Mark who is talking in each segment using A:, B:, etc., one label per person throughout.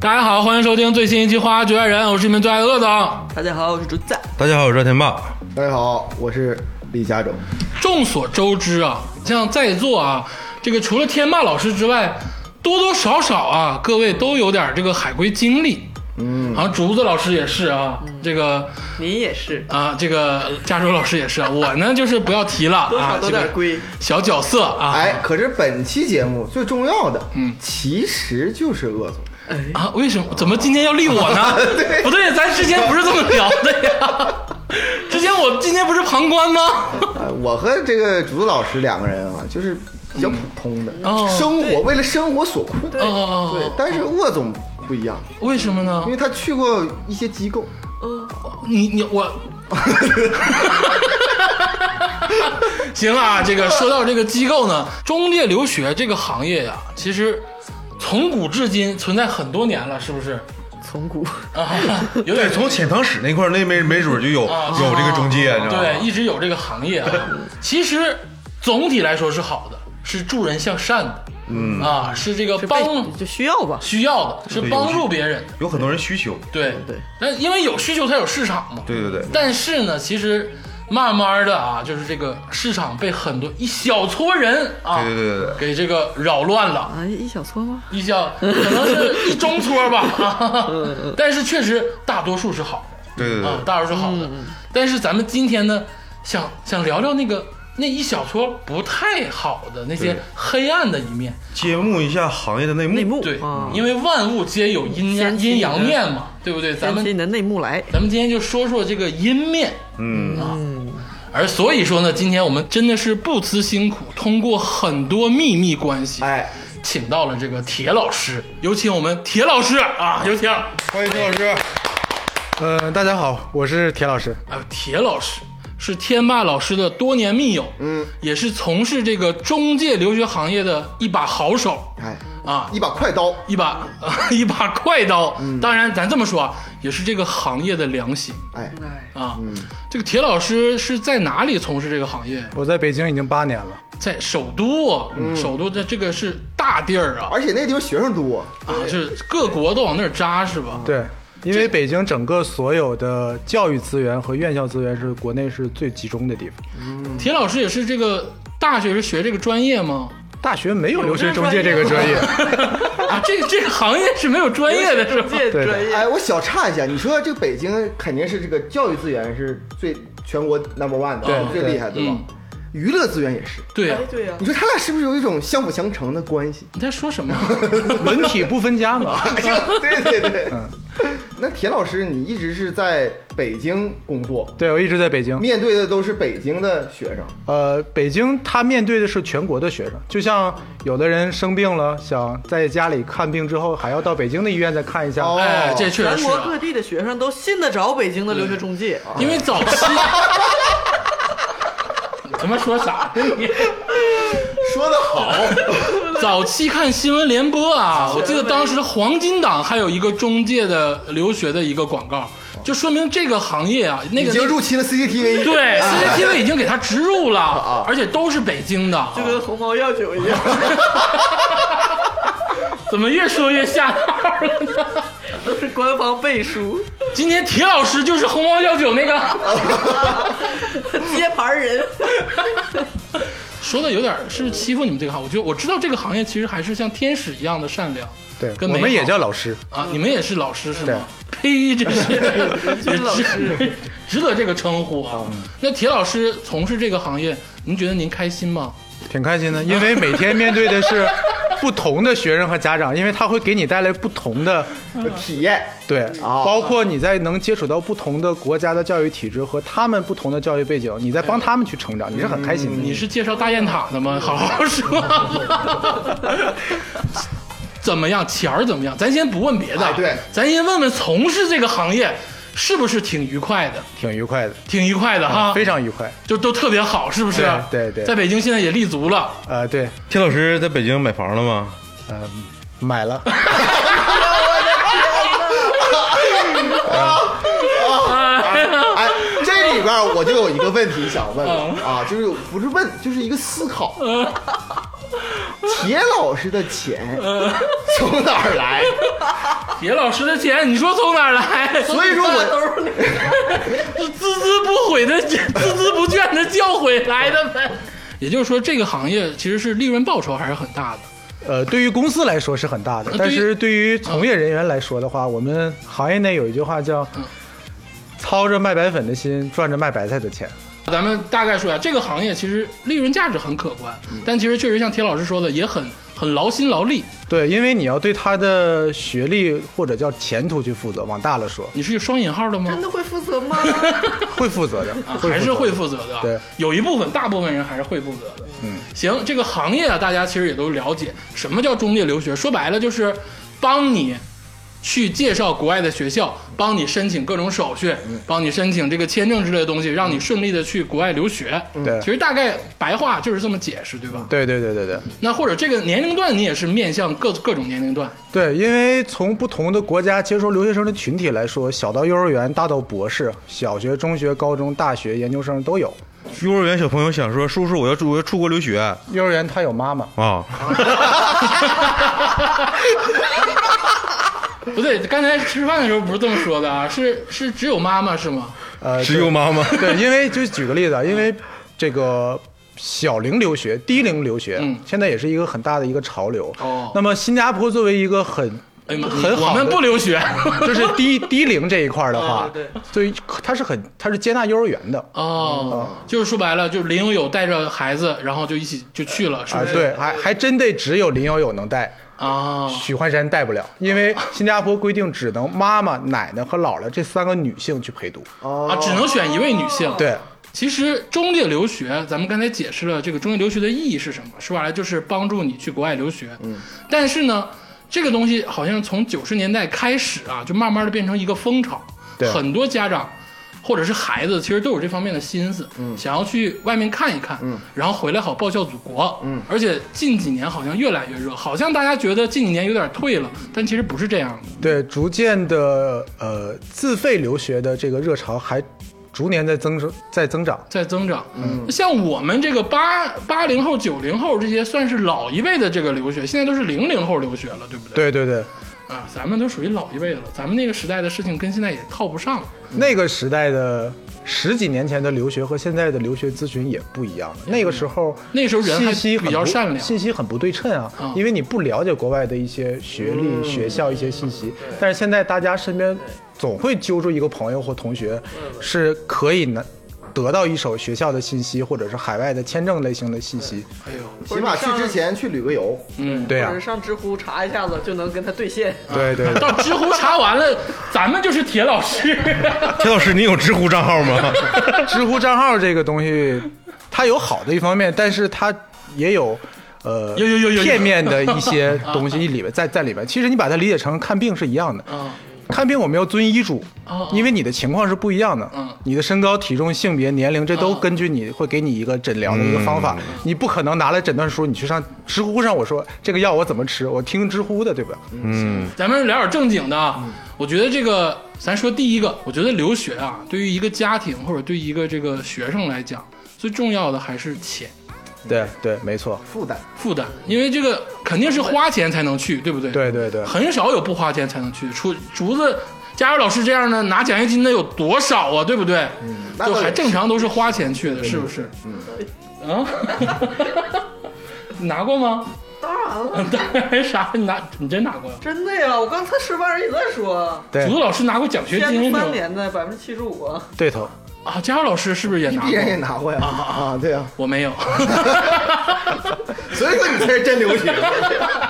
A: 大家好，欢迎收听最新一期《花花局外人》，我是你们最爱的乐总。
B: 大家好，我是竹子。
C: 大家好，我是赵天霸。
D: 大家好，我是李家种。
A: 众所周知啊，像在座啊，这个除了天霸老师之外，多多少少啊，各位都有点这个海归经历。嗯，好像竹子老师也是啊，这个
B: 您也是，
A: 啊，这个加州老师也是啊。我呢，就是不要提了
B: 多
A: 啊
B: 少，都
A: 这
B: 有点
A: 个
B: 龟。
A: 小角色啊。
D: 哎，可是本期节目最重要的，嗯，其实就是鄂总。
B: 哎
A: 啊，为什么？怎么今天要立我 呢？不对，咱之前不是这么聊的呀。之前我今天不是旁观吗？
D: 呃，我和这个竹子老师两个人啊，就是比较普通的、
A: 哦
D: 生活，为了生活所困。对
A: 哦哦哦
D: 但是鄂总不一样，
A: 为什么呢
D: 因？为他去过一些机构。
A: 你你我， 行啊，这个说到这个机构呢，中介留学这个行业呀、其实从古至今存在很多年了，是不是？
B: 从古
A: 啊， 有
C: 对，
A: 点
C: 从遣唐使那块儿，那没没准儿就有、
A: 啊
C: 有这个中介，你知道吗？
A: 对，一直有这个行 业啊。其实总体来说是好的，是助人向善的，嗯啊，是这个
B: 是
A: 帮
B: 被就需要吧？
A: 需要的，是
C: 对
A: 帮
C: 有
A: 助
C: 需
A: 别人的，
C: 有很多人需求。
A: 对
B: 对。
A: 但因为有需求才有市场嘛，
C: 对对对，
A: 但是呢，其实慢慢的啊，就是这个市场被很多一小撮人啊，
C: 对对对对对
A: 给这个扰乱了。
B: 啊，一小撮吗？
A: 一小可能是一中撮吧，啊但是确实大多数是好
C: 对嗯对
A: 的
C: 对，嗯
A: 啊，大多数是好的。但是咱们今天呢，想想聊聊那个那一小撮不太好的那些
C: 对
A: 黑暗的一面。
C: 揭幕一下行业的内幕。
B: 内幕
A: 对
C: 嗯
B: 啊，，
A: 因为万物皆有阴
B: 掀起
A: 阴阳
B: 你的
A: 面嘛，对不对？咱
B: 掀
A: 们
B: 起你的内幕来。
A: 咱们今天就说说这个阴面，嗯啊，而所以说呢，今天我们真的是不辞辛苦，通过很多秘密关系，
D: 哎，
A: 请到了这个铁老师，有请我们铁老师啊，有请啊，
C: 欢迎丁老师。
E: 呃，大家好，我是铁老师。
A: 铁老师。是天霸老师的多年密友，嗯，也是从事这个中介留学行业的一把好手
D: 哎，
A: 啊，
D: 一把快刀，
A: 一把 一把快刀。当然，咱这么说啊，也是这个行业的良心
D: 哎，
B: 哎，
A: 啊。这个铁老师是在哪里从事这个行业？
E: 我在北京已经八年了，
A: 在首都啊，首都的这个是大地儿啊，
D: 而且那地方学生多，
A: 啊，是各国都往那儿扎是吧？
E: 对，因为北京整个所有的教育资源和院校资源是国内是最集中的地方。
A: 铁老师也是这个大学是学这个专业吗？
E: 大学没有留学中介这个专业，
A: 啊，这个这个行业是没有专业的是吧？
B: 这
E: 对
B: 专业
D: 哎，我小岔一下，你说这个北京肯定是这个教育资源是最全国 number one 的，
E: 对
D: 最厉害，对吧？
A: 嗯
D: 娱乐资源也是。
A: 对呀、
B: 哎，对呀
D: 你，说他俩是不是有一种相辅相成的关系？
A: 你在说什么？
E: 文体不分家嘛。
D: 哎呀，对对对。
A: 嗯
D: 那田老师，你一直是在北京工作，
E: 对，我一直在北京。
D: 面对的都是北京的学生。
E: 呃，北京他面对的是全国的学生，就像有的人生病了，想在家里看病之后，还要到北京的医院再看一下。
D: 哦
A: 哎，这确实
B: 全
A: 是、
B: 国
A: 啊
B: 各，地的学生都信得着北京的留学中介。啊
A: 因为早期。 你他妈说啥？你
D: 说得好，
A: 早期看新闻联播啊，我记得当时黄金档还有一个中介的留学的一个广告，就说明这个行业啊，那
D: 已
A: 个
D: 经入啊侵了 CCTV。
A: 对 CCTV 已经给它植入
D: 啊
A: 了，而且都是北京的，
B: 就跟鸿茅药酒一样，
A: 怎么越说越下套了呢？
B: 都是官方背书，
A: 今天铁老师就是鸿茅药酒那 个，
B: 接盘人。
A: 说的有点是欺负你们这个行，我觉得我知道这个行业其实还是像天使一样的善良。
E: 对，
A: 跟
E: 我们
A: 美好
E: 也叫老师。
A: 啊，你们也是老师是吗？呸，这是 也
B: 老
A: 值值得这个称呼啊。那铁老师从事这个行业，您觉得您开心吗？
E: 挺开心的，因为每天面对的是不同的学生和家长，因为他会给你带来不同的
D: 体验
E: 对，
D: 哦
E: 包括你在能接触到不同的国家的教育体制和他们不同的教育背景，你在帮他们去成长，你是很开心的。
A: 你是介绍大雁塔的
E: 嗯
A: 吗？好好说 吧。怎么样？钱儿怎么样？咱先不问别
E: 啊
A: 的，
D: 哎对
A: 咱先问问从事这个行业是不是挺愉快的？
E: 挺愉快的，
A: 挺愉快的哈，
E: 啊非常愉快。
A: 就都特别好，是不是？
E: 对对对
A: 在北京现在也立足了，
E: 呃，对，
C: 铁老师在北京买房了吗？
E: 嗯、买了，啊
D: 哎，这里边我就有一个问题想问了
A: 嗯
D: 啊，就是不是问，就是一个思考。 铁老师的钱
A: 嗯
D: 从哪儿来？
A: 铁老师的钱，你说从哪儿来？
D: 所以说
B: 大兜
D: 我
B: 儿里
A: 是孜孜不悔的、孜孜不倦的教诲来的呗。也就是说，这个行业其实是利润报酬还是很大的。
E: 呃，对于公司来说是很大的
A: 呃，
E: 但
A: 对于
E: 是对于从业人员来说的话，我们行业内有一句话叫
A: 嗯
E: “操着卖白粉的心，赚着卖白菜的钱
A: 咱们大概说一下，这个行业其实利润价值很可观，但其实确实像铁老师说的，也很很劳心劳力。”。
E: 对，因为你要对他的学历或者叫前途去负责，往大 了说，
A: 你是双引号的吗
B: 真？的会负责吗？
E: 会负责的，
A: 啊，还是
E: 负责
A: 会
E: 的
A: 负责的。
E: 对，
A: 有一部分，大部分人还是会负责的。
E: 嗯，
A: 行，这个行业啊，大家其实也都了解，什么叫中介留学？说白了就是帮你去介绍国外的学校，帮你申请各种手续，
E: 嗯
A: 帮你申请这个签证之类的东西，让你顺利的去国外留学。
E: 嗯对嗯
A: 其实大概白话就是这么解释，对吧？
E: 对对对对对
A: 那或者这个年龄段你也是面向各各种年龄段，
E: 对，因为从不同的国家接收留学生的群体来说，小到幼儿园，大到博士，小学、中学、高中、大学、研究生都有。
C: 幼儿园小朋友想说，叔叔我要出我要出国留学啊、
E: 幼儿园他有妈妈，
A: 不对，刚才吃饭的时候不是这么说的啊，是是只有妈妈是吗？
E: 呃，
C: 只有妈 妈。
E: 对，因为就举个例 子啊，因为这个小龄留学、低龄留学，
A: 嗯
E: 现在也是一个很大的一个潮流。
A: 哦
E: 那么新加坡作为一个很
A: 哎呀妈，
E: 很好
A: 我
E: 的
A: 们不留学。
E: 就是低低龄这一块儿的话
B: 啊， 对
E: 所以它是很它是接纳幼儿园的
A: 哦，
E: 嗯
A: 就是说白了，就是林有有带着孩子，然后就一起就去了，是
E: 啊
A: 不，是？
E: 对，还还真得只有林有有能带。
A: 啊，
E: 许幻山带不了，因为新加坡规定只能妈妈、奶奶和姥姥这三个女性去陪读。
B: 哦
A: 啊，只能选一位女性。，
E: 对，
A: 其实中介留学，咱们刚才解释了这个中介留学的意义是什么，说白了就是帮助你去国外留学。嗯，但是呢，这个东西好像从九十年代开始啊，就慢慢的变成一个风潮，
E: 对
A: 很多家长。或者是孩子，其实都有这方面的心思，嗯，想要去外面看一看，嗯，然后回来好报效祖国，嗯，而且近几年好像越来越热，好像大家觉得近几年有点退了，但其实不是这样的。
E: 对，逐渐的，呃，自费留学的这个热潮还逐年在增生，在增长。
A: 在增长。嗯，像我们这个八八零后、九零后这些算是老一辈的这个留学，现在都是零零后留学了，对不对？
E: 对对对，
A: 对啊，咱们都属于老一辈的了，咱们那个时代的事情跟现在也套不上了。
E: 那个时代的十几年前的留学和现在的留学咨询也不一样了。那个时候，
A: 那时候人还
E: 信息很
A: 比较
E: 不
A: 善良
E: 信息很不对称啊，
A: 啊嗯
E: 因为你不了解国外的一些学历、学校一些信息。但是现在大家身边总会揪住一个朋友或同学，
A: 嗯
E: 是可以能得到一手学校的信息，或者是海外的签证类型的信息。
A: 哎呦，
D: 起码去之前去旅个游，
A: 嗯，
E: 对
B: 或
E: 啊
B: 者，上知乎查一下子就能跟他对线。
E: 对对对
A: 到啊知乎查完了， 咱们就是铁老师。
C: 铁老师，你有知乎账号 吗？
E: 知乎账号这个东西，它有好的一方面，但是它也有。呃，
A: 有有有有有
E: 片面的一些东西里面，在在里面，其实你把它理解成看病是一样的，
A: 啊，
E: 看病我们要遵医嘱
A: 哦哦，
E: 因为你的情况是不一样的
A: 嗯，
E: 你的身高、体重、性别、年龄，这都
A: 哦
E: 根据你会给你一个诊疗的一个方法，
A: 嗯
E: 你不可能拿来诊断书，你去上知乎上我说这个药我怎么吃，我听知乎的，对吧？
A: 咱们聊点正经的啊。我觉得这个，咱说第一个，我觉得留学啊，对于一个家庭或者对于一个这个学生来讲，最重要的还是钱。
E: 对对，没错，
D: 负担
A: 负担，因为这个肯定是花钱才能去，对不对？，
E: 对对对，
A: 很少有不花钱才能去。除竹子、加油老师这样的拿奖学金的有多少啊？对不对？
D: 嗯那
A: 就
D: 倒
A: 还
D: 也
A: 正常都是花钱去的，是不是？嗯，啊，你 拿过吗？
B: 当然了，
A: 当然啥，你拿你真拿过呀？
B: 真的呀，我刚才吃饭时也在说，
E: 对
A: 竹子老师拿过奖学金
B: 先
A: 是
B: 三
A: 吗？
B: 年的百分之七十五，
E: 对头，
A: 啊，加油老师是不是也拿
D: 必
A: 过？
D: 然也拿过呀啊，对啊，
A: 我没有。
D: 所以说你才是真留学。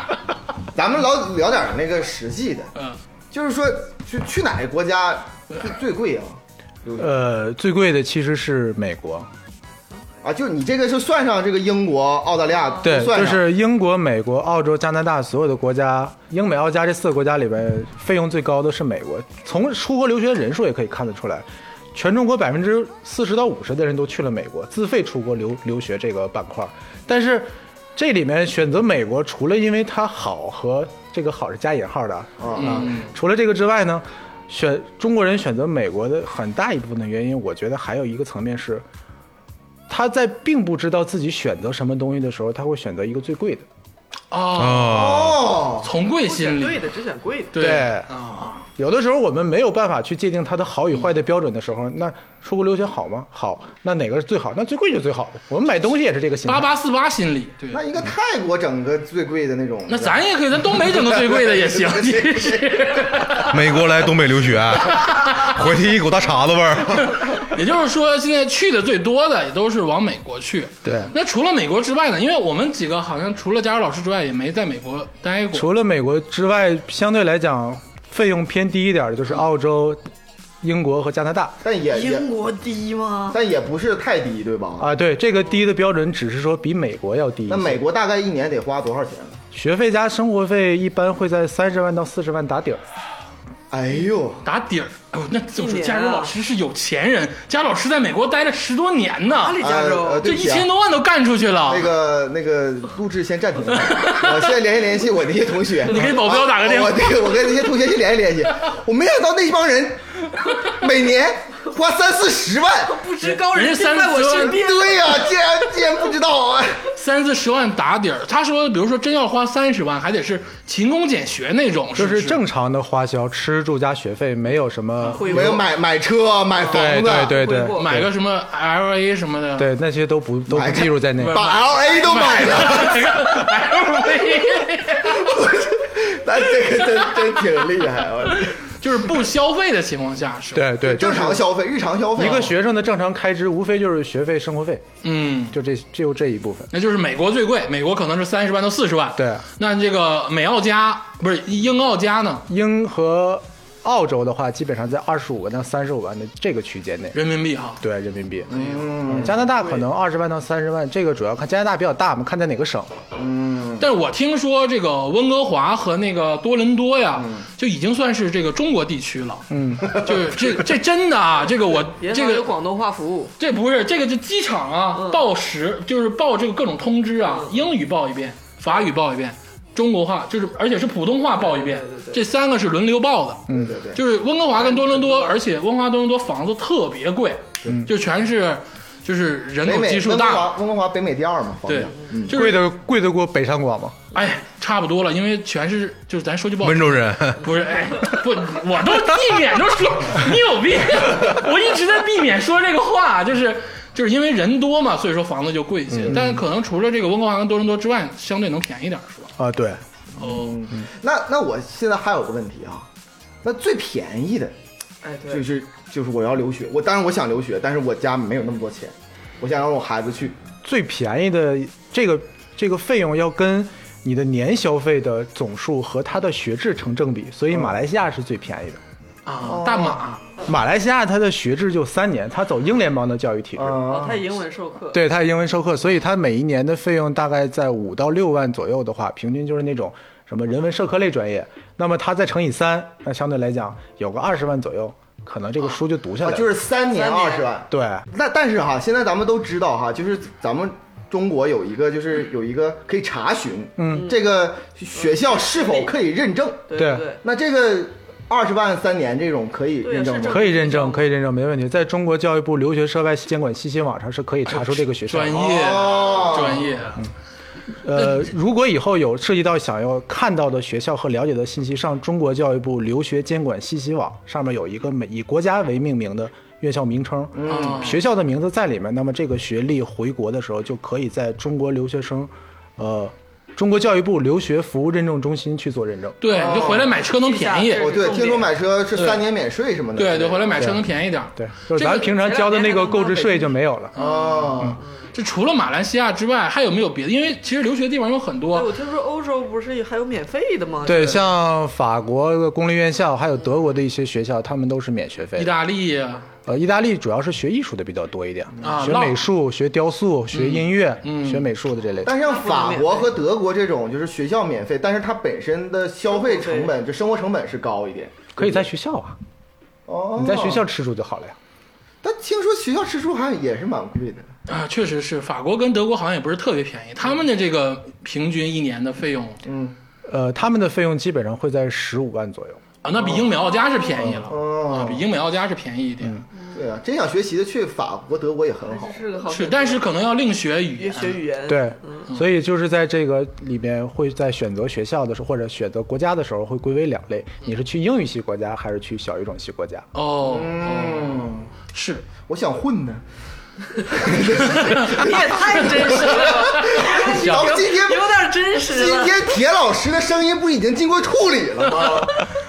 D: 咱们老聊点那个实际的，
A: 嗯，
D: 就是说去去哪个国家最最贵啊？
E: 呃，最贵的其实是美国，
D: 啊，就你这个是算上这个英国、澳大利亚，
E: 对，
D: 都算
E: 就
D: 上
E: 是英国、美国、澳洲、加拿大所有的国家，英美澳加这四个国家里边，费用最高的是美国。从出国留学的人数也可以看得出来，全中国百分之四十到五十的人都去了美国，自费出国留留学这个板块。但是这里面选择美国，除了因为它好和这个好是加引号的啊，
A: 嗯，
E: 除了这个之外呢，选中国人选择美国的很大一部分的原因，我觉得还有一个层面是，他在并不知道自己选择什么东西的时候，他会选择一个最贵的。
A: 啊，
C: 啊，
D: 哦，
A: 从贵
B: 不选
A: 心
B: 对
A: 理，
B: 的，只选贵的。
A: 对，
E: 啊，有的时候我们没有办法去界定它的好与坏的标准的时候，那出国留学好吗？好，那哪个是最好？那最贵就是最好的。我们买东西也是这个心
A: 八
E: 态。
A: 八四八心理，对。
D: 那应该泰国整个最贵的那种。
A: 那咱也可以，咱东北整个最贵的也 行，其实，
C: 美国来东北留 学，回去一股大碴子味儿。
A: 也就是说，现在去的最多的也都是往美国去。
E: 对，
A: 那除了美国之外呢？因为我们几个好像除了加入老师之外，也没在美国待过。
E: 除了美国之外，相对来讲费用偏低一点的就是澳洲、英国和加拿大
D: 但也也
B: 英国低吗？
D: 但也不是太低，对吧？
E: 啊。对，这个低的标准只是说比美国要低一些。
D: 那美国大概一年得花多少钱？
E: 学费加生活费一般会在三十万到四十万打底儿。
D: 哎呦，
A: 打底儿，哎呦，那就是
B: 一年啊
A: 加州老师是有钱人，加州老师在美国待了十多年呢
B: 哪，里加州？
D: 呃呃
A: 这
D: 对不
A: 一
D: 起啊
A: 千多万都干出去了。
D: 那个那个录制先暂停， 我先联系联系我那些同学。
A: 你给保镖打个电话
D: 啊我对，我跟那些同学去联系联系。我没想到那帮人 每年花三四十万，
B: 不知高
A: 人
B: 人
A: 家
B: 竟在
A: 三
B: 我
A: 十
B: 身边。
D: 对呀、竟然竟然不知道啊！
A: 三四十万打底儿，他说，比如说真要花三十万，还得是勤工俭学那种，
E: 就是
A: 不
E: 是正常的花销，吃住加学费，没有什么。
B: 啊会
D: 我要买买车，啊买房
E: 对
D: 子，
E: 对对对
B: 回国
A: 买个什么 L A 什么的，
E: 对，那些都不都不计入在内。
D: 把 L A 都买了，
A: ，L A
D: 那这个真真挺厉害啊！
A: 就是不消费的情况下是吧，
E: 对对，就
D: 正
E: 是
D: 常消费，日常消费，啊
E: 一个学生的正常开支，无非就是学费、生活费，
A: 嗯。
E: 就这就这一部分。
A: 那就是美国最贵，美国可能是三十万到四十万。
E: 对，
A: 那这个美澳加不是英澳加呢？
E: 英和澳洲的话，基本上在二十五万到三十五万的这个区间内。
A: 人民币哈，
E: 对人民币，
D: 嗯，
E: 加拿大可能二十万到三十万，这个主要看加拿大比较大嘛，看在哪个省。嗯
A: 但是我听说这个温哥华和那个多伦多呀，就已经算是这个中国地区了。
E: 嗯，
A: 就是这这真的啊，这个我
B: 银
A: 这
B: 行有
A: 个
B: 广东话服务，
A: 这不是这个就机场啊
B: 嗯
A: 报时，就是报这个各种通知啊
B: 嗯，
A: 英语报一遍，法语报一遍，中国话就是而且是普通话报一遍
B: 对对，对
A: 这三个是轮流报的。
D: 对对对，
A: 就是温哥华跟多伦多，而且温哥华多伦多房子特别贵，就全是就是人
D: 嗯北
A: 口
D: 美
A: 基数
D: 温哥华嗯
A: 大，
D: 温哥华北美第二嘛，房
A: 对
D: 价。，
A: 就是
E: 贵的贵得过北上广吗？
A: 哎，差不多了，因为全是就是咱说句不好
C: 温
A: 听，
C: 州人，
A: 不是哎不，我都避免都说你有病，我一直在避免说这个话，就是就是因为人多嘛，所以说房子就贵一些，但可能除了这个温哥华跟多伦多之外，相对能便宜点儿，是吧？
E: 啊，对，
A: 哦，
D: 那那我现在还有个问题啊，那最便宜的
B: 哎，对，
D: 就是就是我要留学，我当然我想留学，但是我家没有那么多钱，我想让我孩子去，
E: 最便宜的这个这个费用要跟你的年消费的总数和它的学制成正比，所以马来西亚是最便宜的。
A: 啊，大马
E: 马来西亚它的学制就三年，它走英联邦的教育体制，
B: 哦
D: 啊
B: 他英文授课，
E: 对，它英文授课，所以它每一年的费用大概在五到六万左右的话，平均就是那种什么人文社科类专业，那么它再乘以三，那相对来讲有个二十万左右，可能这个书就读下来
D: 啊
E: 了。
D: 就是三年
B: 三年
D: 二十万。
E: 对，
D: 那但是哈，现在咱们都知道哈，就是咱们中国有一个就是有一个可以查询，嗯，这个学校是否可以认证？
B: 对
E: 对
B: 对，
D: 那这个二十万三年这种可以认证
B: 对啊
D: 吗？
B: 是
E: 可以认证，可以认证，没问题。在中国教育部留学涉外监管信息网上是可以查出这个学校的
A: 专。业
D: 哦
A: 专业，
E: 呃，如果以后有涉及到想要看到的学校和了解的信息，上中国教育部留学监管信息网上面有一个每以国家为命名的院校名称，
A: 嗯
E: 学校的名字在里面。那么这个学历回国的时候，就可以在中国留学生，呃，中国教育部留学服务认证中心去做认证。
A: 对，你就回来买车能便宜
B: 地下，
D: 哦，对，
B: 重点
D: 听说买车是三年免税什么的。
A: 对对，回来买车能便宜点儿。
E: 对，就是咱平常交的那个购置税就没有了。
D: 哦，
A: 这除了马来西亚之外，还有没有别的？因为其实留学地方有很
B: 对，
A: 多。
B: 我听说欧洲不是还有免费的吗？
E: 啊对，像法国的公立院校，还有德国的一些学校，他们都是免学费
A: 意
E: 的。
A: 大利
E: 呃，意大利主要是学艺术的比较多一点，
A: 啊
E: 学
A: 浪
E: 美术、学雕塑、学音乐、
A: 嗯
E: 学美术的这类。
D: 但是像法国和德国这种，就是学校免费，但是它本身的消费成本，就生活成本是高一点。
E: 可以在学校啊，
D: 哦，
E: 你在学校，吃住就好了呀。
D: 但听说学校吃住还也是蛮贵的。
A: 啊，确实是法国跟德国好像也不是特别便宜，他们的这个平均一年的费用
D: 嗯，
E: 呃，他们的费用基本上会在十五万左右。
A: 啊，那比英美澳加是便宜了，啊，
D: 哦
A: 比，英美澳加是便宜一点。
D: 对啊，真想学习的去法国、德国也很好
B: 这。是个好
A: 是，但是可能要另学语
B: 也
A: 言。
B: 学语言，
E: 对，
B: 嗯，
E: 所以就是在这个里面会在选择学校的时候，或者选择国家的时候，会归为两类：你是去英语系国家，还是去小语种系国家？
A: 哦，
D: 嗯
A: 哦是
D: 我想混呢，
B: 嗯你也太真实了，
A: 啊
D: 然后 今天
B: 有点真实
D: 今
B: 了。
D: 天铁老师的声音不已经经过处理了吗？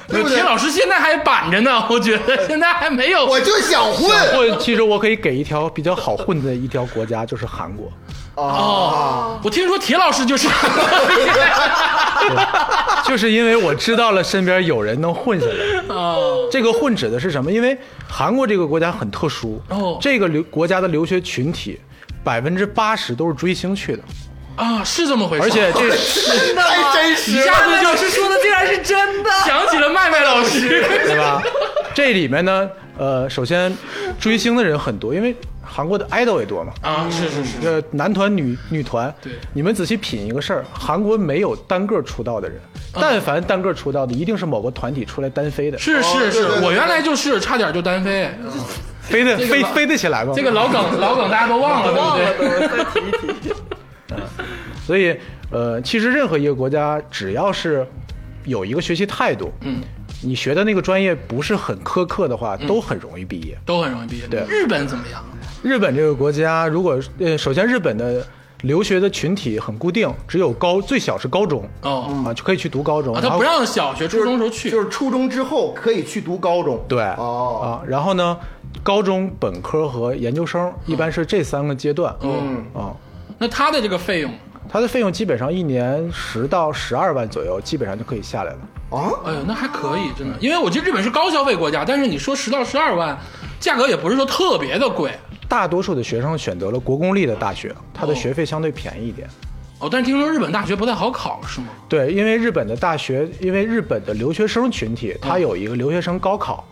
D: 对不对哎
A: 田？老师现在还板着呢，我觉得现在还没有
D: 我就想混
E: 或其实我可以给一条比较好混的一条国家，就是韩国。
D: 啊！
A: 哦我听说铁老师就是，
E: 就是因为我知道了身边有人能混下来。
A: 哦
E: 这个混指的是什么？因为韩国这个国家很特殊，
A: 哦
E: 这个留国家的留学群体。百分之八十都是追星去的，
A: 啊，是这么回事。
E: 而且这是
B: 啊
D: 太真实
A: 一
D: 了，
A: 下子
B: 老
A: 就
B: 师说的竟然是真的，
A: 想起了麦麦老 师，
E: 对 吧？这里面呢，呃，首先追星的人很多，因为韩国的 idol 也多嘛，
A: 啊，是是
D: 哦
A: 是，
E: 呃，男团、女女团，
A: 对
E: 你们仔细品一个事儿，韩国没有单个出道的人，但凡单个出道的，一定是某个团体出来单飞的，
A: 啊是是
D: 对对
A: 是，
D: 对嗯
A: 我原来就是差点就单飞，
E: 飞的
A: 这个
E: 飞
A: 吧
E: 飞得起来吗？
A: 这个老梗老梗大家都忘 了，对不
B: 忘了
A: 对？
B: 都，再提一提。
E: 所以，呃，其实任何一个国家，只要是有一个学习态度，
A: 嗯，
E: 你学的那个专业不是很苛刻的话，都很容易毕业。
A: 都很容易毕业。
E: 对
A: 日本怎么样？啊
E: 日本这个国家，如果呃，首先日本的留学的群体很固定，只有高最小是高中
A: 哦，
E: 啊，就可以去读高中，
A: 啊，
E: 然
A: 他
E: 后
A: 不让小学、初中时候去，
D: 就是初中之后可以去读高中。
E: 对
D: 哦，
E: 啊，然后呢，高中本科和研究生一般是这三个阶段，
A: 嗯，
E: 啊。
A: 那他的这个费用，
E: 它的费用基本上一年十到十二万左右，基本上就可以下来了。
D: 啊，
A: 哎呦，那还可以，真的，因为我觉得日本是高消费国家，但是你说十到十二万，价格也不是说特别的贵
E: 大多数的学生选择了国公立的大学，它的学费相对便宜一点。
A: 哦。但是听说日本大学不太好考，是吗？
E: 对，因为日本的大学，因为日本的留学生群体，它有一个留学生高考。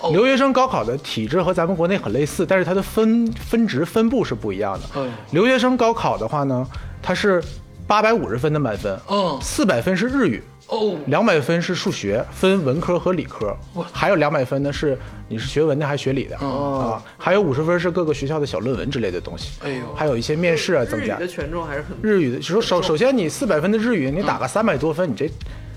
A: 哦
E: 留学生高考的体制和咱们国内很类似，但是它的分分值分布是不一样的。
A: 哎呦
E: 留学生高考的话呢，它是八百五十分的满分，
A: 嗯
E: 四百分是日语，
A: 哦，
E: 两百分是数学，分文科和理科
A: 哇，
E: 还有两百分呢是你是学文的还是学理的、啊？还有五十分是各个学校的小论文之类的东西，
A: 哎呦
E: 还有一些面试啊增
B: 日语
E: 加。
B: 的权重还是很
E: 日语的首首首先你四百分的日语，你打个三百多分，你这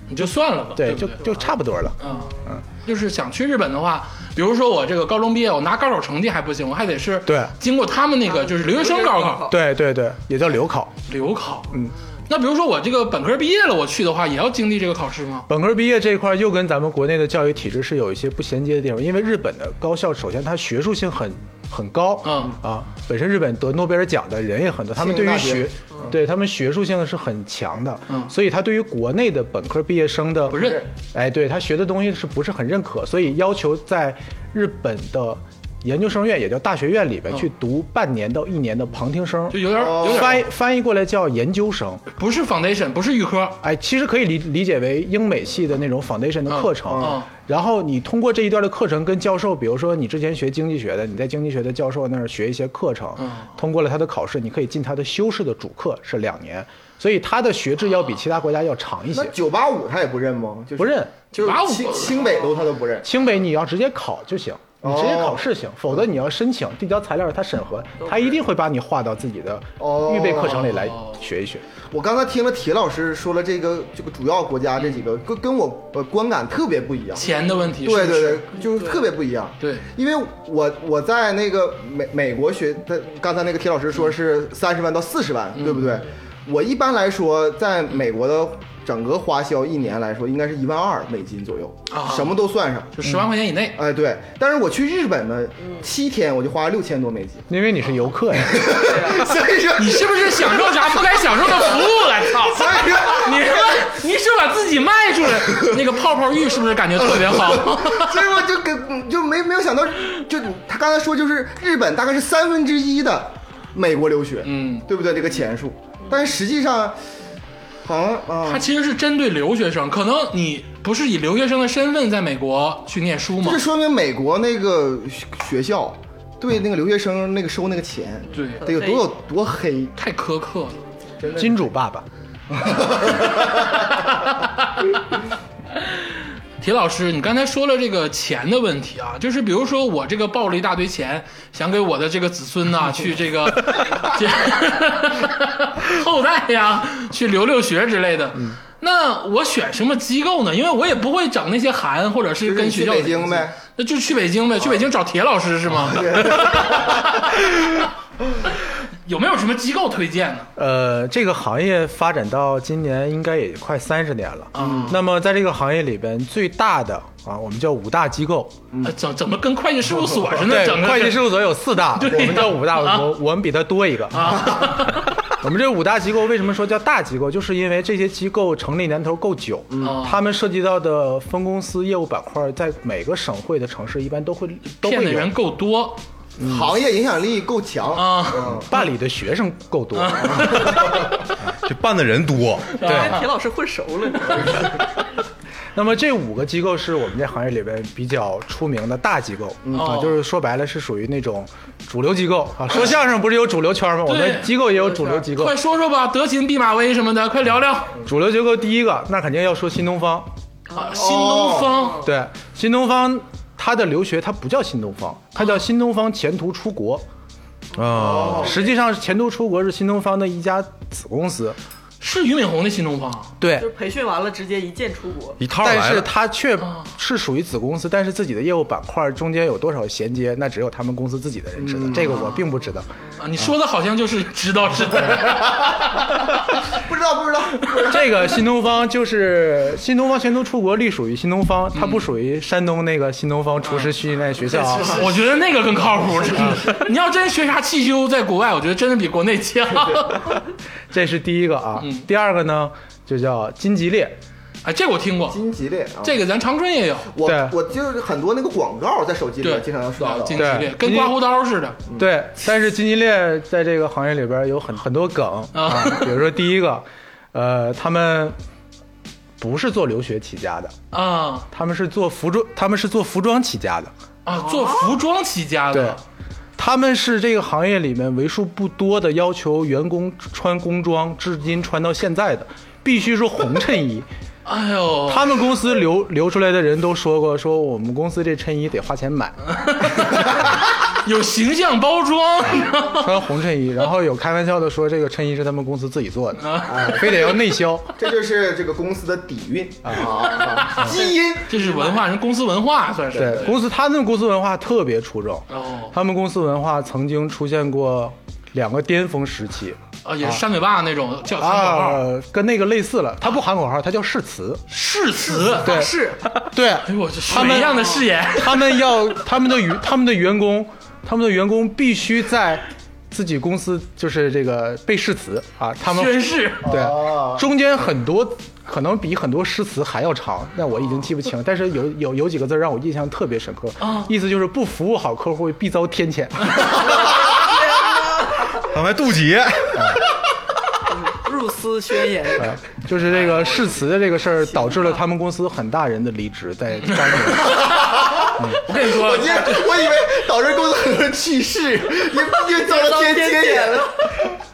A: 你就算了吧，
E: 对
A: 不
E: 就就差不多了。
A: 嗯，就是想去日本的话，比如说我这个高中毕业，我拿高考成绩还不行，我还得是
E: 对
A: 经过他们那个就是留学生高考、
E: 对对对，也叫留考。
A: 留考。嗯，那比如说我这个本科毕业了，我去的话，也要经历这个考试吗？
E: 本科毕业这一块儿又跟咱们国内的教育体制是有一些不衔接的地方，因为日本的高校首先它学术性很很高，
A: 嗯
E: 啊，本身日本得诺贝尔奖的人也很多，他们对于
D: 性
E: 学，对他们学术性是很强的，
A: 嗯
E: 所以他对于国内的本科毕业生的
A: 不认，
E: 哎，对他学的东西是不是很认可，所以要求在日本的研究生院也叫大学院里边去读半年到一年的旁听生
A: 嗯就，有点、有点
E: 翻译翻译过来叫研究生，
A: 不是 foundation，不是预科，
E: 哎，其实可以理理解为英美系的那种 foundation 的课程，
A: 嗯嗯
E: 然后你通过这一段的课程跟教授，比如说你之前学经济学的，你在经济学的教授那儿学一些课程，
A: 嗯
E: 通过了他的考试，你可以进他的修士的主课是两年，所以他的学制要比其他国家要长一些
D: 那。九八五他也不认吗？就是
E: 不认，
D: 就是
A: 985
D: 清清北都他都不认。
E: 清北你要直接考就行，你直接考试
D: 哦
E: 行，否则你要申请递交材料，他审核，他一定会把你划到自己的
D: 哦
E: 预备课程里来学一学。
D: 我刚才听了铁老师说了这个这个主要国家这几个，跟跟我呃观感特别不一样。
A: 钱的问题是
D: 对
A: 不
D: 对
A: 是？
D: 对，就是特别不一样。
A: 对
D: 因为我我在那个美美国学，他刚才那个铁老师说是三十万到四十万，对不对？我一般来说，在美国的整个花销一年来说，应该是一万二美金左右
A: 啊，
D: 什么都算上。
A: 就十万块钱以内。
D: 哎，对，但是我去日本呢，七天我就花了六千多美金，
E: 因为你是游客呀，
D: 所以说，
A: 你是不是享受啥不该享受的服务了？操！
D: 所以说，
A: 你他妈，你是把自己卖出来，那个泡泡浴是不是感觉特别好？
D: 所以我就跟就没没有想到，就他刚才说，就是日本大概是三分之一的美国留学，
A: 嗯，
D: 对不对？这个钱数，但是实际上好像啊
A: 它，其实是针对留学生，可能你不是以留学生的身份在美国去念书嘛
D: 这？说明美国那个学学校对那个留学生那个收那个钱，
A: 对
D: 得有多有多黑。
A: 太苛刻了。
E: 金主爸爸。
A: 铁老师，你刚才说了这个钱的问题啊，就是比如说我这个抱了一大堆钱，想给我的这个子孙呐、去这个这后代呀、去留留学之类的。那我选什么机构呢？因为我也不会整那些函，或者是跟学校
D: 就是去北京呗，
A: 那就去北京呗，去北京找铁老师是吗？ 有没有什么机构推荐呢？
E: 呃，这个行业发展到今年应该也快三十年了。
A: 嗯
E: 那么在这个行业里边，最大的啊，我们叫五大机构。
A: 呃怎怎么跟会计事务所似的？
E: 对
A: 啊整，个
E: 会计事务所有四大，
A: 对呀
E: 我们叫五大，
A: 啊
E: 我我们比它多一个。
A: 啊，
E: 我们这五大机构为什么说叫大机构？就是因为这些机构成立年头够久，
A: 哦
E: 他们涉及到的分公司业务板块，在每个省会的城市一般都会都
A: 骗
E: 会
A: 的
E: 有
A: 人。够多
D: 行业影响力够强
A: 嗯啊
D: 嗯
E: 办理的学生够 多，
C: 这办的人多，
B: 跟哎铁老师混熟了，你知道吗
E: 那么这五个机构是我们这行业里边比较出名的大机构、
A: 哦
E: 啊，就是说白了是属于那种主流机构啊。说相声不是有主流圈吗？我们机构也有主流机构
A: 快。说说吧，德勤、毕马威什么的，快聊聊。
E: 主流机构第一个，那肯定要说新东方。
A: 啊，新东方
E: 对，新东方它的留学它不叫新东方，它叫新东方前途出国。
C: 啊，
E: 实际上，前途出国是新东方的一家子公司。
A: 是俞敏洪的新东方啊，
E: 对
B: 就是，培训完了直接一键出国。
C: 一套
E: 但
C: 来
E: 是
C: 了。
E: 它却是属于子公司，但是自己的业务板块中间有多少衔接，那只有他们公司自己的人知道，这个我并不知道。
A: 啊你
E: 嗯
A: 说的好像就是知道 是的，
D: 不知道不知道，不知道
E: 这个新东方就是新东方全都出国，隶属于新东方，它不属于山东那个新东方厨师训练学校啊。
A: 我觉得那个更靠谱，真的。
E: 嗯
A: 你要真学啥汽修，在国外，我觉得真的比国内 强。
E: 这是第一个啊，第二个呢就叫金吉列，
A: 哎，这个我听过，
D: 金吉列啊，
A: 这个咱长春也有，
D: 我
E: 对
D: 我就是很多那个广告在手机里
A: 对，
D: 面经常能刷
A: 啊
D: 到，
A: 金吉列
E: 对
A: 跟刮胡刀似的，
E: 对，但是金吉列在这个行业里边有很很多梗啊， 比如说第一个，呃，他们不是做留学起家的，
A: 啊
E: 他们是做服装，他们是做服装起家的，
A: 啊，做服装起家
E: 对
A: 的，。
E: 他们是这个行业里面为数不多的要求员工穿工装，至今穿到现在的，必须是红衬 衣。
A: 哎呦，
E: 他们公司留留出来的人都说过，说我们公司这衬衣得花钱买，
A: 有形象包装，
E: 穿红衬衣。然后有开玩笑的说，这个衬衣是他们公司自己做的，哎非得要内销。
D: 这就是这个公司的底蕴 啊啊，基因
A: 这是文化，人公司文化算是。
E: 对，公司他们公司文化特别出众，
A: 哦
E: 他们公司文化曾经出现过两个巅峰时期
A: 啊，也是山水坝那种叫喊口号，
E: 啊，跟那个类似了。他不喊口号，他叫誓词。
A: 誓词。啊
E: 对，
B: 是，
E: 对，
A: 哎呦我这
E: 他
A: 水
E: 们
A: 一样的誓 言，
E: 他们要他们的员他们的员工，他们的员工必须在自己公司就是这个背誓词啊，他们
A: 宣誓。
E: 对
D: 哦，
E: 中间很多可能比很多诗词还要长，但我已经记不清。但是有有有几个字让我印象特别深刻，
A: 哦
E: 意思就是不服务好客户必遭 天谴。
C: 刚才渡 劫，
B: 入司宣言，
E: 对就是这个誓词的这个事儿，导致了他们公司很大人的离职，在 当年。
A: 我跟你说
D: 我，今天我以为导致公司很多人去世，因 为遭了天
B: 天
D: 天
B: 谴
D: 谴
B: 了
D: 了。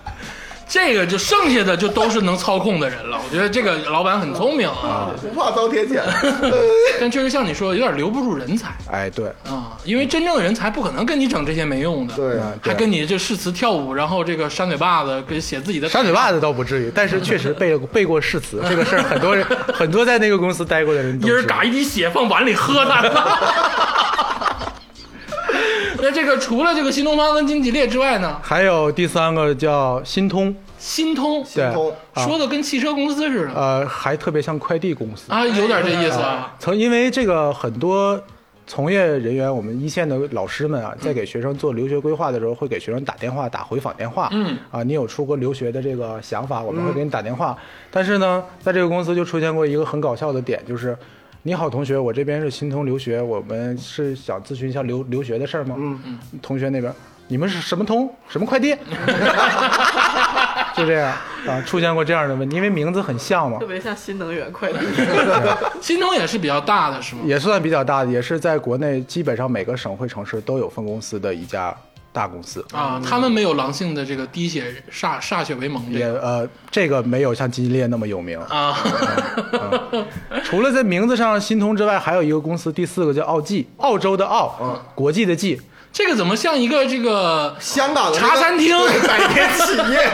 A: 这个就剩下的就都是能操控的人了。我觉得这个老板很聪明啊，
D: 不怕遭天呃谴，
A: 但确实像你说，有点留不住人才
E: 哎，对，
A: 啊，因为真正的人才不可能跟你整这些没用的，
D: 对
E: 啊对
A: 还跟你这誓词跳舞，然后这个扇嘴巴子跟写自己的
E: 扇嘴巴子倒不至于，但是确实背了背过誓词，这个事儿很多人很多在那个公司待过的人 都
A: 一人
E: 知道
A: 嘎。一滴血放碗里喝它。 那这个除了这个新东方跟金吉列之外呢，
E: 还有第三个叫新通，
A: 新通
E: 对
D: 新通，
E: 啊
A: 说的跟汽车公司似的
E: 呃，还特别像快递公司。
A: 啊，有点这意
E: 哎
A: 思啊。
E: 曾因为这个很多从业人员，我们一线的老师们啊，在给学生做留学规划的时候，会给学生打电话，打回访电话。
A: 嗯，
E: 啊，你有出国留学的这个想法，我们会给你打电话。但是呢，在这个公司就出现过一个很搞笑的点，就是。你好，同学，我这边是新通留学，我们是想咨询一下留留学的事儿吗？嗯嗯。同学那边，你们是什么通？什么快递？ 就这样啊，出现过这样的问题，因为名字很像嘛
B: 特。别像新能源快递。
A: 新通也是比较大的，是吗？
E: 也算比较大的，也是在国内基本上每个省会城市都有分公司的一家大公司，
A: 啊，他们没有狼性的这个滴血歃歃血为盟这
E: 也
A: 个
E: 呃这个没有像基金猎那么有名。
A: 啊，
E: 除了在名字上心通之外，还有一个公司，第四个叫澳记，澳洲的澳，
A: 嗯
E: 国际的际，
A: 这个怎么像一个这个
D: 香港的那个
A: 茶餐 厅
D: 百年企业，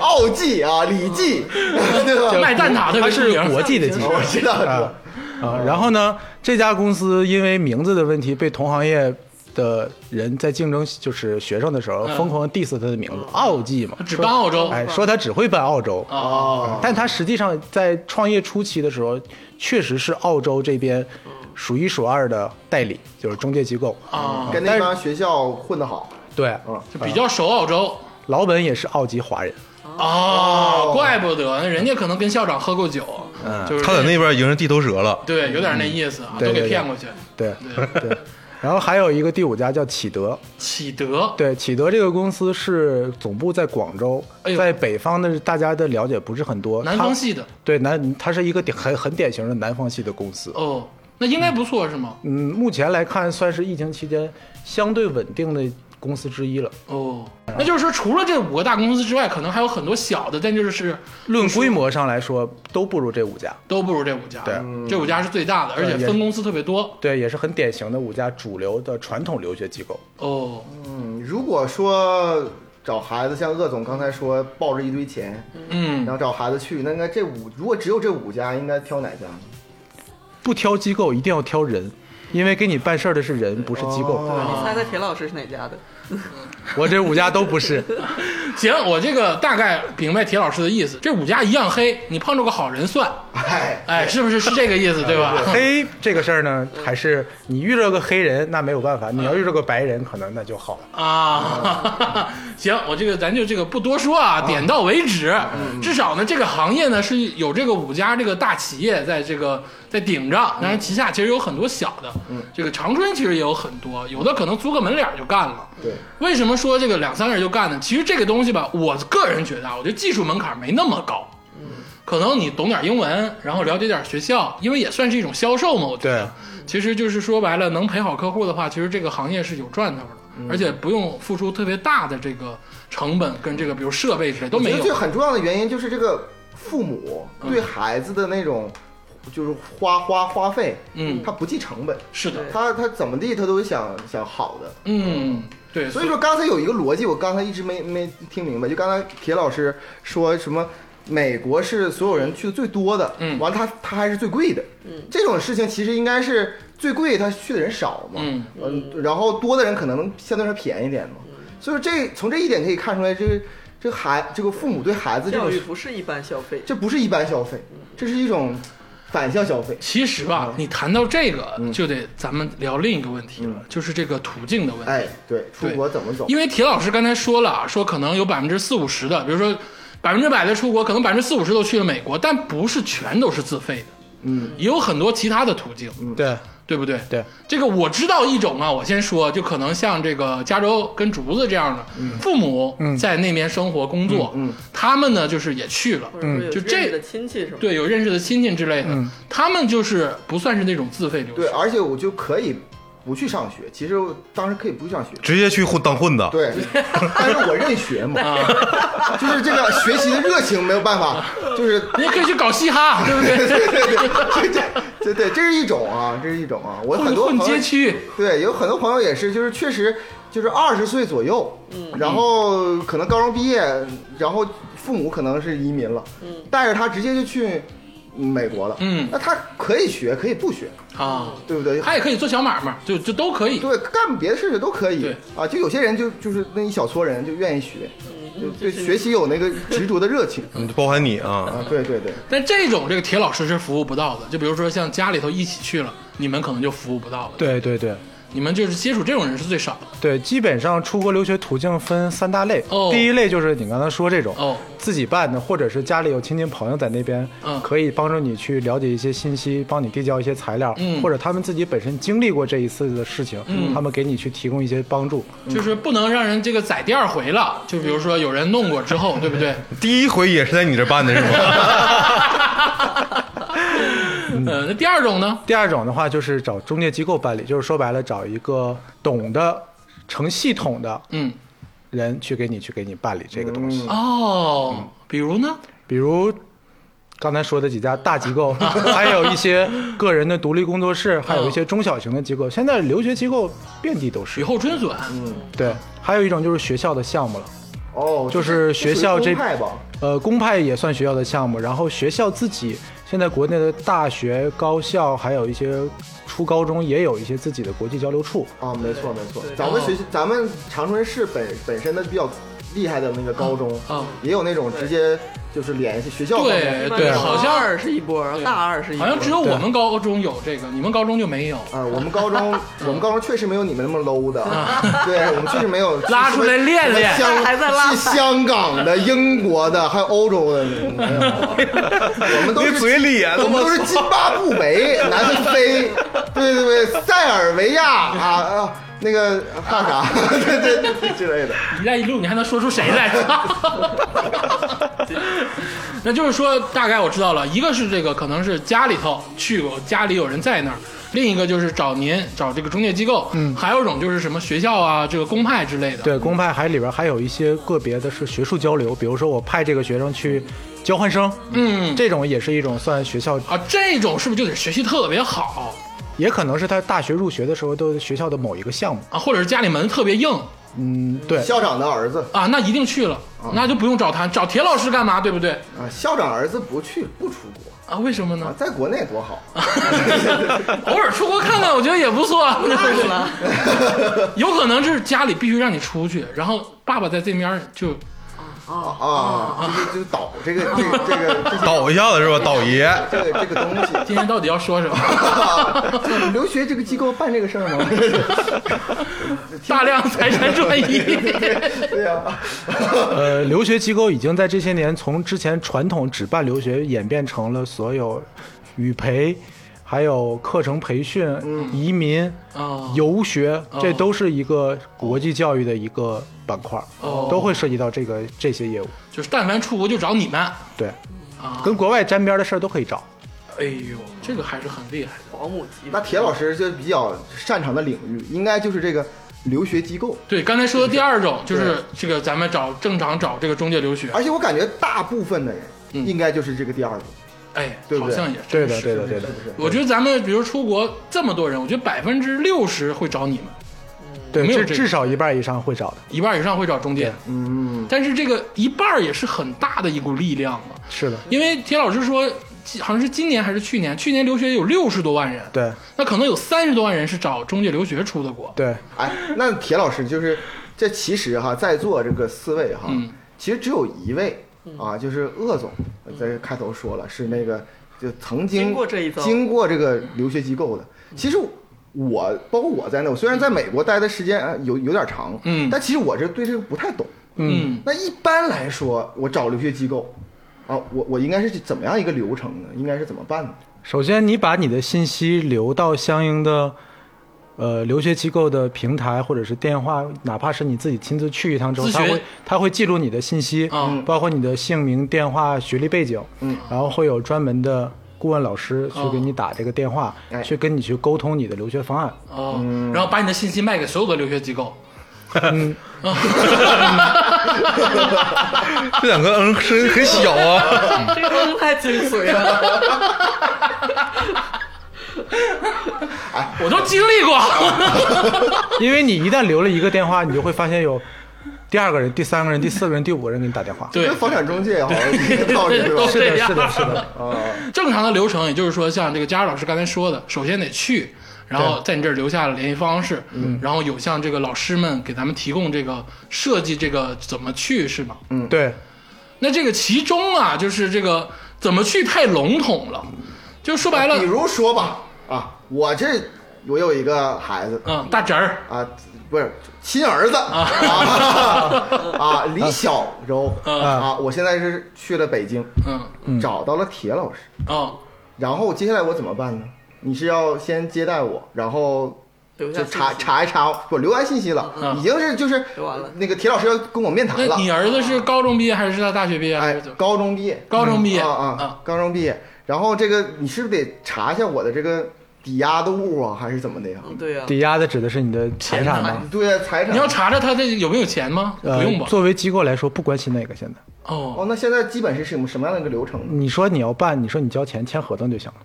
D: 奥记啊，李记，
A: 嗯
D: 对吧？
A: 卖蛋挞特
E: 它
A: 别出
E: 是
A: 名哦
E: 国际的际。
D: 我知道
E: 啊
D: 了，
E: 啊，然后呢，这家公司因为名字的问题，被同行业的人在竞争就是学生的时
A: 嗯
E: 候疯狂地 diss 他的名字，澳记嘛，
A: 只搬澳洲
E: 哎，说他只会办澳
A: 啊
E: 洲，
D: 哦，
E: 但他实际上在创业初期的时候，确实是澳洲这边数一数二的代理，就是中介机构。
A: 啊，
E: 哦
D: 跟那帮学校混得好，
E: 对，
A: 就比较熟澳洲
E: 老本也是澳籍华人，
A: 哦，怪不得人家可能跟校长喝过酒，
E: 嗯
A: 就是
C: 他在那边已经是地头蛇了。
A: 对有点那意思啊，
E: 对
A: 都给
E: 嗯对
A: 骗
E: 对
A: 过去。
E: 对对。然后还有一个第五家叫启德，
A: 启德
E: 对，启德这个公司是总部在广州
A: 哎，呦
E: 在北方的大家的了解不是很多。
A: 南方
E: 它
A: 系的
E: 对南，它是一个典很很典型的南方系的公司。
A: 哦，那应该不错是吗？
E: 嗯，目前来看算是疫情期间相对稳定的公司之一了。
A: 哦，那就是说除了这五个大公司之外，可能还有很多小的，但就是
E: 论规模上来说，都不如这五家。
A: 都不如这五家。
E: 对，
A: 这五家是最大的，而且
E: 也
A: 分公司特别多。
E: 对，也是很典型的五家主流的传统留学机构。
A: 哦，
D: 嗯，如果说找孩子，像鄂总刚才说抱着一堆钱，
A: 嗯
D: 然，后找孩子去，那应该这五，如果只有这五家，应该挑哪家？
E: 不挑机构，一定要挑人，因为给你办事儿的是人，不是机构。
A: 哦
B: 你猜猜田老师是哪家的？
E: 我这五家都不 是。
A: 行，我这个大概明白铁老师的意思。这五家一样黑，你碰着个好人算，
D: 哎，
A: 哎，是不是是这个意思，对吧？
E: 黑这个事儿呢，还是你遇到个黑人那没有办法，你要遇到个白人可能那就好了。
A: 啊， 行，我这个咱就这个不多说啊，点到为止。至少呢，这个行业呢是有这个五家这个大企业在这个在顶着，当然旗下其实有很多小的，这个长春其实也有很多，有的可能租个门脸儿就干了。
D: 对，
A: 为什么说这个两三个人就干呢？其实这个东西吧，我个人觉得啊，我觉得技术门槛没那么高。可能你懂点英文，然后了解点学校，因为也算是一种销售嘛。我觉得，其实就是说白了，能陪好客户的话，其实这个行业是有赚头的，
D: 嗯
A: 而且不用付出特别大的这个成本跟这个比如设备之类都
D: 我
A: 没
D: 觉得最
A: 有。嗯
D: 很重要的原因就是这个父母对孩子的那种，就是花花花费，
A: 嗯
D: 他不计成本，
A: 是的，
D: 他他怎么地他都想想好的。
A: 嗯，对，
D: 所以说刚才有一个逻辑，我刚才一直没没听明白，就刚才铁老师说什么。美国是所有人去的最多的，
A: 嗯
D: 完了他他还是最贵的，嗯，这种事情其实应该是最贵，他去的人少嘛，
A: 嗯
D: 嗯，然后多的人可能相对来说便宜一点嘛，所以说这从这一点可以看出来，这个这个孩这个父母对孩子这
B: 教
D: 种
B: 育不是一般消费，
D: 这不是一般消费，这是一种反向消费，
A: 其实吧，
D: 嗯
A: 你谈到这个，就得咱们聊另一个问题了，
D: 嗯
A: 就是这个途径的问题。
D: 哎，对，出国怎么走？
A: 因为铁老师刚才说了啊，说可能有百分之四五十的，比如说百分之百的出国，可能百分之四五十都去了美国，但不是全都是自费的，嗯，也有很多其他的途径，
D: 嗯
E: 对
A: 对不对？
E: 对，
A: 这个我知道一种啊，我先说，就可能像这个加州跟竹子这样的、
D: 嗯
A: 父母在那边生活工作，嗯，他们呢就是也去了，
B: 或者说有
A: 嗯就
B: 认识
A: 这
B: 的亲戚什么的，
A: 对有认识的亲戚之类的，他们就是不算是那种自费留
D: 嗯对，
A: 学，
D: 而且我就可以不去上学，其实我当时可以不去上学，
C: 直接去混当混子，
D: 对，但是我认学嘛，
A: 啊
D: 就是这个学习的热情没有办法，就是
A: 你也可以去搞嘻哈， 对不对？
D: 这这这对，这是一种啊，这是一种啊，我很
A: 混
D: 多
A: 混
D: 朋友
A: 街区，
D: 对，有很多朋友也是，就是确实就是二十岁左右，然后可能高中毕业，然后父母可能是移民了，带着他直接就去美国了，
A: 嗯
D: 那他可以学，可以不学，
A: 啊，
D: 对不对？
A: 他也可以做小买卖，就就都可以，
D: 对，干别的事情都可以
A: 对
D: 啊，就有些人就就是那一小撮人就愿意学，就对
B: 就是
D: 学习有那个执着的热情
C: 嗯包含你啊，
D: 啊，对对对，
A: 但这种这个铁老师是服务不到的，就比如说像家里头一起去了，你们可能就服务不到了。，
E: 对对对
A: 你们就是接触这种人是最少的。
E: 对，基本上出国留学途径分三大类。
A: 哦
E: 第一类就是你刚才说这种、
A: 哦
E: 自己办的，或者是家里有亲戚朋友在那边，
A: 嗯
E: 可以帮助你去了解一些信息，帮你递交一些材料，
A: 嗯
E: 或者他们自己本身经历过这一次的事情，他们给你去提供一些帮助。
A: 就是不能让人这个宰第二回了，就比如说有人弄过之后，对不对？
C: 第一回也是在你这办的是吗？
A: 呃，那第二种呢？
E: 第二种的话就是找中介机构办理，就是说白了找一个懂得成系统的
A: 嗯，
E: 人去给你去给你办理这个东西。
A: 哦，比如呢？
E: 比如刚才说的几家大机构，还有一些个人的独立工作室，还有一些中小型的机构。现在留学机构遍地都
A: 雨
E: 是。
A: 后春笋，
E: 对，还有一种就是学校的项目了。
D: 嗯哦，
E: 就是学校这
D: 公派吧，
E: 呃，公派也算学校的项目，然后学校自己现在国内的大学、高校，还有一些初高中也有一些自己的国际交流处。
D: 啊，没错没错
B: 对，
D: 咱们学习咱们长春市本本身的比较厉害的那个高中
A: 啊啊
D: 也有那种直接就是联系学校方
A: 对
D: 面的
A: 对，
E: 对
A: 好
B: 高
A: 像
B: 二是一波，大二是一波，
A: 好像只有我们高中有这个，你们高中就没有。
D: 啊，我们高中
A: 嗯
D: 我们高中确实没有你们那么 low 的，对我们确实没有
A: 拉出来练练
D: 什么香
B: 还在拉
D: 是香港的、英国的，还有欧洲的，没 有，我们都
C: 你
D: 是
C: 嘴咧
D: 我
C: 的
D: 们
C: 吗
D: 都？是津巴布韦、南非，对对对，塞尔维亚啊啊，那个还有啥， 对对对之类的。
A: 一带一路，你还能说出谁来？ 那就是说，大概我知道了，一个是这个可能是家里头去过，家里有人在那儿；另一个就是找您找这个中介机构，嗯，还有一种就是什么学校啊，这个公派之类的。，
E: 对，公派还里边还有一些个别的是学术交流，比如说我派这个学生去交换生，
A: 嗯
E: 这种也是一种算学校，
A: 啊，这种是不是就得学习特别好
E: 也可能是他大学入学的时候都学校的某一个项目。
A: 啊，或者是家里门特别硬
E: 嗯，对，
D: 校长的儿子
A: 啊，那一定去了，
D: 哦
A: 那就不用找他，找铁老师干嘛？对不对？
D: 啊，校长儿子不去不出国
A: 啊，为什么
D: 啊
A: 呢，？
D: 在国内多好。
A: 偶尔出国看看，我觉得也不 错。
B: 烂了。
D: 啊
A: 有可能是家里必须让你出去，然后爸爸在这边 就
B: 哦，
D: 啊，就是就是倒这个这个这个这些
C: 倒一下子是吧？倒爷，
D: 这个这个东西。
A: 今天到底要说什么？
D: 啊留学这个机构办这个事儿吗？
A: 大量财产转移，
D: 对呀，
E: 呃，留学机构已经在这些年从之前传统只办留学，演变成了所有语培，还有课程培训、移民、
A: 哦
E: 游学，这都是一个国际教育的一个板块，
A: 哦
E: 都会涉及到这个这些业务。
A: 就是但凡出国就找你们。啊
E: 对，跟国外沾边的事儿都可以找。
A: 哎呦，这个还是很厉害的。
B: 保姆级
D: 那铁老师就比较擅长的领域，应该就是这个留学机构。
A: 对，刚才说的第二种就是这个，咱们找正常找这个中介留学，
D: 而且我感觉大部分的人
A: 嗯
D: 应该就是这个第二种，
A: 哎，
D: 对不
A: 好
D: 对
A: 像也
E: 对
A: 真
E: 的，
A: 是。
E: 对的，对的
D: 是。不是？
A: 我觉得咱们比如出国这么多人，我觉得百分之六十会找你们，
E: 对，
A: 没有
E: 至
A: 这个
E: 至少一半以上会找的。
A: 一半以上会找中介。
D: 嗯，
A: 但是这个一半儿也是很大的一股力量嘛，
E: 是的，
A: 因为铁老师说，好像是今年还是去年，去年留学有六十多万人，
E: 对
A: 那可能有三十多万人是找中介留学出的国。
E: 对，
D: 哎，那铁老师就是这其实哈，在座这个四位哈，
A: 嗯
D: 其实只有一位啊，就是鄂总，在开头说了是那个就曾经
B: 经过这一遭
D: 经过这个留学机构的。其实我包括我在内，我虽然在美国待的时间呃有有点长，
A: 嗯
D: 但其实我这对这个不太懂。
A: 嗯，
D: 那一般来说，我找留学机构啊，我我应该是怎么样一个流程呢？应该是怎么办呢？
E: 首先，你把你的信息留到相应的呃留学机构的平台或者是电话，哪怕是你自己亲自去一趟之后，
A: 咨询
E: 他会他会记录你的信息，
A: 嗯
E: 包括你的姓名、电话、学历背景，
D: 嗯
E: 然后会有专门的顾问老师去给你打这个电话，
D: 哎
E: 去跟你去沟通你的留学方案。
A: 哦，然后把你的信息卖给所有的留学机构。
C: 这两个嗯声音很小啊。
B: 这个东西太精 髓了，
A: 我都经历过，
E: 因为你一旦留了一个电话，你就会发现有第二个人、第三个人、第四个人、第五个人给你打电话。
A: 对
D: 跟，房产中介好像一个道理是吧
A: 都？
E: 是
A: 这
E: 的，
A: 样
E: 是的，是的。
A: 正常的流程，也就是说，像这个佳儿老师刚才说的，首先得去，然后在你这儿留下了联系方式，
D: 嗯
A: 然后有像这个老师们给咱们提供这个设计，这个怎么去是吗？
D: 嗯
E: 对，
A: 那这个其中啊，就是这个怎么去太笼统了，就说白了
D: 比，如说吧，啊，我这我有一个孩子
A: 嗯，大侄儿，
D: 啊，不是亲儿子啊啊，李小柔啊，我现在是去了北京，
A: 嗯，
D: 找到了铁老师，
A: 哦，
D: 然后接下来我怎么办呢？你是要先接待我，然后
B: 留下
D: 就
B: 信息
D: 查查一查，不留完信息了，已经是就是
B: 留完了
D: 那个铁老师要跟我面谈
A: 那
D: 了，
A: 你儿子是高中毕业还是他大学毕业？还
D: 哎
A: 是怎，么
D: 高中毕业，嗯
A: 高中毕业
D: 啊啊，高中毕业，然后这个你是不是得查一下我的这个抵押的物啊，还是怎么的呀？
B: 对啊呀，
E: 抵押的指的是你的财产
B: 钱
E: 吗
B: 呢？
D: 对啊，财产。
A: 你要查查他这有没有钱吗？不用吧
E: 呃，。作为机构来说，不关心那个。现在
A: 哦
D: 哦，那现在基本是什么什么样的一个流程
A: 嗯
D: 呢？
E: 你说你要办，你说你交钱签合同就行了。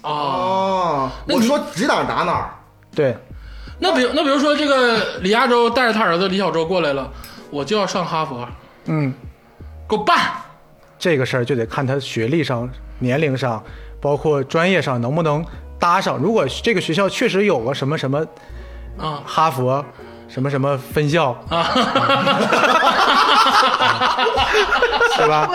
A: 哦，
D: 哦，
A: 那
D: 我
A: 你
D: 说指哪儿打哪儿。
E: 对，
A: 那比如那比如说这个李亚洲带着他儿子李小洲过来了，我就要上哈佛，啊
E: 嗯，
A: 给我办。
E: 这个事儿就得看他学历上、年龄上，包括专业上能不能搭上。如果这个学校确实有个什么什么
A: 啊
E: 哈佛什么什么分 校，是吧？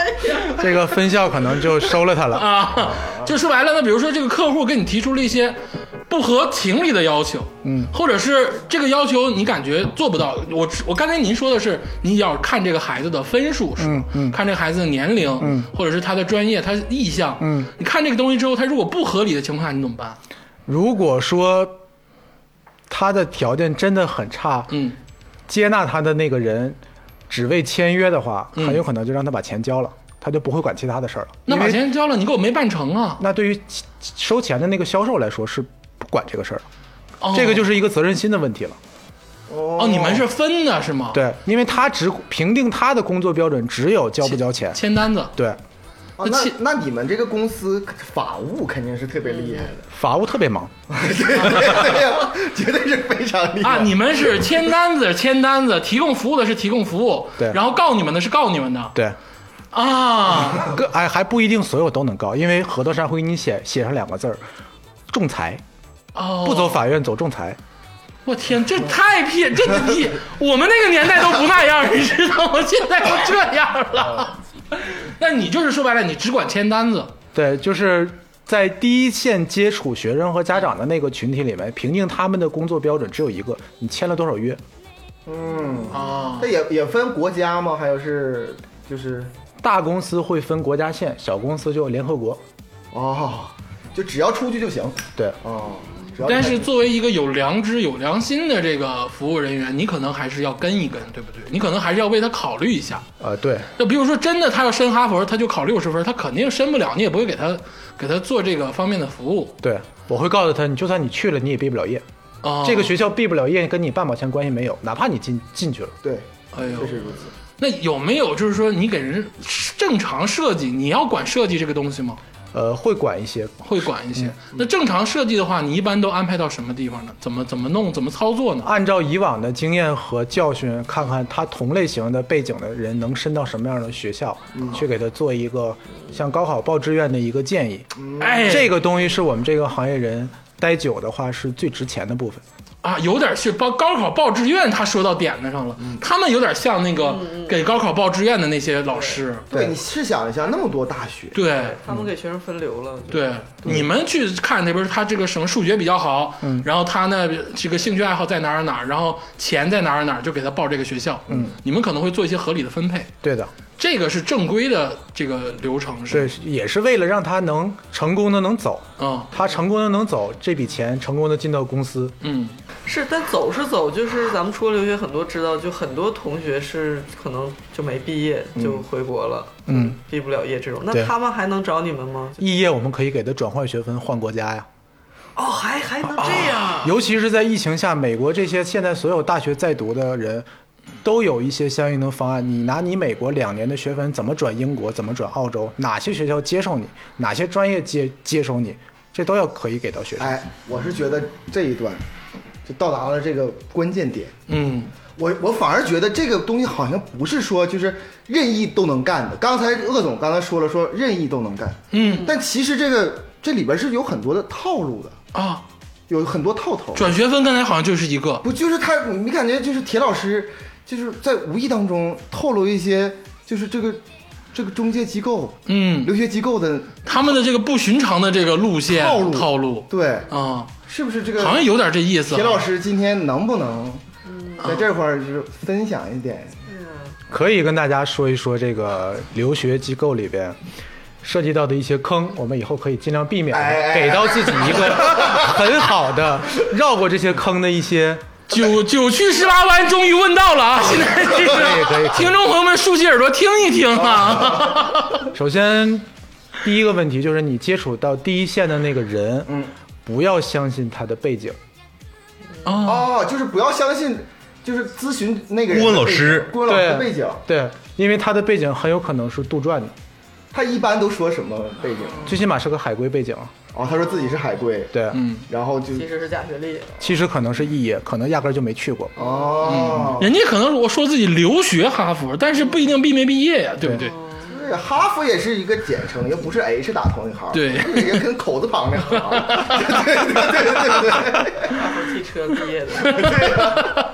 E: 这个分校可能就收了他了。
A: 啊， 就说白了，那比如说这个客户跟你提出了一些不合情理的要求，嗯，或者是这个要求你感觉做不到。我我刚才您说的是，你要看这个孩子的分数是吧？嗯，看这个孩子的年龄，嗯，或者是他的专业、他的意向，嗯，你看这个东西之后，他如果不合理的情况下，你怎么办？
E: 如果说他的条件真的很差，
A: 嗯，
E: 接纳他的那个人只为签约的话，
A: 嗯
E: 很有可能就让他把钱交了，他就不会管其他的事儿了。
A: 那
E: 因
A: 把
E: 为
A: 钱交了，你给我没办成啊？
E: 那对于其收钱的那个销售来说是不管这个事儿的，
A: 哦、
E: 这个就是一个责任心的问题了。
A: 哦，你们是分的是吗？，
E: 对，因为他只评定他的工作标准只有交不交钱。
A: 签单子。
E: 对，
D: 啊，
A: 那
D: 那
A: 其
D: 那你们这个公司法务肯定是特别厉害的，
E: 法务特别忙，
D: 对呀，绝对是非常厉害
A: 嗯 啊，你们是签单子，签单子，提供服务的是提供服务，
E: 对
A: 然后告你们的是告你们的，
E: 对，
A: 啊，
E: 个哎还不一定所有都能告，因为合同上会给你写写上两个字儿，仲裁，
A: 哦，
E: 不走，法院走仲裁。
A: 我天，这太偏，这你我们那个年代都不那样，你知道吗？现在都这样了。 那你就是说白了，你只管签单子，
E: 对，就是在第一线接触学生和家长的那个群体里面，评定他们的工作标准只有一个：你签了多少约。
A: 啊
D: 嗯那也也分国家吗？还有是就是
E: 大公司会分国家线，小公司就联合国。
D: 哦，就只要出去就行
E: 对，
D: 哦。只要
A: 但是
D: 看
A: 作为一个有良知、有良心的这个服务人员，你可能还是要跟一跟，对不对？你可能还是要为他考虑一下。
E: 呃，对，
A: 就比如说，真的他要申哈佛，他就考六十分，他肯定申不了，你也不会给他给他做这个方面的服务。
E: 对，我会告诉他，你就算你去了，你也毕不了业。
A: 哦，
E: 这个学校毕不了业，跟你半毛钱关系没有，哪怕你进进去了。
D: 对，
A: 哎呦
D: 确，实如此。
A: 那有没有就是说你给人正常设计，你要管设计这个东西吗？
E: 呃，会管一些，
A: 会管一些。那正常设计的话，你一般都安排到什么地方呢？怎么怎么弄，怎么操作呢？
E: 按照以往的经验和教训，看看他同类型的背景的人能升到什么样的学校，去给他做一个像高考报志愿的一个建议。
A: 哎，
E: 这个东西是我们这个行业人待久的话是最值钱的部分。
A: 啊，有点是报高考报志愿，他说到点子上了。他们有点像那个给高考报志愿的那些老师。
D: 对，你试想一下，那么多大学，
A: 对
B: 他们给学生分流了。
A: 对，你们去看那边，他这个什么数学比较好，然后他呢这个兴趣爱好在哪儿哪儿，然后钱在哪儿哪儿，就给他报这个学校。嗯，你们可能会做一些合理的分配。
E: 对的，
A: 这个是正规的这个流程是
E: 这
A: 吧，
E: 也是为了让他能成功的能走，
A: 嗯
E: 他成功的能走，这笔钱成功的进到公司。
A: 嗯，
B: 是，但走是走，就是咱们出国留学很多知道，就很多同学是可能就没毕业就回国了，
E: 嗯，
B: 毕不了业这种，那
E: 对
B: 他们还能找你们吗？
E: 肄业我们可以给他转换学分，换国家呀。
B: 哦，还还能这样？
E: 尤其是在疫情下，美国这些现在所有大学在读的人，都有一些相应的方案。你拿你美国两年的学分，怎么转英国，怎么转澳洲，哪些学校接受你，哪些专业接接受你，这都要可以给到学生。
D: 哎，我是觉得这一段就到达了这个关键点。
A: 嗯，
D: 我我反而觉得这个东西好像不是说就是任意都能干的。刚才鄂总刚才说了，说任意都能干，
A: 嗯，
D: 但其实这个这里边是有很多的套路的，
A: 啊，
D: 有很多套头。
A: 转学分刚才好像就是一个，
D: 不就是他？你感觉就是铁老师，就是在无意当中透露一些，就是这个这个中介机构、
A: 嗯，
D: 留学机构的
A: 他们的这个不寻常的这个路线
D: 套路
A: 套路
D: 对，
A: 啊，
D: 是不是这个？
A: 好像有点这意思啊。
D: 铁老师今天能不能在这块儿就是分享一点？
E: 可以跟大家说一说这个留学机构里边涉及到的一些坑，我们以后可以尽量避免
D: 哎哎，哎哎
E: 给到自己一个很好的绕过这些坑的一些。
A: 九九去十八弯，终于问到了啊！现在这
E: 可以可以可以
A: 个听众朋友们竖起耳朵听一听啊。
E: 首先，第一个问题就是你接触到第一线的那个人，
D: 嗯，
E: 不要相信他的背景，
A: 啊，
D: 哦，就是不要相信，就是咨询那个人的
C: 顾问老
D: 背景
C: 师
D: 顾问老师的
E: 对
D: 背景，
E: 对，因为他的背景很有可能是杜撰的，
D: 他一般都说什么背景？
E: 最起码是个海归背景，
D: 哦，他说自己是海归，
E: 对，
A: 嗯，
D: 然后就
B: 其实是假学历，
E: 其实可能是异业，可能压根儿就没去过，
D: 哦，
A: 人家可能我说自己留学哈佛，但是不一定毕没毕业呀，对不对？
D: 对，哈佛也是一个简称，也不是 H 打头那行，
A: 对
D: 也跟口字旁那行，对对对对对对。
B: 哈佛汽车毕业 的，
D: 哎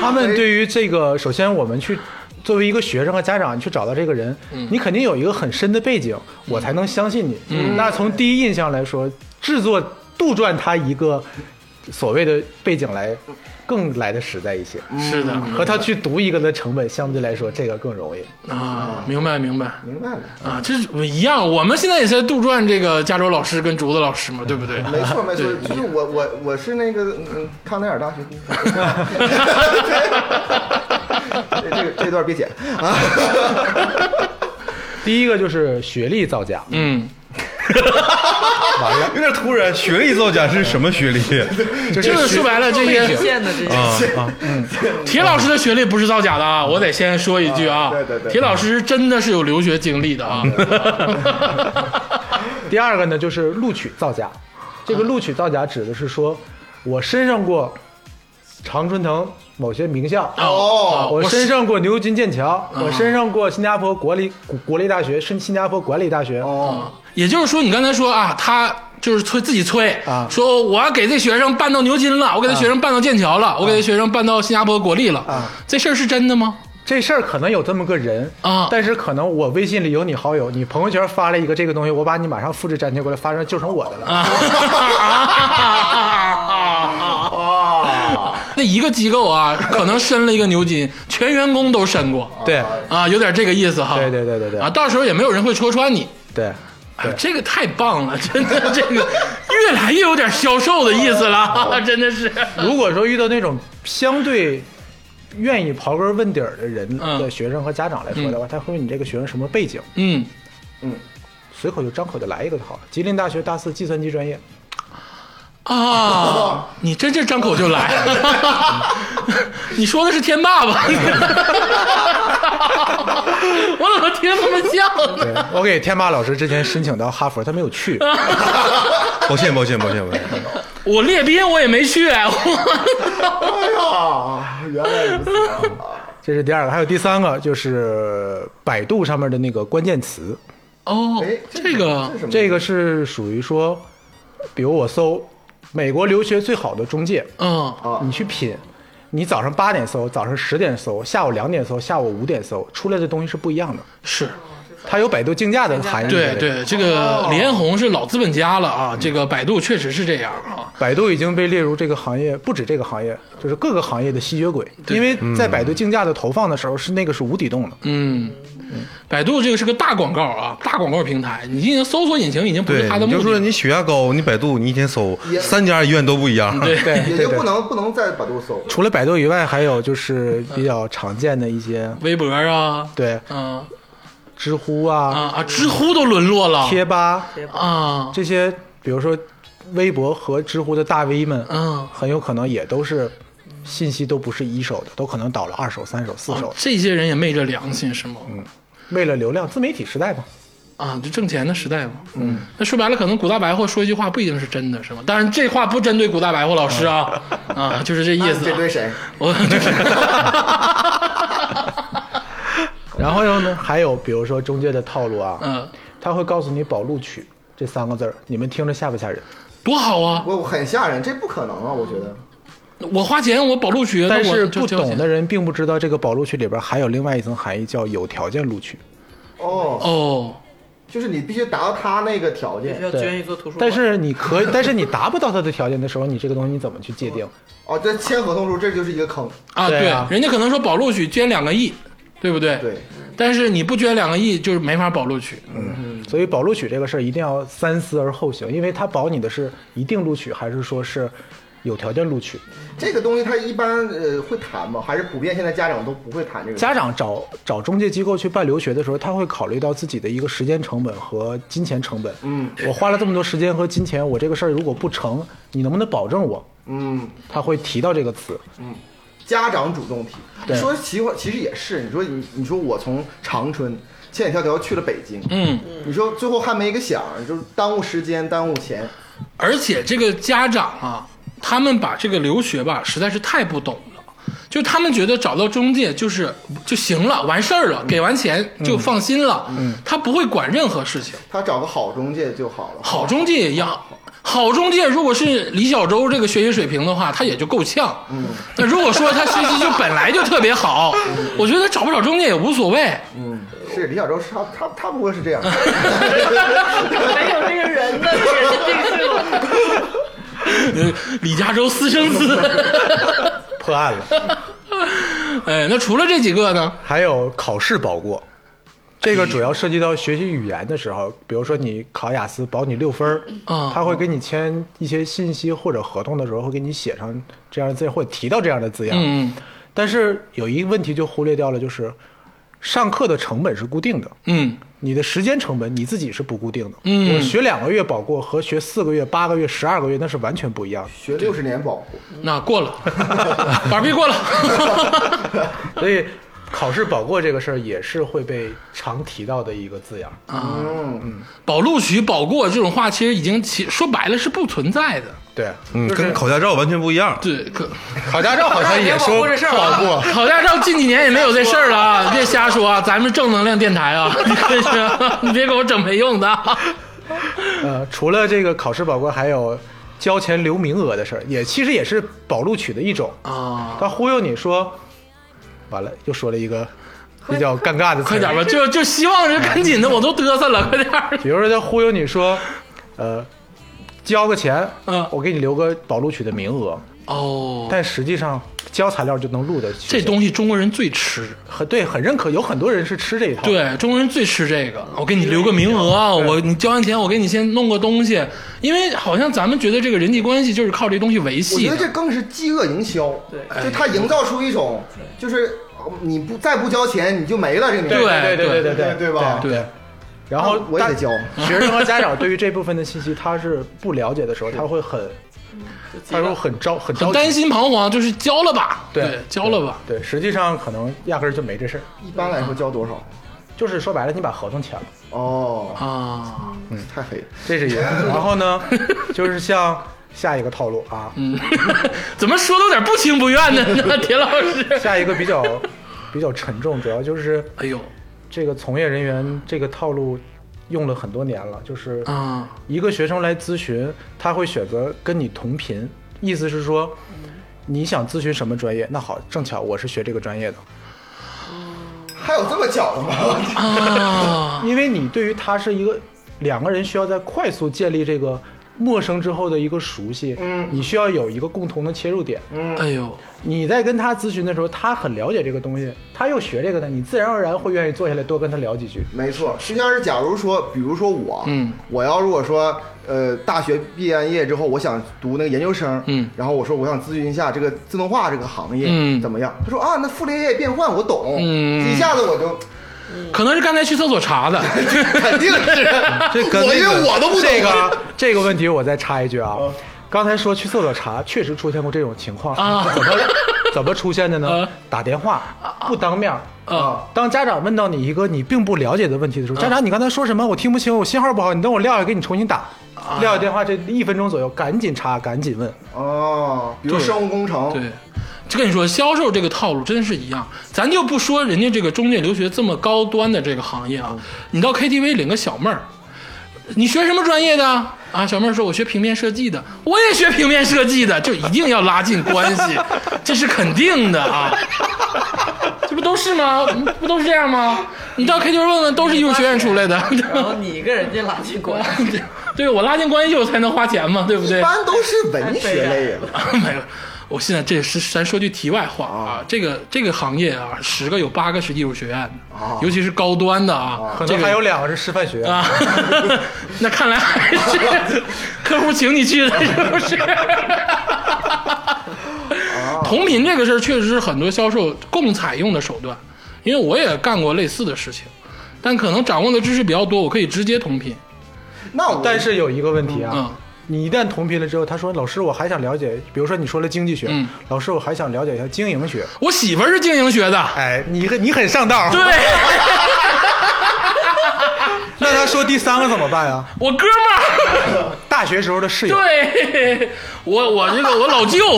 E: 他们对于这个，首先我们去作为一个学生和家长，你去找到这个人，
D: 嗯
E: 你肯定有一个很深的背景，我才能相信你。
D: 嗯
E: 嗯那从第一印象来说，制作杜撰他一个所谓的背景来，更来的实在一些。
A: 是的
E: 和他去读一个的成本相对来说，这个更容易。
A: 啊，明白明白
D: 明白了，
A: 啊，这是一样，我们现在也在杜撰这个加州老师跟竹子老师嘛，对不对？
D: 没错没错
A: 对，
D: 就是我我我是那个嗯康奈尔大学第一名，这这这段别剪啊，
E: 第一个就是学历造假，
A: 嗯，
C: 有点突然。学历造假是什么学历？
A: 就是说白了，这
B: 被
A: 些
B: 骗的这些，
C: 啊啊！
A: 铁老师的学历不是造假的啊，我得先说一句啊，
D: 啊对对对
A: 铁老师真的是有留学经历的啊，
E: 第二个呢就是录取造假。这个录取造假指的是说，我身上过常春藤某些名校，
A: 哦
E: 我身
A: 是啊
E: 上过牛津、剑桥，我身上过新加坡国立国国立大学、新新加坡管理大学。
D: 哦，
A: 也就是说，你刚才说啊，他就是催自己催
E: 啊
A: 说我要给这学生办到牛津了，我给这学生办到剑桥了，我给这学生办到新加坡国立了，
E: 啊
A: 这事儿是真的吗？
E: 这事儿可能有这么个人
A: 啊
E: 但是可能我微信里有你好友，你朋友圈发了一个这个东西，我把你马上复制粘贴过来，发上就成我的了。
A: 啊那一个机构啊，可能申了一个牛津，全员工都申过
E: 对
A: 啊，有点这个意思哈。
E: 对对对对对
A: 啊，到时候也没有人会戳穿你。
E: 对，
A: 哎这个太棒了，真的，这个越来越有点销售的意思
E: 哦
A: 了，真的是。
E: 如果说遇到那种相对愿意刨根问底儿的人
A: 嗯
E: 的学生和家长来说的话，他会问你这个学生什么背景，
A: 嗯，
E: 随口就张口就来一个就好了。吉林大学大四计算机 专业，哦
A: 啊，你真是张口就来， 你说的是天霸吧？ 我怎么听他们像呢？
E: 对我给天霸老师之前申请到哈佛，他没 有去。
C: 抱歉，抱歉，抱歉，抱歉。
A: 我列宾我也没去，
D: 哎呀，原来如此啊，
E: 这是第二个，还有第三个就是百度上面的那个关键词，
A: 哦
D: 哎，，
A: 这个
D: 是什么
E: 这个是属于说，比如我搜美国留学最好的中介，
A: 嗯
D: 啊
E: 你去品，你早上八点搜，早上十点搜，下午两点搜，下午五点搜，出来的东西是不一样的，
A: 是
E: 它有百度竞价的含义。
A: 对，对，这个李彦宏是老资本家了啊，这个百度确实是这样啊，
E: 百度已经被列入这个行业，不止这个行业，就是各个行业的吸血鬼，因为在百度竞价的投放的时候是那个是无底洞的。
A: 嗯。百度这个是个大广告啊，大广告平台，你进行搜索引擎已经不
C: 对
A: 是它，的
C: 你
A: 目
C: 就说
A: 的了。
C: 你血压高，你百度，你一天搜
D: 也
C: 三家医院都不一样。
A: 对，
E: 对
D: 也
E: 对
D: 就不
E: 对。
D: 能不能在百度搜，
E: 除了百度以外，还有就是比较常见的一些，
A: 微博啊，
E: 对，
A: 嗯
E: 知乎啊、
A: 啊啊，知乎都沦落了，
E: 贴吧
A: 啊，
E: 这些，比如说微博和知乎的大 V 们，
A: 嗯
E: 很有可能也都是信息都不是一手的，都可能倒了二手、三手、四手
A: 哦，这些人也昧着良心是吗？
E: 为了流量，自媒体时代嘛。
A: 啊，就挣钱的时代嘛。嗯，那说白了，可能古大白话说一句话不一定是真的，是吗？当然，这话不针对古大白话老师啊，啊，就是这意
D: 那
A: 思
D: 你这
A: 啊。
D: 对谁？
A: 我
E: 然后呢，还有比如说中介的套路啊，
A: 嗯，
E: 他会告诉你“保录取”这三个字儿，你们听着吓不吓人？
A: 多好啊！
D: 我我很吓人，这不可能啊！我觉得
A: 我花钱，我保录取，
E: 但
A: 那我
E: 是
A: 就
E: 不
A: 交钱
E: 懂的人并不知道这个“保录取”里边还有另外一层含义，叫有条件录取。
D: 哦，
A: 哦，
D: 就是你必须达到他那个条
B: 必须要
D: 件
B: 捐一座
A: 嗯
B: 图书馆
E: 但。是你可以，但 是你达不到他的条件的时候，你这个东西你怎么去界定？
D: 哦，这签合同的时候这就是一个坑，
A: 啊，
E: 对啊
A: 人家可能说保录取捐两个亿，对不对？
D: 对。
A: 但是你不捐两个亿，就是没法保录取。
E: 嗯
A: 嗯
E: 所以保录取这个事儿一定要三思而后行，因为他保你的是一定录取，还是说是有条件录取。
D: 这个东西他一般呃会谈吗？还是普遍现在家长都不会谈这个？
E: 家长找找中介机构去办留学的时候，他会考虑到自己的一个时间成本和金钱成本。
D: 嗯，
E: 我花了这么多时间和金钱，我这个事儿如果不成，你能不能保证我？
D: 嗯，
E: 他会提到这个词。
D: 家长主动提。
E: 对
D: 说其实其实也是，你说你你说我从长春千里迢迢去了北京，
A: 嗯，
D: 你说最后还没个响，就是耽误时间，耽误钱。
A: 而且这个家长啊，他们把这个留学吧，实在是太不懂了。就他们觉得找到中介就是就行了，完事儿了，给完钱
E: 嗯
A: 就放心了。他不会管任何事情。
D: 他找个好中介就好了。
A: 好中介也一样，好中介如果是李小周这个学习水平的话，他也就够呛。嗯，那如果说他学习就本来就特别好，我觉得找不找中介也无所谓。
D: 是李小周是他他他不会是这 样，
B: 没有这个人的人定性了。
A: 呃李嘉洲私生子。
E: 破案了。
A: 哎，那除了这几个呢？
E: 还有考试保过，这个主要涉及到学习语言的时候，比如说你考雅思保你六分儿，
A: 啊
E: 他会给你签一些信息或者合同的时候会给你写上这样的字，或者提到这样的字样。
A: 嗯
E: 但是有一个问题就忽略掉了，就是上课的成本是固定的，
A: 嗯，
E: 你的时间成本你自己是不固定的。
A: 嗯
E: 我学两个月保过和学四个月、八个月、十二个月那是完全不一样的。
D: 学六十年保护。
A: 那过了，板儿币过了。
E: 所以考试保过这个事儿也是会被常提到的一个字样。
D: 嗯，
A: 保录取、保过这种话，其实已经其说白了是不存在的。
E: 对，
C: 嗯，
E: 就是
C: 跟考驾照完全不一样。
A: 对，可
E: 考驾照好像也说
B: 那也没有保护这事儿啊
E: 保过，
A: 考驾照近几年也没有这事儿了啊！别瞎说啊，咱们正能量电台啊，你别给我整没用的啊。
E: 呃，除了这个考试保过，还有交钱留名额的事儿，也其实也是保录取的一种。
A: 啊
E: 他忽悠你说，完了又说了一个比较尴尬的词，
A: 快点吧，。就就希望这赶紧的，我都嘚瑟了，快点儿。
E: 比如说他忽悠你说，呃，交个钱，
A: 嗯
E: 我给你留个保录取的名额，
A: 哦，
E: 但实际上交材料就能录的。
A: 这东西中国人最吃，
E: 很对，很认可，有很多人是吃这一套。，
A: 对中国人最吃这个。我给你留个名额啊，我你交完钱，我给你先弄个东西，因为好像咱们觉得这个人际关系就是靠这东西维
D: 我
A: 系
D: 觉得
A: 的。
D: 这更是饥饿营销，
B: 对
D: 就他营造出一种就是呃你不再不交钱你就没了这个
E: 对
D: 女人
E: 对
A: 对
E: 对
D: 对对吧
E: 对。
A: 对，
E: 然后
D: 我也
E: 大
D: 得交，
E: 学生和家长对于这部分的信息他是不了解的时候，他会很，他会很着很着
A: 很
E: 急
A: 担心彷徨，就是交了吧，
E: 对
A: 交了吧。
E: 对，实际上可能压根儿就没这事儿，
D: 一般来说交多少？
E: 就是说白了，你把合同签了，
D: 哦，
A: 啊，
E: 嗯
D: 太黑了。
E: 这是一个。然后呢，就是像下一个套路啊，
A: 嗯，怎么说的有点不情不愿的呢？铁老师，
E: 下一个比较比较沉重，主要就是
A: 哎呦
E: 这个从业人员这个套路用了很多年了，就是
A: 啊，
E: 一个学生来咨询，他会选择跟你同频，意思是说。你想咨询什么专业？那好，正巧我是学这个专业的，
D: 还有这么巧的吗？
A: 啊，
E: 因为你对于他是一个两个人需要在快速建立这个陌生之后的一个熟悉，
D: 嗯
E: 你需要有一个共同的切入点。
A: 哎呦，
E: 你在跟他咨询的时候，他很了解这个东西，他又学这个的，你自然而然会愿意坐下来多跟他聊几句。
D: 没错，实际上是，假如说，比如说我，
A: 嗯，
D: 我要如果说，呃，大学毕业完业之后，我想读那个研究生，
A: 嗯
D: 然后我说我想咨询一下这个自动化这个行业，
A: 嗯
D: 怎么样？他说啊，那傅立叶变换我懂，
A: 嗯
D: 一下子我就
A: 可能是刚才去厕所查的，
D: 肯定是，
E: 这跟
D: 我
E: 那
D: 因
E: 个
D: 为我都不懂
E: 这个这个问题，我再插一句啊，刚才说去厕所查，确实出现过这种情况
A: 啊
E: 怎么 怎么出现的呢
A: 啊？
E: 打电话不当面儿
A: 啊。
E: 当家长问到你一个你并不了解的问题的时候，家长你刚才说什么？我听不清，我信号不好，你等我撂下，给你重新打。
A: 啊
E: 撂下电话这一分钟左右，赶紧查，赶紧问。
D: 哦，比如
A: 对
D: 生物工程，
A: 对，就跟你说，销售这个套路真是一样。咱就不说人家这个中介留学这么高端的这个行业啊，你到 KTV 领个小妹儿，你学什么专业的啊？小妹儿说我学平面设计的，我也学平面设计的，就一定要拉近关系，这是肯定的啊。这不都是吗？不都是这样吗？你到 KTV 问问，都是艺术学院出来的。
B: 然后你跟人家拉近 关系，
A: 对我拉近关系，我才能花钱嘛，对不
D: 一
A: 对？
D: 般都是文学类的。
A: 没有，我现在这是咱说句题外话啊，这个这个行业啊，十个有八个是艺术学院的，尤其是高端的啊，
E: 啊可
A: 这
E: 能
A: 个
E: 还有两个是师范学院，
A: 啊，
E: 啊
A: 那看来还是客户请你去的，是不是？
E: 啊
A: 同频这个事儿确实是很多销售共采用的手段，因为我也干过类似的事情，但可能掌握的知识比较多，我可以直接同频。
D: 那我
E: 但是有一个问题啊，
A: 嗯
E: 你一旦同频了之后，他说老师我还想了解，比如说你说了经济学，
A: 嗯
E: 老师我还想了解一下经营学，
A: 我媳妇儿是经营学的，
E: 哎，你很你很上 道，
A: 对
E: 那他说第三个怎么办呀、
A: 我哥们儿。
E: 大学时候的室友，
A: 对，我我这个我老舅。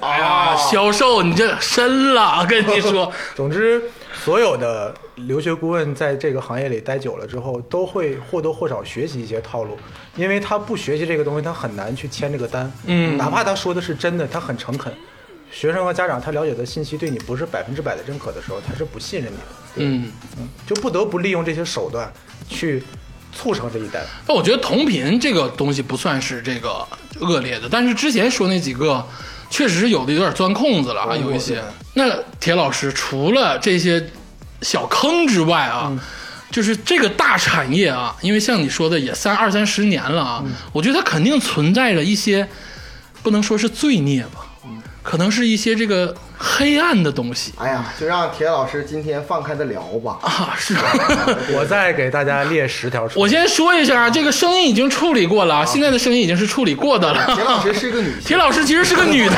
A: 哎呀，销售你这深了，跟你说，
E: 总之，所有的留学顾问在这个行业里待久了之后，都会或多或少学习一些套路，因为他不学习这个东西，他很难去签这个单。
A: 嗯
E: 哪怕他说的是真的，他很诚恳，学生和家长他了解的信息对你不是百分之百的认可的时候，他是不信任你的，
A: 嗯，
E: 就不得不利用这些手段去促成这一单。
A: 但我觉得同频这个东西不算是这个恶劣的，但是之前说那几个，确实有的有点钻空子了啊，有一些。那铁老师除了这些小坑之外啊，就是这个大产业啊，因为像你说的也三二三十年了啊，我觉得它肯定存在着一些，不能说是罪孽吧，可能是一些这个黑暗的东西
D: 哎呀，就让铁老师今天放开的聊吧。
A: 啊， 是。
E: 我再给大家列十条出来。
A: 我先说一下啊，这个声音已经处理过了，啊、现在的声音已经是处理过的了。
D: 铁老师是个女 性，
A: 铁老师其实是个女的，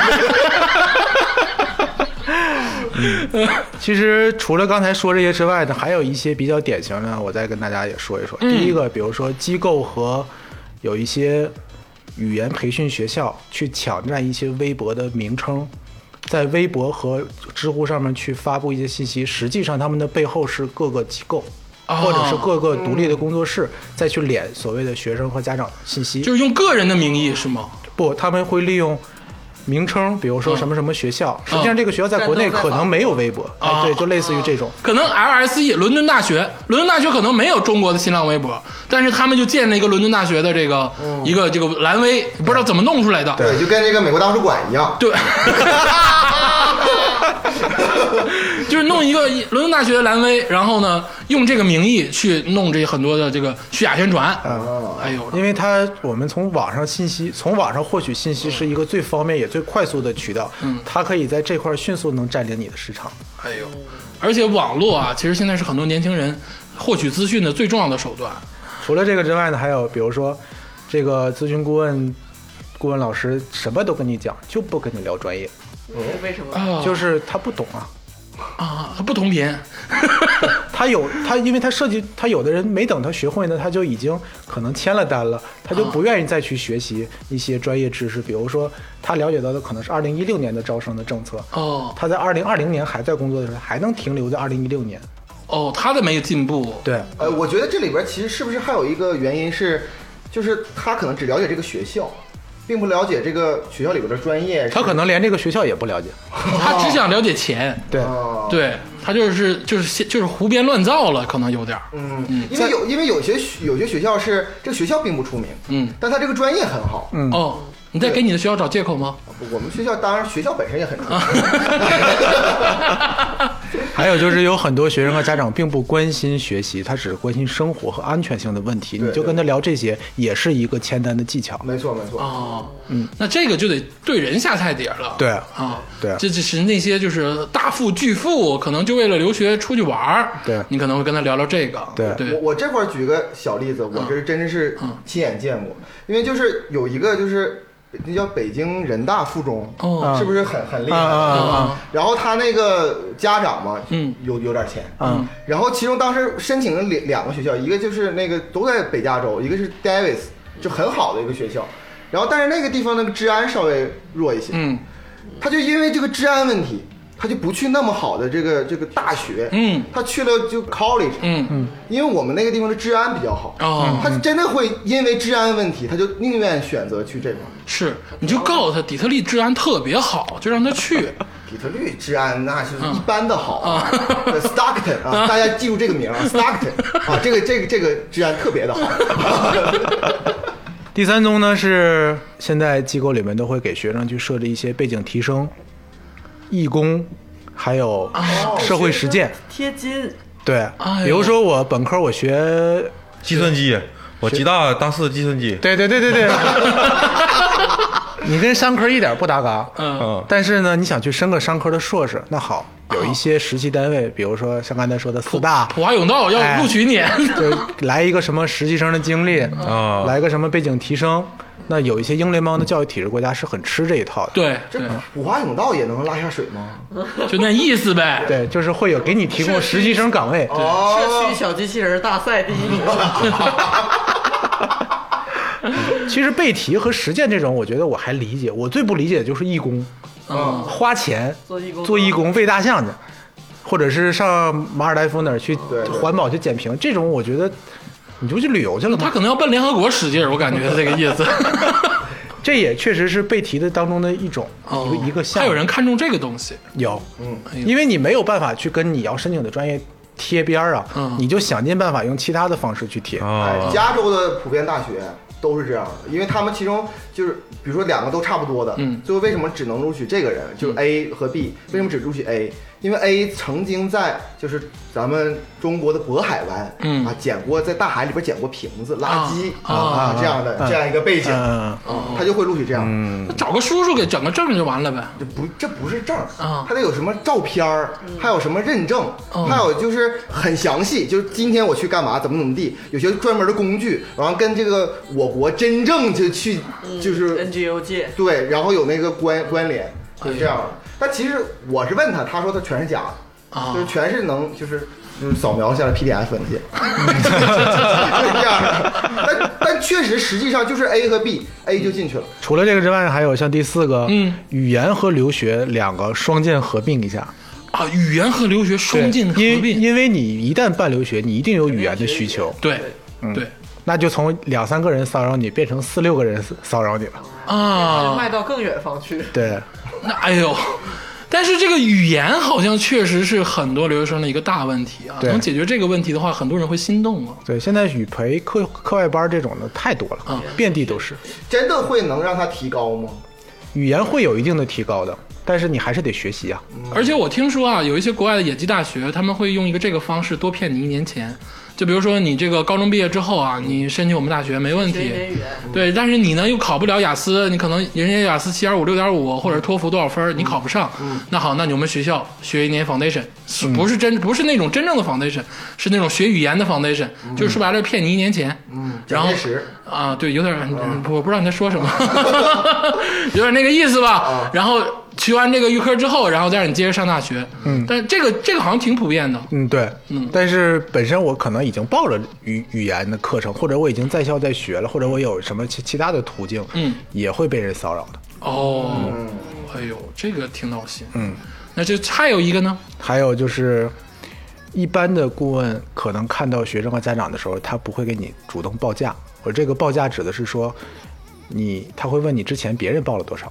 E: 其实除了刚才说这些之外呢，还有一些比较典型的，我再跟大家也说一说。第一个，比如说机构和有一些语言培训学校去抢占一些微博的名称，在微博和知乎上面去发布一些信息，实际上他们的背后是各个机构。
A: 哦
E: 或者是各个独立的工作室、再去敛所谓的学生和家长信息，
A: 就是用个人的名义是吗？
E: 不，他们会利用名称，比如说
A: 嗯
E: 什么什么学校，实际上这个学校在国内可能没有微博，
A: 啊
E: 哎，对，就类似于这种。
A: 可能 LSE 伦敦大学，伦敦大学可能没有中国的新浪微博，但是他们就建了一个伦敦大学的这个、
E: 嗯
A: 一个这个蓝微，不知道怎么弄出来的。
D: 对，就跟这个美国大使馆一样。
A: 对， 就是弄一个伦敦大学的蓝微，然后呢，用这个名义去弄这很多的这个虚假宣传。
E: 嗯
A: 哎呦，
E: 因为它我们从网上信息，从网上获取信息是一个最方便也最快速的渠道，它可以在这块儿迅速能占领你的市场。
A: 哎呦，而且网络啊，其实现在是很多年轻人获取资讯的最重要的手段。
E: 除了这个之外呢，还有比如说，这个咨询顾问、顾问老师什么都跟你讲，就不跟你聊专业，
B: 为什么？
A: 啊，
E: 就是他不懂啊。
A: 啊，它不同频。
E: 他有他，因为他设计，他有的人没等他学会呢，他就已经可能签了单了，他就不愿意再去学习一些专业知识。比如说，他了解到的可能是二零一六年的招生的政策，
A: 哦
E: 他在二零二零年还在工作的时候，还能停留在二零一六年。
A: 哦，他的没有进 步。
E: 对，
D: 呃，我觉得这里边其实是不是还有一个原因是，就是他可能只了解这个学校，并不了解这个学校里边的专业。
E: 他可能连这个学校也不了解。
A: 他只想了解钱，
E: 对，
D: 啊，
A: 对他就是就是就是胡编乱造了，可能有点儿。
D: 嗯，因为有因为有些学有些学校是这个学校并不出名，
A: 嗯，
D: 但他这个专业很好。
E: 嗯
A: 哦，你在给你的学校找借口吗？
D: 我们学校当然学校本身也很出名。
E: 还有就是有很多学生和家长并不关心学习，他只关心生活和安全性的问题。
D: 对
E: 你就跟他聊这些，也是一个签单的技巧。
D: 没错没错，
A: 哦，嗯，那这个就得对人下菜碟儿了。
E: 对
A: 啊，
E: 对
A: 这只是那些就是大富巨富，可能就为了留学出去玩儿。
E: 对
A: 你可能会跟他聊聊这个。
E: 对
D: 我我这块儿举个小例子，
A: 嗯
D: 我这真是亲眼见过，因为就是有一个就是那叫北京人大附中，
A: 哦
D: 是不是很很厉害？嗯
E: 啊啊啊
A: 啊
D: 然后他那个家长嘛，
A: 嗯
D: 有有点钱，
E: 嗯，
D: 然后其中当时申请了两两个学校，一个就是那个都在北加州，一个是 Davis，就很好的一个学校，然后但是那个地方那个治安稍微弱一些，
A: 嗯
D: 他就因为这个治安问题，他就不去那么好的这个这个大学，
A: 嗯
D: 他去了就 college，
A: 嗯嗯，
D: 因为我们那个地方的治安比较好，
A: 哦
D: 他真的会因为治安问题，他就宁愿选择去这块儿。
A: 是，你就告诉他底特律治安特别好，就让他去。
D: 底特律治安那是一般的好
A: 哦
D: 啊、对 s t o c k t o n 啊，大家记住这个名 啊，Stockton 啊，这个这个这个治安特别的好。
E: 第三宗呢是现在机构里面都会给学生去设置一些背景提升、义工，还有社会实践。
B: 贴金，
E: 对
A: 哦哎，呦
E: 比如说我本科我学，
C: 计算机，我吉大大四计算机，
E: 对对对对对，你跟商科一点不搭嘎，
A: 嗯
E: 但是呢，你想去升个商科的硕士，那好，有一些实习单位，比如说像刚才说的四大，
A: 普华永道
E: 哎
A: 要录取 你，
E: 就来一个什么实习生的经历
C: 啊
E: 来个什么背景提升，那有一些英联邦的教育体制国家是很吃这一套的，
A: 对
D: 这
A: 对，
D: 五花甬道也能拉下水吗？
A: 就那意思呗。
E: 对，就是会有给你提供实习生岗位，
D: 哦
B: 社区小机器人大赛第一名，
E: 哦 其实背题和实践这种，我觉得我还理解，我最不理解的就是义工，
A: 嗯
E: 花钱
B: 做义工
E: 做义工喂大象去，或者是上马尔代夫哪儿去
D: 对对
E: 环保去捡瓶，这种我觉得你就去旅游去了
A: 他
E: 嘛。
A: 可能要奔联合国使劲儿，我感觉这个意思。
E: 这也确实是背题的当中的一种、
A: 哦
E: 一个一个项
A: 还有
E: 目。
A: 人看中这个东西，
E: 有，
D: 嗯
A: 哎呦
E: 因为你没有办法去跟你要申请的专业贴边儿啊，
A: 嗯
E: 你就想尽办法用其他的方式去贴。
D: 哎
C: 啊，，
D: 加州的普遍大学都是这样的，因为他们其中就是，比如说两个都差不多的，
A: 嗯
D: 最后为什么只能录取这个人，就是
A: 嗯
D: A 和 B，、为什么只录取 A？因为 A 曾经在就是咱们中国的渤海湾，
A: 嗯
D: 啊，捡过在大海里边捡过瓶子、垃圾
A: 啊
D: 啊这样的
E: 嗯
D: 这样一个背景，
E: 嗯，
D: 啊他就会录取这样。
A: 那找个叔叔给整个证就完了呗。
D: 这不，这不是证儿
A: 啊嗯
D: 它得有什么照片儿，还有什么认证，
A: 哦
D: 还有就是很详细，就是今天我去干嘛，怎么怎么地，有些专门的工具，然后跟这个我国真正就去
A: 嗯
D: 就是
B: NGO 界
D: 对，然后有那个关关联，就是这
A: 哎
D: 样的。但其实我是问他，他说他全是假的，
A: 啊
D: 就是全是能就是。就是扫描下来 PDF 文件， 就是这样的。但但确实，实际上就是 A 和 B，A 就进去了。
E: 除了这个之外，还有像第四个，
A: 嗯，
E: 语言和留学两个双剑合并一下，
A: 啊，语言和留学双
E: 对
A: 进合
E: 因为
A: 并，
E: 因为你一旦办留学，你一定有语言的需求，
A: 对
E: 嗯
A: 对
E: 那就从两三个人骚扰你变成四六个人骚扰你了。
B: 就
A: 啊，
B: 卖到更远方去。
E: 对，
A: 那哎呦。但是这个语言好像确实是很多留学生的一个大问题啊！
E: 对
A: 能解决这个问题的话，很多人会心动啊。
E: 对，现在语培课课外班这种的太多了，
A: 啊
E: 遍地都是。
D: 真的会能让他提高吗？
E: 语言会有一定的提高的，但是你还是得学习啊。
A: 而且我听说啊，有一些国外的野鸡大学，他们会用一个这个方式多骗你一年钱。就比如说你这个高中毕业之后啊，你申请我们大学没问
B: 学一
A: 题，
B: 点语言，
A: 对，但是你呢又考不了雅思，你可能人家雅思七点五、六点五，或者托福多少分儿，你考不上。那好，那你们学校学一年 foundation，是不是真不是那种真正的 foundation，是那种学语言的 foundation，就是说白了骗你一年钱。
D: 嗯，
A: 然后
D: 蒋介石
A: 啊，对，有点儿，嗯我不知道你在说什么， 有点那个意思吧。然后学完这个预科之后，然后再让你接着上大学。嗯，但这个这个好像挺普遍的。
E: 嗯，对，嗯，但是本身我可能已经报了语语言的课程，或者我已经在校在学了，或者我有什么其其他的途径，
A: 嗯，
E: 也会被人骚扰的。
A: 哦，哎呦，这个挺闹心。嗯，那就还有一个呢。
E: 还有就是，一般的顾问可能看到学生和家长的时候，他不会给你主动报价。我这个报价指的是说，你他会问你之前别人报了多少，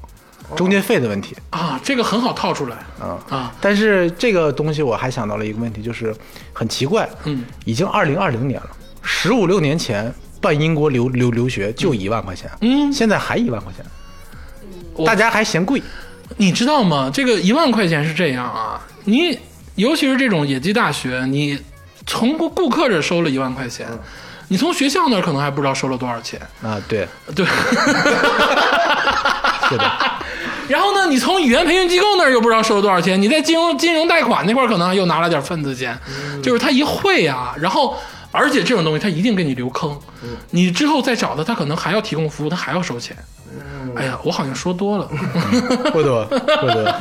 A: 哦
E: 中介费的问题。
A: 啊，这个很好套出来
E: 啊
A: 啊，
E: 但是这个东西我还想到了一个问题，就是很奇怪，
A: 嗯，
E: 已经二零二零年了，十五六年前办英国留留留学就一万块钱，
A: 嗯
E: 现在还一万块钱，
A: 我
E: 大家还嫌贵，
A: 你知道吗？这个一万块钱是这样啊，你尤其是这种野鸡大学，你从顾顾客这收了一万块钱，你从学校那儿可能还不知道收了多少钱，
E: 啊，对，
A: 对。
E: 是的，
A: 然后呢，你从语言培训机构那儿又不知道收了多少钱，你在金融金融贷款那块儿可能又拿了点份子钱，就是他一会啊，然后而且这种东西他一定给你留坑，你之后再找他，他可能还要提供服务，他还要收钱。哎呀，我好像说多了，
E: 不多不多，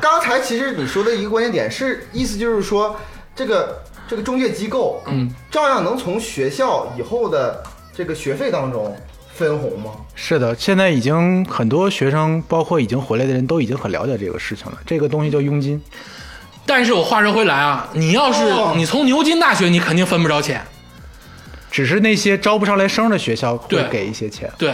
D: 刚才其实你说的一个关键点是，意思就是说，这个这个中介机构，嗯，照样能从学校以后的这个学费当中分红吗？
E: 是的，现在已经很多学生，包括已经回来的人都已经很了解这个事情了，这个东西叫佣金，
A: 但是我话说回来啊，你要是、
D: 哦
A: 你从牛津大学，你肯定分不着钱。
E: 只是那些招不上来生的学校会
A: 对
E: 给一些钱，
A: 对，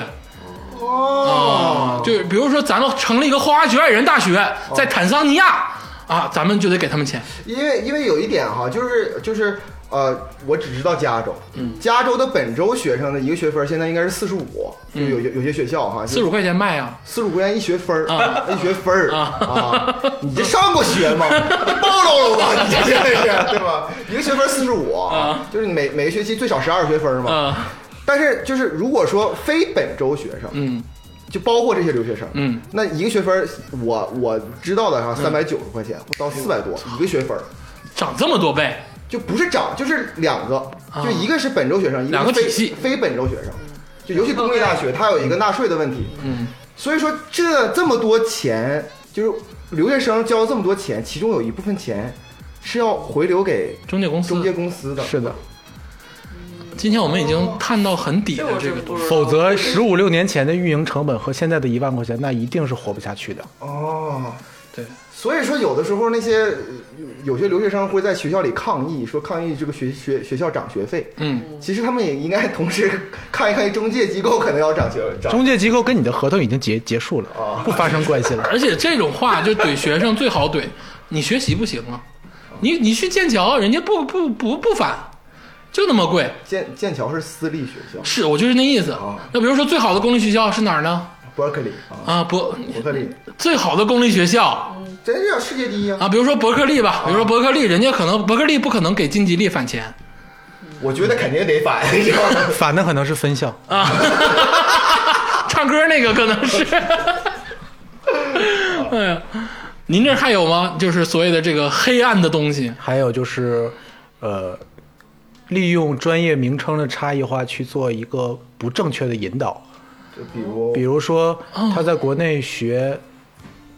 A: 哦，就比如说咱们成立一个花花局外人大学，在坦桑尼亚、啊，咱们就得给他们钱。
D: 因为因为有一点哈，就是就是呃，我只知道加州，嗯，加州的本州学生的一个学分现在应该是四十五，就有有有些学校哈，
A: 四十五块钱卖啊，
D: 四十五块钱一学分儿
A: 啊
D: 一学分儿
A: 啊
D: 啊！你这上过学 吗？暴露了吧？你这真的是对吧？一个学分四十五
A: 啊，
D: 就是你每每个学期最少十二学分嘛。
A: 啊，
D: 但是就是如果说非本州学生，
A: 嗯，
D: 就包括这些留学生，
A: 嗯，
D: 那一个学分儿，我我知道的哈，三百九十块钱到四百多一个学分儿，
A: 涨这么多倍，
D: 就不是涨，就是两个，就一个是本州学生，一
A: 啊两个
D: 个是
A: 体
D: 非
A: 系
D: 非本州学生，就尤其公立大学，它有一个纳税的问题，
A: 嗯，
D: 所以说这这么多钱，就是留学生交这么多钱，其中有一部分钱是要回流给
A: 中介公司
D: 中介公司的，
E: 是的，
A: 今天我们已经探到很底
B: 这
A: 的
B: 我
A: 这
B: 是
A: 个东
B: 不
A: 西，
B: 知道。
E: 否则十五六年前的运营成本和现在的一万块钱，那一定是活不下去的。
D: 哦。
A: 对，
D: 所以说，有的时候那些呃有有些留学生会在学校里抗议，说抗议这个学学学校涨学费。
A: 嗯，
D: 其实他们也应该同时 看一看中介机构可能要涨学涨。
E: 中介机构跟你的合同已经结结束了，不发生关系了。
A: 而且这种 话就怼学生最好怼，你学习不行啊，你你去剑桥，人家不不不不返，就那么贵，
D: 剑剑桥是私立学校，
A: 是我就是那意思
D: 哦。
A: 那比如说最好的公立学校是哪儿呢？
D: 伯克利啊，
A: 啊，伯
D: 伯克利，
A: 最好的公立学校
D: 真是世界第一啊！
A: 啊，比如说伯克利吧，比如说伯克利，人家可能伯克利不可能给晋级力返钱
D: 我觉得肯定得反， 你知道吗？
E: 反的可能是分校，
A: 啊，唱歌那个可能是。哎呀，您这还有吗？就是所谓的这个黑暗的东西，
E: 还有就是，呃，利用专业名称的差异化去做一个不正确的引导。
D: 就比如
E: 比如说，他在国内学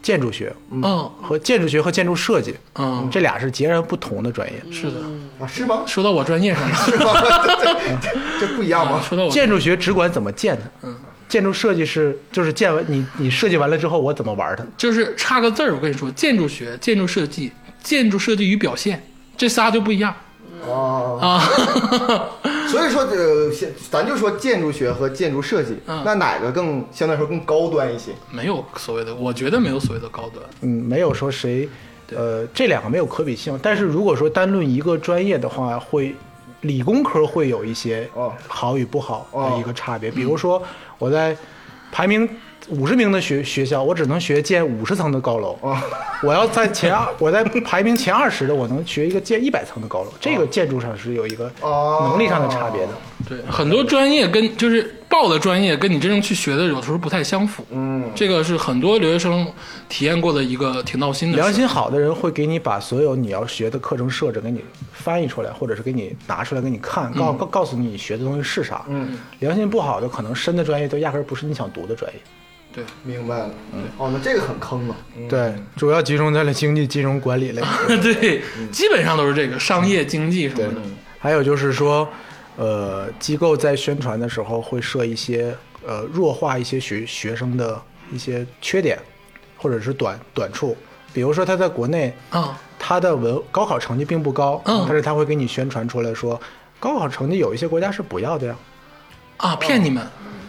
E: 建筑学
A: 嗯
E: 和建筑学和建筑设计，
A: 嗯，
E: 这俩是截然不同的专业。
A: 是的。
D: 啊，是 吗？
A: 说到我专业上 了，
D: 是吗？这这这不一样吗？
A: 说到我
E: 建筑学只管怎么建它，建筑设计是就是建完你你设计完了之后我怎么玩它。
A: 就是差个字儿，我跟你说，建筑学、建筑设计、建筑设计与表现这仨就不一样
D: 哦，
A: 啊。
D: 所以说这个先咱就说建筑学和建筑设计，
A: 嗯
D: 那哪个更相对来说更高端一些？
A: 没有所谓的，我觉得没有所谓的高端。
E: 嗯，没有说谁，呃，这两个没有可比性。但是如果说单论一个专业的话，会理工科会有一些
D: 哦
E: 好与不好
D: 哦
E: 的一个差别。比如说我在排名五十名的学学校，我只能学建五十层的高楼。
D: 哦
E: 我要在 前二，我在排名前二十的，我能学一个建一百层的高楼。这个建筑上是有一个
D: 哦
E: 能力上的差别的。
A: 对，很多专业跟就是报的专业跟你真正去学的有时候不太相符。
D: 嗯，
A: 这个是很多留学生体验过的一个挺闹心的事。
E: 良心好的人会给你把所有你要学的课程设置给你翻译出来，或者是给你拿出来给你看，告告告诉你你学的东西是啥。
D: 嗯，
E: 良心不好的，可能深的专业都压根儿不是你想读的专业。
A: 对，
D: 明白了。哦，那这个很坑啊。
E: 对，主要集中在了经济、金融管理类。
A: 嗯对，基本上都是这个商业经济什么的。
E: 还有就是说，呃，机构在宣传的时候会设一些呃弱化一些学学生的一些缺点，或者是短短处。比如说他在国内
A: 啊，
E: 他的文高考成绩并不高，
A: 嗯
E: 但是他会给你宣传出来说，高考成绩有一些国家是不要的呀，
A: 啊，骗你们！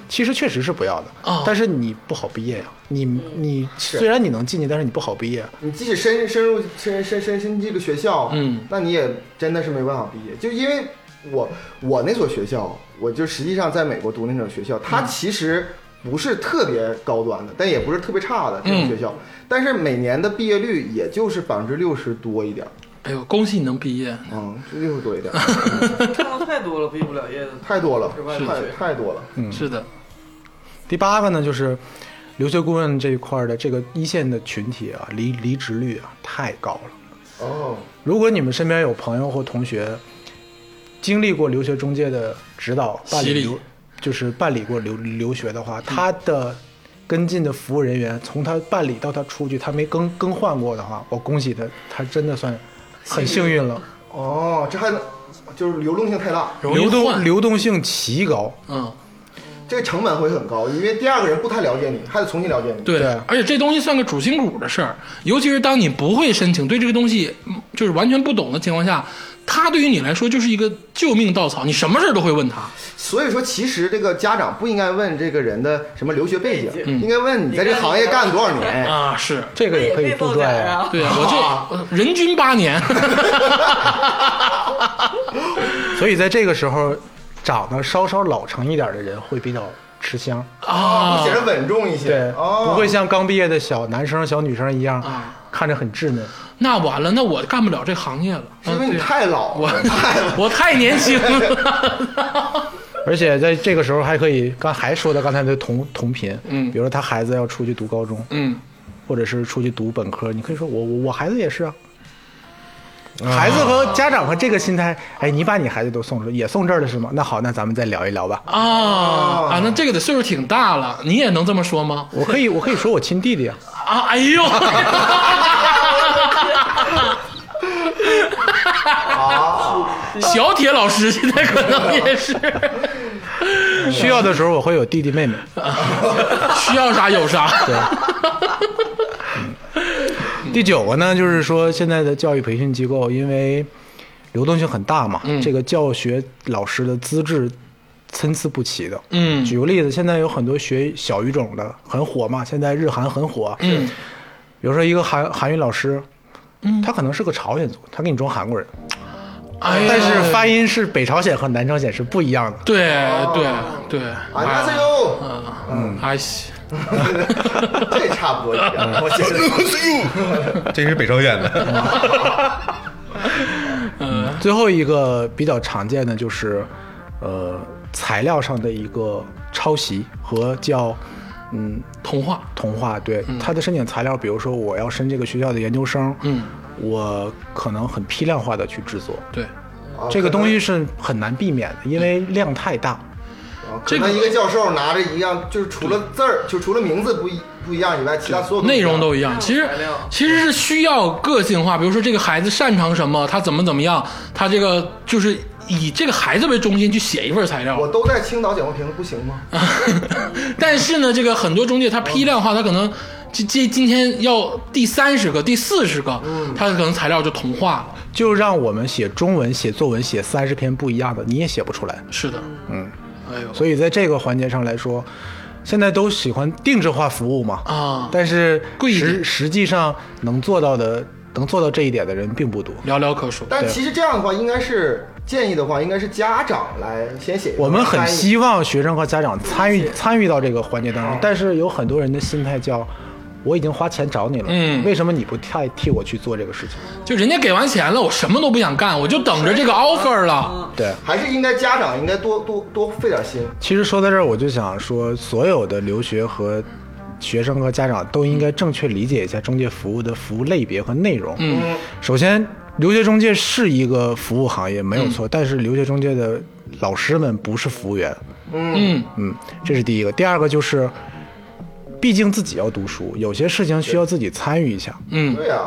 E: 其实确实是不要的，
A: 哦
E: 但是你不好毕业呀，你你虽然你能进去，但是你不好毕业，
D: 你即使深深入深深深深这个学校，
A: 嗯，
D: 那你也真的是没办法毕业，就因为我我那所学校，我就实际上在美国读那所学校，它其实不是特别高端的，但也不是特别差的这种学校，但是每年的毕业率也就是百分之六十多一点儿，
A: 哎呦，恭喜你能毕业，
D: 嗯，就六十多一点儿，
B: 看到太多了，毕不了业的。
D: 太多了，
B: 是
D: 太太多了，
A: 是的，
E: 第八个呢，就是留学顾问这一块儿的这个一线的群体啊，离离职率啊太高了。
D: 哦，
E: 如果你们身边有朋友或同学经历过留学中介的指导，办
A: 洗
E: 理
A: 礼
E: 留就是办理过留留学的话，他的跟进的服务人员从他办理到他出去，他没更更换过的话，我恭喜他，他真的算很幸运了，
D: 哦，这还能就是流动性太大，
A: 容易
E: 流动
A: 换
E: 流动性奇高。
A: 嗯，
D: 这个成本会很高，因为第二个人不太了解你，还得重新了解你，
A: 对
E: 对，
A: 而且这东西算个主心骨的事儿，尤其是当你不会申请，对这个东西嗯就是完全不懂的情况下，它对于你来说就是一个救命稻草，你什么事儿都会问他。
D: 所以说，其实这个家长不应该问这个人的什么留学背景，
B: 背
E: 嗯
D: 应该问你在这个行业干了多少年。
A: 啊，是
E: 这个也可以杜
B: 爆
E: 撰
B: 点
E: 呀、
B: 啊！
A: 对，我就呃人均八年，
E: 所以在这个时候，长得稍稍老成一点的人会比较吃香，
A: 啊
D: 会显得稳重一些，
E: 对，
D: 哦、
E: 不会像刚毕业的小男生、小女生一样
A: 啊，
E: 看着很稚嫩。
A: 那完了，那我干不了这行业了，
D: 是因为你
A: 啊
D: 太老
A: 对
D: 了，太
A: 我我太年轻了。
E: 而且在这个时候还可以，刚还说到刚才的同同频，
A: 嗯
E: 比如说他孩子要出去读高中，
A: 嗯，
E: 或者是出去读本科，你可以说我我我孩子也是啊。孩子和家长和这个心态，哎，你把你孩子都送出，也送这儿了是吗？那好，那咱们再聊一聊吧。
A: 啊啊，那这个得岁数挺大了，你也能这么说吗？
E: 我可以，我可以说我亲弟弟啊，
A: 啊，哎呦，小铁老师现在可能也是
E: 需要的时候我会有弟弟妹妹。
A: 需要啥有啥，
E: 第九个呢，就是说现在的教育培训机构因为流动性很大嘛，
A: 嗯
E: 这个教学老师的资质参差不齐的。
A: 嗯
E: 举个例子，现在有很多学小语种的很火嘛，现在日韩很火。嗯，比如说一个韩韩语老师。嗯，他可能是个朝鲜族，他给你装韩国人，
A: 哎呀，
E: 但是发音是北朝鲜和南朝鲜是不一样的。
A: 对对对，
D: 啊，那这哟，
A: 嗯，哎西，
D: 这差不多一
E: 嗯
D: 样，我觉得。
C: 这是北朝鲜的，
E: 最后一个比较常见的就是，呃，材料上的一个抄袭和叫，嗯，
A: 童话，
E: 童话，对、它的申请材料，比如说我要申这个学校的研究生，
A: 嗯，
E: 我可能很批量化的去制作，
A: 对， 哦
E: 这个
D: 哦
E: 东西是很难避免的，因为量太大。
D: 啊可
A: 这个
D: 能一个教授拿着一样，就是除了字儿，就除了名字不一不一样以外，其他所有
A: 内容
D: 都
A: 都
D: 一
A: 一
D: 样
A: 样。其实
B: 材料
A: 其实是需要个性化，比如说这个孩子擅长什么，他怎么怎么样，他这个就是以这个孩子为中心去写一份材料
D: 我。都在青岛捡过瓶子，不行吗？
A: 但是呢，这个很多中介他批量化，他可能今今今天要第三十个、第四十个，他可能材料就同化了。
E: 就让我们写中文、写作文、写三十篇不一样的，你也写不出来。
A: 是的，嗯，哎呦，
E: 所以在这个环节上来说，现在都喜欢定制化服务嘛，
A: 啊
E: 但是
A: 贵一点
E: 实实际上能做到的，能做到这一点的人并不多。
A: 寥寥可数。
D: 但其实这样的话，应该是建议的话，应该是家长来先写一份
E: 我们很
D: 翻译
E: 希望学生和家长参与参与到这个环节当中，但是有很多人的心态叫，我已经花钱找你了，
A: 嗯
E: 为什么你不替替我去做这个事情？
A: 就人家给完钱了，我什么都不想干，我就等着这个 offer 了。
E: 对，
D: 还是应该家长应该多多多费点心，
E: 其实说到这儿，我就想说，所有的留学和学生和家长都应该正确理解一下中介服务的服务类别和内容。
A: 嗯，
E: 首先，留学中介是一个服务行业没
A: 嗯
E: 有错，但是留学中介的老师们不是服务员。
A: 嗯，
E: 嗯，这是第一个。第二个就是，毕竟自己要读书，有些事情需要自己参与一下。
A: 嗯，
D: 对呀、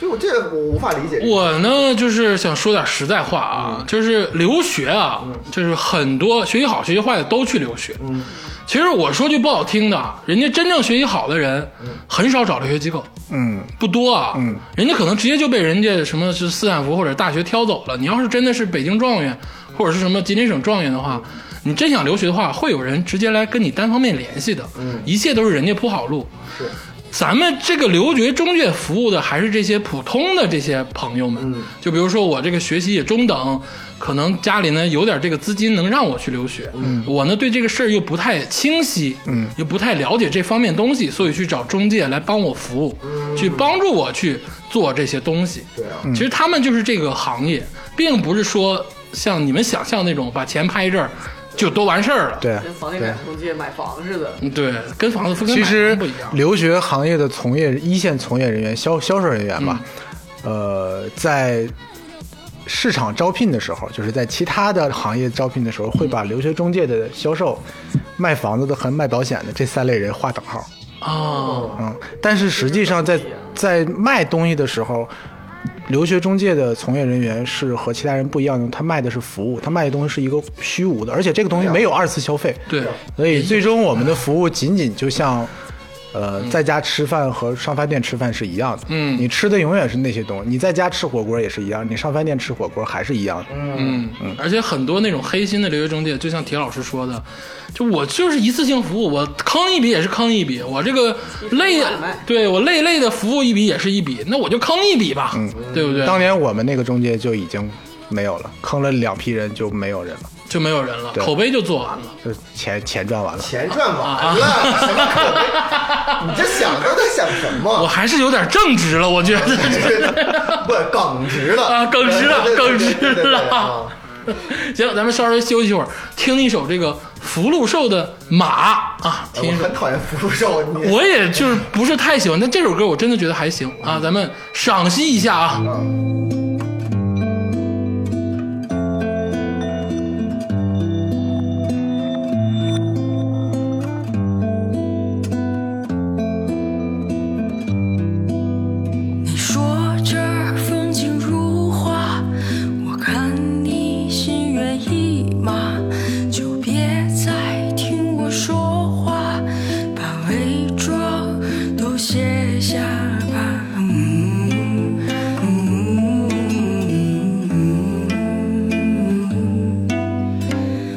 D: 就我这个我无法理解，
A: 我呢就是想说点实在话啊，就是留学啊，就是很多学习好、学习坏的都去留学。嗯，其实我说句不好听的啊，人家真正学习好的人很少找留学机构，
E: 嗯，
A: 不多啊。嗯，人家可能直接就被人家什么是斯坦福或者大学挑走了。你要是真的是北京状元或者是什么吉林省状元的话，你真想留学的话，会有人直接来跟你单方面联系的。嗯，一切都是人家铺好路。
D: 是
A: 咱们这个留学中介服务的还是这些普通的这些朋友们，就比如说我这个学习也中等，可能家里呢有点这个资金能让我去留学，我呢对这个事儿又不太清晰，嗯，又不太了解这方面东西，所以去找中介来帮我服务，去帮助我去做这些东西。
D: 对啊，
A: 其实他们就是这个行业，并不是说像你们想象那种把钱拍这儿就都完事儿了。
E: 对。
B: 跟房地产中介买房似的，
A: 嗯对，跟房子跟买
E: 其实
A: 房不一样。
E: 留学行业的从业一线从业人员、销销售人员吧，
A: 嗯
E: 呃，在市场招聘的时候，就是在其他的行业招聘的时候，会
A: 嗯
E: 把留学中介的销售、卖房子的和卖保险的这三类人划等号。
A: 哦，
E: 嗯，但是实际上在在卖东西的时候，留学中介的从业人员是和其他人不一样的，他卖的是服务，他卖的东西是一个虚无的，而且这个东西没有二次消费。
A: 啊对，
E: 所以最终我们的服务仅仅就像，呃，在家吃饭和上饭店吃饭是一样的。
A: 嗯
E: 你吃的永远是那些东西，你在家吃火锅也是一样，你上饭店吃火锅还是一样的。
A: 嗯，而且很多那种黑心的留学中介，就像铁老师说的，就我就是一次性服务，我坑一笔也是坑一笔，我这个累
B: 买卖，
A: 对我累累的服务一笔也是一笔，那我就坑一笔吧，对不啊对？
E: 当年我们那个中介就已经没有了，坑了两批人就没有人了，
A: 就没有人了，
E: 对
A: 口碑就做完了。
E: 就钱钱赚完了。
D: 钱赚完了，什么口碑？你这想都在想什
A: 我
D: 么？
A: 还是有点正直
D: 嗯
A: 了，我觉得。
D: 不，耿直了
A: 啊耿直了
D: 对对对
A: 耿直了
D: 对对对对啊
A: 行，咱们稍微休息一会儿，听一首这个福禄寿的《马》啊，听一
D: 我
A: 首。
D: 很讨厌福禄寿，你
A: 我也就是不是太喜欢，但这首歌我真的觉得还行啊，咱们赏析一下啊。
F: 你说这儿风景如画，我看你心猿意马，就别再听我说话，把伪装都卸下吧。嗯嗯嗯嗯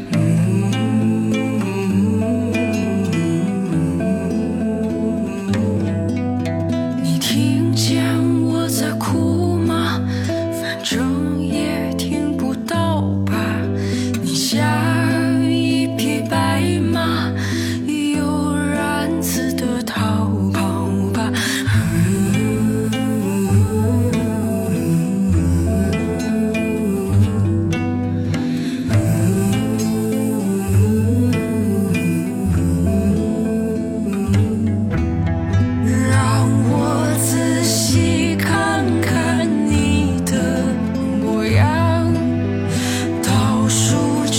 F: 你听见我在哭吗？反正也听不到吧。你下一匹白马，悠然自得逃跑吧。让我仔细看看你的模样，倒数着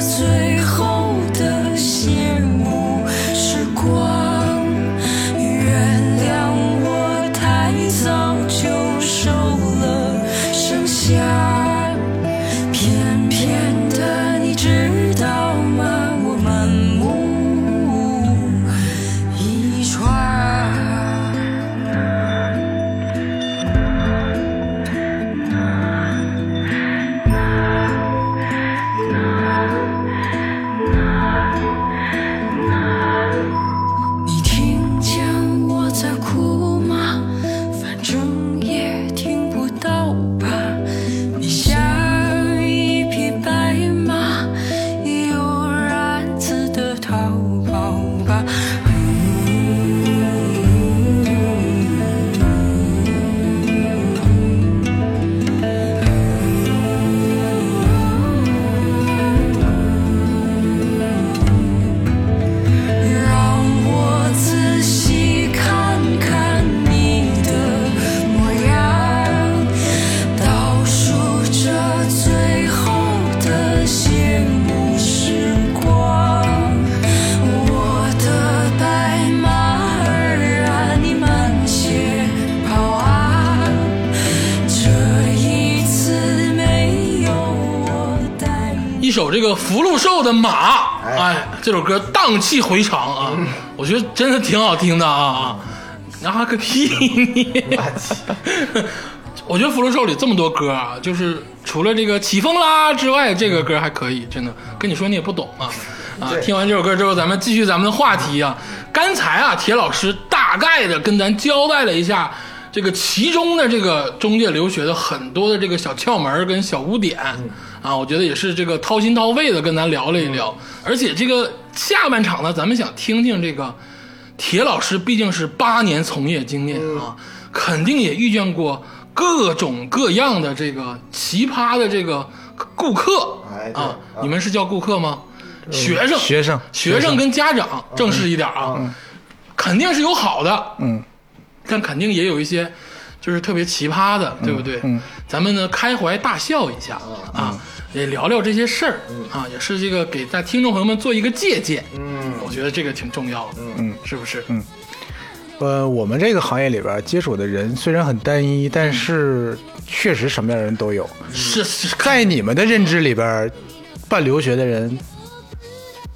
F: 最后的谢幕时光。原谅我太早就受了伤害，偏偏的你知道吗？我满目。一串。你听见我在哭吗？反正也听不到吧。你下一匹白马，悠然自得逃跑吧。让我仔细看看你的模样，倒数着最后的谢幕时光。我的白马儿啊，你慢些跑啊，这一次没有我带你。
A: 一首这个福禄寿的马，哎，这首歌荡气回肠啊，我觉得真的挺好听的啊。啊个屁你！我觉得福禄寿里这么多歌啊，就是除了这个起风啦之外，这个歌还可以，真的。跟你说你也不懂啊啊！听完这首歌之后，咱们继续咱们的话题啊。刚才啊，铁老师大概的跟咱交代了一下。这个其中的这个中介留学的很多的这个小窍门儿跟小污点、
D: 嗯
A: 啊，我觉得也是这个掏心掏肺的跟咱聊了一聊。
D: 嗯
A: 而且这个下半场呢，咱们想听听这个铁老师，毕竟是八年从业经验
D: 嗯
A: 啊，肯定也遇见过各种各样的这个奇葩的这个顾客、
D: 哎
A: 啊
D: 对啊，
A: 你们是叫顾客吗？学生，
E: 嗯学生
A: 学生跟家长正式一点啊，肯定是有好的，
E: 嗯，
A: 但肯定也有一些就是特别奇葩的，对不对？
E: 嗯
A: 咱们呢开怀大笑一下啊，也聊聊这些事儿
E: 嗯
A: 啊，也是这个给大听众朋友们做一个借鉴。嗯，我觉得这个挺重要的，嗯，是不是？嗯，
E: 呃，我们这个行业里边接触的人虽然很单一，但是确实什么样的人都有。
A: 是是，
E: 在你们的认知里边，办留学的人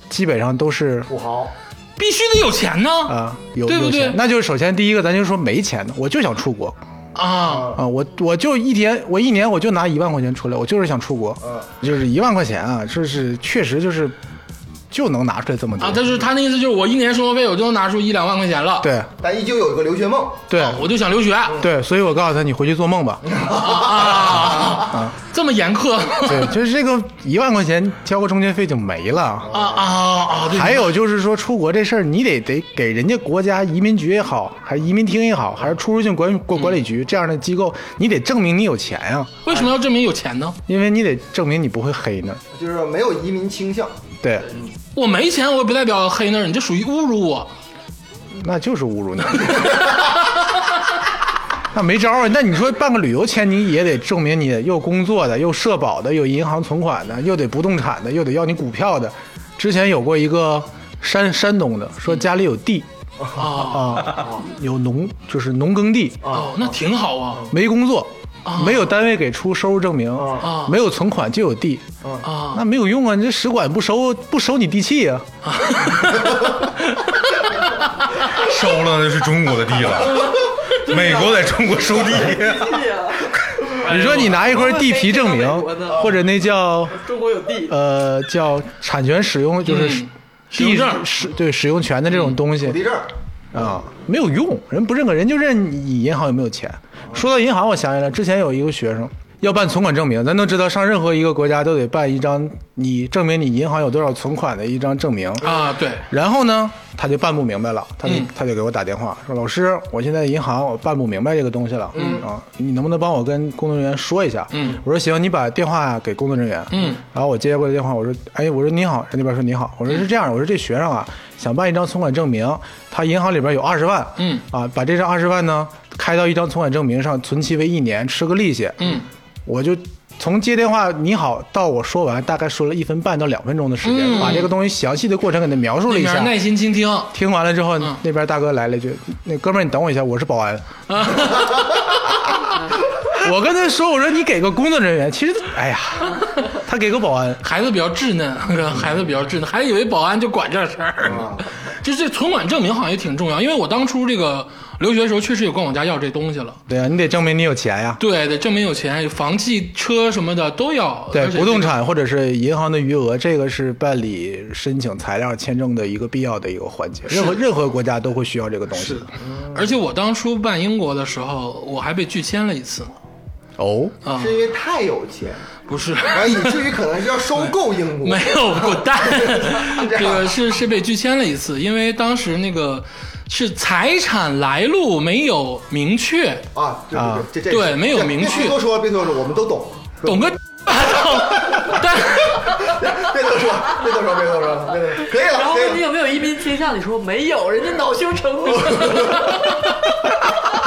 E: 基本上都是
D: 土豪，
A: 必须得有钱呢
E: 啊、有
A: 对不
E: 有
A: 对
E: 钱。那就是首先第一个，咱就说没钱的，我就想出国
A: 啊！
E: 啊、我我就一天，我一年我就拿一万块钱出来，我就是想出国，
A: 啊
E: 就是一万块钱啊，这是确实就是就能拿出来这么多。
A: 啊，他就是他那意思，就是我一年生活费我就能拿出一两万块钱了，哦
E: 对嗯
D: 但依旧有一个留学梦。
E: 对、
A: 我就想留学，
E: 对，所以我告诉他，你回去做梦吧。
A: 啊啊啊！啊，这么严苛
E: 对，就是这个一万块钱交个中介费就没了。
A: 啊啊啊！对
E: 还有就是说，出国这事儿，你得得给人家国家移民局也好，还是移民厅也好，还是出入境管管管理局这样的机构，你得证明你有钱啊，
A: 为什么要证明有钱呢？
E: 因为你得证明你不会黑呢。
D: 就是没有移民倾向。
E: 对，
A: 我没钱，我也不代表黑那儿，你这属于侮辱我。
E: 那就是侮辱你。 那没招啊！那你说办个旅游签，你也得证明你又工作的，又社保的，又银行存款的，又得不动产的，又得要你股票的。之前有过一个山山东的，说家里有地
A: 哦
E: 啊，有农就是农耕地，
A: 哦，那挺好啊
E: 没工作，没有单位给出收入证明，
A: 啊
E: 没有存款就有地，
A: 啊！
E: 那没有用啊！你这使馆不收不收你地契啊？
C: 收了那是中国的地了，美国在中国收地。
B: 对呀，
E: 你说你拿一块地皮证明
B: 美国呢，
E: 或者那叫
B: 中国有地，
E: 呃叫产权使用，就是
A: 嗯使用证嗯
E: 使对使用权的这种东西
D: 土地证儿，
E: 啊，没有用，人不认可，人就认你银行有没有钱。
A: 嗯
E: 说到银行，我想起来之前有一个学生要办存款证明，咱都知道上任何一个国家都得办一张你证明你银行有多少存款的一张证明。
A: 啊，对，
E: 然后呢，他就办不明白了，他就、
A: 嗯
E: 他就给我打电话说：“老师，我现在银行我办不明白这个东西了，啊，你能不能帮我跟工作人员说一下？”
A: 嗯
E: 我说：“行，你把电话给工作人员。”
A: 嗯，
E: 然后我接过来电话，我说：“哎，我说你好。”那边说：“你好。”我说：“是这样，我说这学生啊，想办一张存款证明，他银行里边有二十万，
A: 嗯
E: 啊，把这张二十万呢开到一张存款证明上，存期为一年，吃个利息。”
A: 嗯
E: 我就从接电话你好到我说完，大概说了一分半到两分钟的时间，
A: 嗯
E: 把这个东西详细的过程给他描述了
A: 那
E: 一下
A: 边。耐心倾听啊，
E: 听完了之后，
A: 嗯
E: 那边大哥来了一句：“那哥们儿，你等我一下，我是保安。
A: 啊
E: 我跟他说：“我说你给个工作人员，其实，哎呀，他给个保安，
A: 孩子比较稚嫩，孩子比较稚嫩，还以为保安就管这事儿。就这存款证明好像也挺重要，因为我当初这个留学的时候确实也管我家要这东西了。
E: 对啊，你得证明你有钱呀，
A: 对得证明有钱，房契、车什么的都要。
E: 对
A: 而，且
E: 不动产或者是银行的余额，这个是办理申请材料、签证的一个必要的一个环节，任何任何国家都会需要这个东西。
A: 而且我当初办英国的时候，我还被拒签了一次。
E: 哦，
A: 啊
D: 是因为太有钱，
A: 不是，
D: 然后以至于可能是要收购英国。
A: 没有滚蛋， 这个是是被拒签了一次，因为当时那个是财产来路没有明确，
D: 啊，对
E: 啊
D: 对对，这这
A: 对没有
D: 这
A: 明
D: 别
A: 确
D: 多说，别多说，我们都懂。
A: 懂 个但
D: 别多说，别多说，别多说，别多说，可以
B: 然
D: 了，
B: 后
D: 可以
B: 问
D: 了
B: 你。有没有移民倾向，你说没有，人家恼羞成 怒。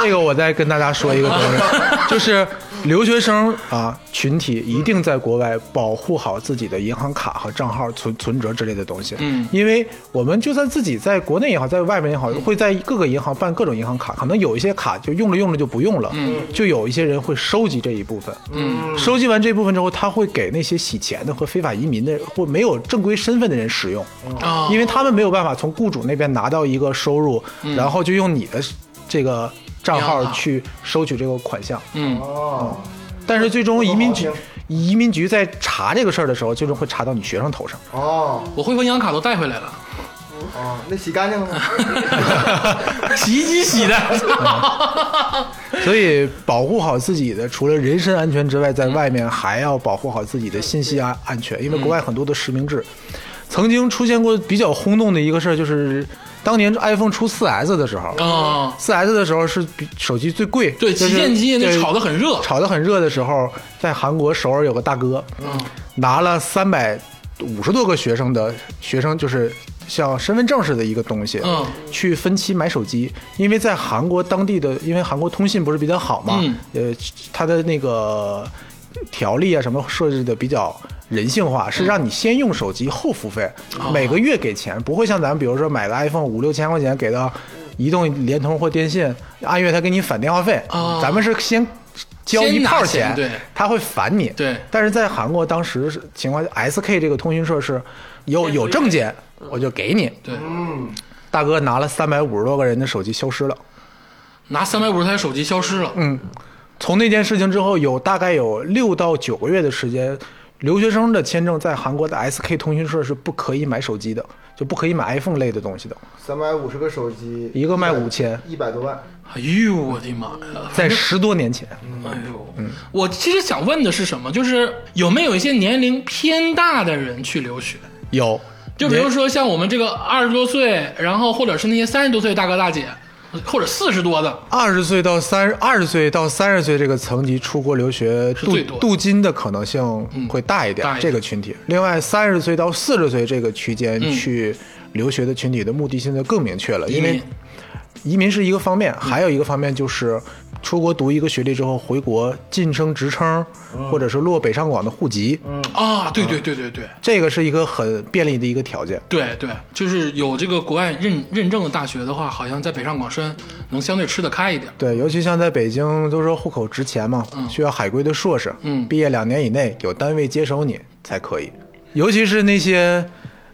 E: 这个我再跟大家说一个东西，就是留学生啊群体一定在国外保护好自己的银行卡和账号、存存折之类的东西。
A: 嗯
E: 因为我们就算自己在国内也好，在外面也好，会在各个银行办各种银行卡，可能有一些卡就用着用着就不用了，嗯，就有一些人会收集这一部分，嗯，收集完这部分之后，他会给那些洗钱的和非法移民的或没有正规身份的人使用，
A: 啊，
E: 因为他们没有办法从雇主那边拿到一个收入，
A: 嗯
E: 然后就用你的这个账号去收取这个款项。
A: 嗯
D: 哦，
E: 但是最终移民局
D: 好好
E: 移民局在查这个事儿的时候，最终会查到你学生 头上。
D: 哦，
A: 我汇丰银行卡都带回来 了，
D: 哦，那洗干净了 吗？
A: 洗衣机 洗的，
E: 所以保护好自己的，除了人身安全之外，在外面还要保护好自己的信息安安全，因为国外很多的实名制。曾经出现过比较轰动的一个事儿，就是当年 iPhone 出 4S 的时候
A: 啊，
E: ，4S 的时候是比手机最贵，
A: 对，
E: 就是
A: 旗舰机那
E: 对
A: 炒得很热，
E: 炒得很热的时候，在韩国首尔有个大哥，
A: 嗯
E: 拿了三百五十多个学生的学生，就是像身份证似的一个东西，
A: 嗯
E: 去分期买手机，因为在韩国当地的，因为韩国通信不是比较好嘛，
A: 嗯
E: 呃，它的那个条例啊什么设置的比较。人性
A: 嗯
E: 化是让你先用手机后付费，
A: 哦
E: 每个月给钱，不会像咱们比如说买个 iPhone 五六千块钱给到移动、联通或电信，按月他给你返电话费。
A: 啊
E: 咱们是先交一
A: 先
E: 炮
A: 拿钱对
E: 他会烦你。
A: 对
E: 但是在韩国当时是情况下，SK 这个通讯社是有有证件，我就给你。
A: 对，
D: 嗯
E: 大哥拿了三百五十多个人的手机消失了。
A: 拿三百五十台手机消失了，
E: 嗯，从那件事情之后，有大概有六到九个月的时间，留学生的签证在韩国的 SK 通讯社是不可以买手机的，就不可以买 iPhone 类的东西的。
D: 三百五十个手机，
E: 一个卖5000
D: 一百多万。
A: 哎呦，我的妈呀！
E: 在十多年前，
A: 哎呦，我其实想问的是什么？就是有没有一些年龄偏大的人去留学？
E: 有，
A: 就比如说像我们这个二十多岁，然后或者是那些三十多岁的大哥大姐，或者四十多的，
E: 二十岁到三二十岁到三十岁这个层级出国留学
A: 是
E: 镀
A: 最多的嗯
E: 镀金的可能性会大一点，
A: 大一点
E: 这个群体。另外，三十岁到四十岁这个区间去留学的群体的目的现在更明确了，
A: 嗯移
E: 因为
A: 民嗯
E: 移民是一个方面，还有一个方面就是出国读一个学历之后回国晋升职称，
A: 嗯
E: 或者是落北上广的户籍，
A: 啊，对对对对对
E: 这个是一个很便利的一个条件。
A: 对对，就是有这个国外认认证的大学的话，好像在北上广深能相对吃得开一点。
E: 对，尤其像在北京，都说户口值钱嘛，需要海归的硕士，
A: 嗯
E: 毕业两年以内有单位接手你才可以。尤其是那些，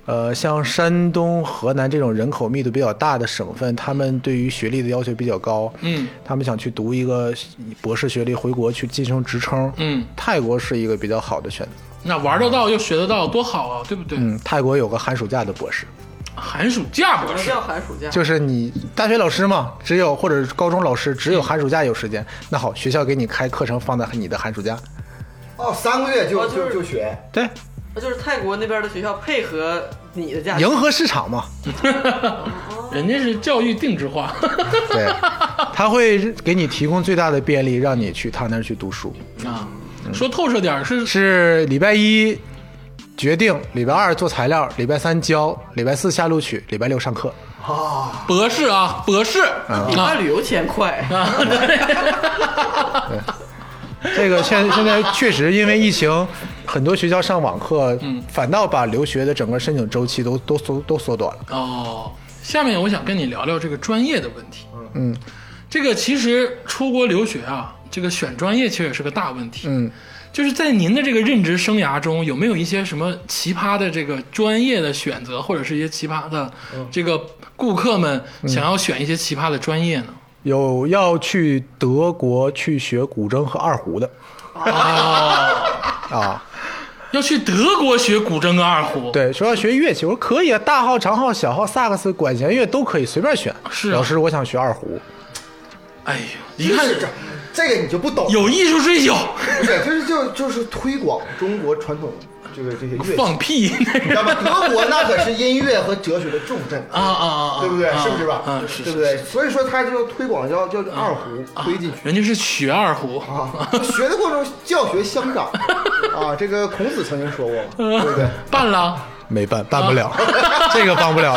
E: 呃，像山东、河南这种人口密度比较大的省份，他们对于学历的要求比较高，
A: 嗯
E: 他们想去读一个博士学历，回国去晋升职称，
A: 嗯，
E: 泰国是一个比较好的选择。
A: 那玩得到又学得到，多好啊，对不对？
E: 嗯，泰国有个寒暑假的博士，
A: 寒暑假
B: 什
A: 博
B: 么
A: 士
B: 叫寒暑假？
E: 就是你大学老师嘛，只有或者是高中老师只有
A: 嗯
E: 寒暑假有时间，那好，学校给你开课程放在你的寒暑假，
D: 哦，三个月就、
B: 哦就是
D: 就就学，
E: 对，
B: 那就是泰国那边的学校配合你的假期，
E: 迎合市场嘛，
A: 人家是教育定制化，
E: 对， 他会给你提供最大的便利，让你去他那儿去读书。
A: 啊，说透彻点儿是
E: 是礼拜一决定，礼拜二做材料，礼拜三交，礼拜四下录取，礼拜六上课。
A: 博士啊，博士
B: 你花
A: 啊
B: 旅游钱快，
A: 啊，对，
E: 这个现 现在确实因为疫情，很多学校上网课，
A: 嗯
E: 反倒把留学的整个申请周期都都缩都缩短了。
A: 哦，下面我想跟你聊聊这个专业的问题。
E: 嗯，
A: 这个其实出国留学啊，这个选专业其实也是个大问题。
E: 嗯，
A: 就是在您的这个任职生涯中，有没有一些什么奇葩的这个专业的选择，或者是一些奇葩的
D: 嗯
A: 这个顾客们想要选一些奇葩的专业呢？
E: 有要去德国去学古筝和二胡的
A: 哦，
E: 啊，
A: 要去德国学古筝跟二胡。，
E: 对，说要学乐器，我说可以啊，大号、长号、小号、萨克斯、管弦乐都可以，随便选。
A: 是啊
E: 老师，我想学二胡。
A: 哎呦，一看
D: 就是这这个你就不懂，
A: 有艺术追求，
D: 不是就是就就是推广中国传统这个这些乐器。
A: 放屁！
D: 那么德国那可是音乐和哲学的重镇
A: 啊啊啊！
D: 对不对？
A: 啊
D: 是不是吧？
A: 啊，是
D: 对
A: 是啊
D: 不对？所以说他就推广叫叫二胡推进去。
A: 人家是学二胡，
D: 啊，学的过程中教学相长啊，这个孔子曾经说过嘛，对不对？啊
A: 办了。
E: 没办，办不了， 这个帮不了，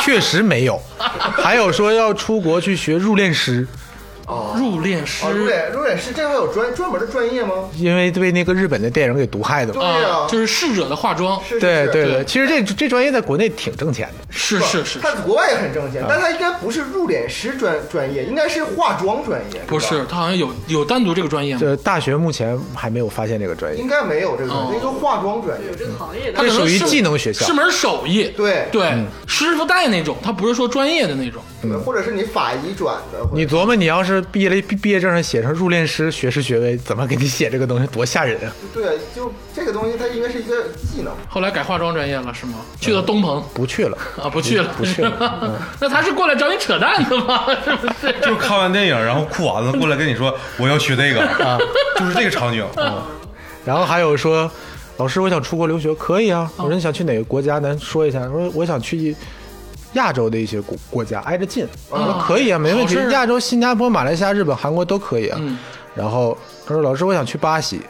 E: 确实没有。还有说要出国去学入殓师，
A: 入殓
D: 啊，入
A: 师
D: 殓入殓师这还有专专门的专业吗？
E: 因为被那个日本的电影给毒害的嘛。
D: 对呀
A: 啊就是逝者的化妆，
D: 是是
E: 哦对
D: 是
E: 对
A: 对
E: 对，其实这这专业在国内挺挣钱的。
A: 是是是，啊
D: 他国外也很挣钱，但他应该不是入殓师专专业，应该是化妆专业，
A: 不
D: 吧？
A: 是他好像有有单独这个专业吗？
E: 这大学目前还没有发现这个专业
D: 应，该没有这个专
A: 哦
D: 业，那就化妆专业
B: 有。这个行业
A: 他
B: 的
A: 可能
E: 这属于
A: 是
E: 技能学校
A: 是门手艺。
D: 对
A: 对，师傅带那种，他不是说专业的那种。
D: 对或者是你法医转的，或者
E: 你琢磨，你要是毕业了毕毕业证上写上入殓师学士学位，怎么给你写这个东西，多吓人啊！
D: 对，就这个东西，它应该是一个技 能。
A: 后来改化妆专业了是吗？去了东鹏
E: 不去了，
A: 啊，不去了，
E: 不去了
A: 那他是过来找你扯淡的吗？是不是？
C: 就是看完电影，然后哭完了过来跟你说我要学这个，就是这个场景。
E: 然后还有说，老师，我想出国留学，可以啊。我
A: 哦
E: 说你想去哪个国家？咱说一下。我说我想去亚洲的一些国国家，挨着近。我说可以啊，没问题
A: 哦好事儿。啊
E: 亚洲，新加坡、马来西亚、日本、韩国都可以啊。
A: 嗯
E: 然后他说，老师，我想去巴西。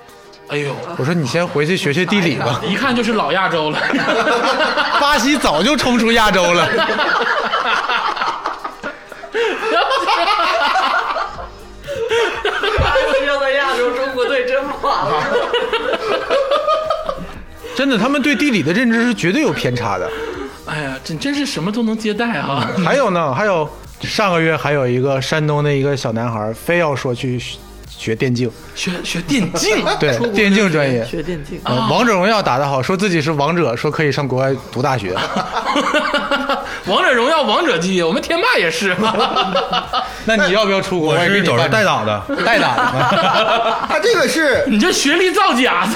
A: 哎呦，
E: 我说你先回去学学地理 吧。
A: 一看就是老亚洲了。 哎
E: 巴西早就冲出亚洲了。
B: 巴西要在亚洲中国队真完了。
E: 真的，他们对地理的认知是绝对有偏差的。
A: 哎呀，真真是什么都能接待啊！
E: 还有呢，还有上个月还有一个山东的一个小男孩，非要说去学学电竞，
A: 学学电竞，
E: 对
A: 出国
E: 电竞专业。
B: 学电竞，
C: 哦
E: 呃王者荣耀打得好，说自己是王者，说可以上国外读 大学。
A: 王者荣耀、王者基，我们天霸也是。
E: 那你要不要出国？
C: 我
E: 也给
C: 是
E: 你
C: 找人
E: 办
C: 代打 的，
E: 代打的。
D: 他这个是
A: 你这学历造假！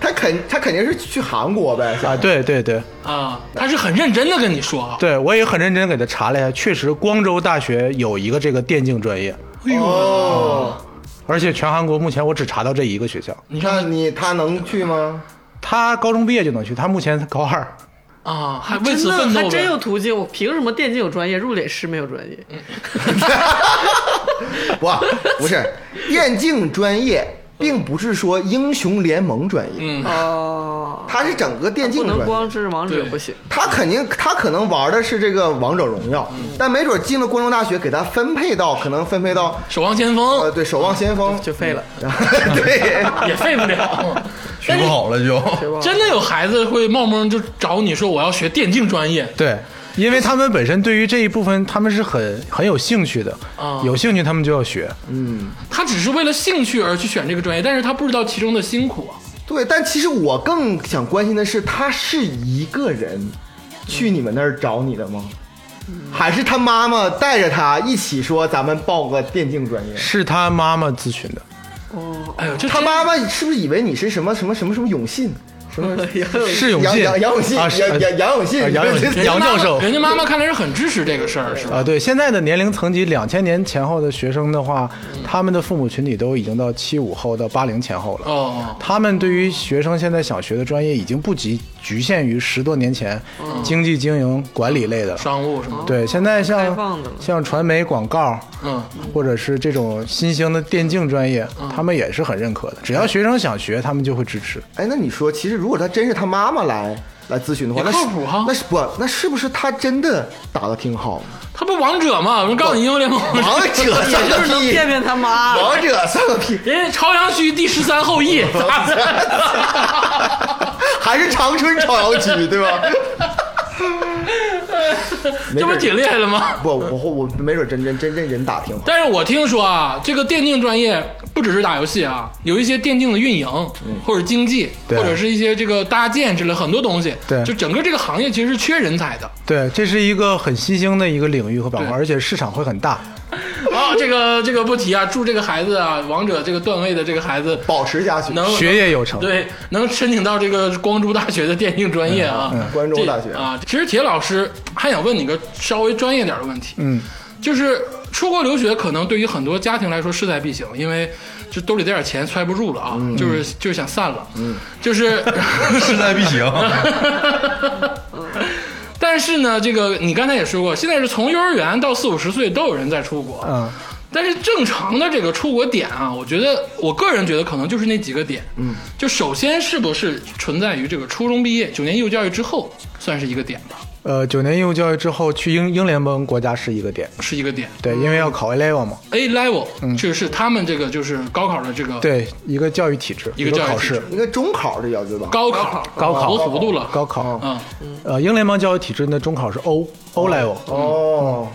D: 他肯他肯定是去韩国呗，
E: 啊，对对对
A: 啊，他是很认真的跟你说啊，
E: 对，我也很认真给他查了一下，确实光州大学有一个这个电竞专业，
A: 哎呦，
D: 哦，
E: 而且全韩国目前我只查到这一个学校，
A: 你
D: 那
A: 看
D: 你他能去吗？
E: 他高中毕业就能去，他目前高二，
A: 啊，还为
B: 真
A: 此
B: 的
A: 奋
B: 还
A: 斗
B: 真有
A: 呗。
B: 途径，我凭什么电竞有专业，入殓师没有专业？
D: 不，不是，电竞专业并不是说英雄联盟专业，
A: 嗯，
B: 哦，
D: 他是整个电
B: 不
D: 竞专
B: 能
D: 业。
B: 光是王者
A: 对
B: 不行。
D: 他肯定，他可能玩的是这个王者荣耀，
B: 嗯
D: 但没准进了光州大学，给他分配到可能分配到
A: 守望先
D: 呃，
B: 哦
A: 锋
D: 对，守望先锋，
B: 就废了，
D: 对，
A: 也废不 了。
B: 哦
C: 学不好了就。
B: 对 吧？
A: 真的有孩子会冒蒙就找你说我要学电竞专业，
E: 对， 因为他们本身对于这一部分他们是很很有兴趣的
C: 哦
A: 啊，
E: 有兴趣他们就要学，
A: 他只是为了兴趣而去选这个专业，但是他不知道其中的辛苦啊。
D: 对，但其实我更想关心的是，他是一个人去你们那儿找你的吗？还是他妈妈带着他一起说咱们报个电竞专业？
E: 是他妈妈咨询的，
A: 哎呦，这
D: 他
A: 真
D: 妈妈是不是以为你是什么什么什么什么永信？什么
E: 是永
D: 杨
E: 信，
D: 杨杨永信？
E: 啊
D: 杨
E: 是
D: 杨杨永
E: 啊
D: 信？
E: 杨永信
D: 对
E: 杨教 授
A: 人家妈妈看来是很支持这个事儿，是吧？
E: 啊，对，现在的年龄层级，两千年前后的学生的话，他们的父母群体都已经到七五后到八零前后了。
A: 哦，
E: 他们对于学生现在想学的专业，已经不局局限于十多年前
A: 嗯
E: 经济经营管理类的。
A: 商务什么的，
E: 对，现在
B: 开
E: 像
B: 放的了
E: 像传媒广告，
A: 嗯，
E: 或者是这种新兴的电竞专业，他们也是很认可的。只要学生想学，他们就会支持。
D: 哎，那你说，其实如果他真是他妈妈来来咨询的话，
A: 也
D: 那是
A: 靠谱哈
D: 那是不，那是不是他真的打的挺好？
A: 他不王者嘛？我告诉你，英雄联盟，
B: 哦
D: 王者
B: 也
D: 算
B: 就
D: 个
B: 是能
D: 屁！
B: 骗骗啊他妈。
D: 王者算个屁！
A: 人家朝阳区第十三后
B: 哦
A: 裔， 咋 的？
D: 还是长春朝阳区，对吧？没
A: 这不
D: 准
A: 是挺厉害的吗？
D: 不，我我我没准真真真真人打挺好。
A: 但是我听说啊，这个电竞专业不只是打游戏啊，有一些电竞的运营，或者经济，
E: 嗯对
A: 或者是一些这个搭建之类很多东西。
E: 对
A: 就整个这个行业其实是缺人才 的
E: 对，这是一个很新兴的一个领域和板块，
A: 对
E: 而且市场会很大。
A: 啊。这个这个不提啊，祝这个孩子啊，王者这个段位的这个孩子
D: 保持下去，
A: 能
E: 学业有成，
A: 对能申请到这个光州大学的电竞专业啊，
E: 嗯
D: 关州大学
A: 这啊。其实铁老师还想问你个稍微专业点的问题，
E: 嗯，
A: 就是出国留学可能对于很多家庭来说势在必行，因为就兜里这点钱揣不住了啊，就是就是想散了，嗯，就是，
C: 势在必行。
A: 但是呢，这个你刚才也说过，现在是从幼儿园到四五十岁都有人在出国，
E: 嗯，
A: 但是正常的这个出国点啊，我觉得我个人觉得可能就是那几个点，嗯，就首先是不是存在于这个初中毕业九年义务教育之后算是一个点吧，
E: 呃，九年义务教育之后去英英联邦国家是一个点，
A: 是一个点
E: 对，因为要考 A level 嘛，
A: ，A level、就是他们这个就是高考的这个
E: 嗯对，一个教育体制，
A: 一
E: 一
A: 个教育
E: 考
A: 体制
E: 试，
D: 应该中考这叫对吧？
A: 高考
E: 高考
A: 糊糊涂了，
E: 高考，
A: 嗯，
E: 呃，英联邦教育体制呢，中考是 O O level，
D: 哦，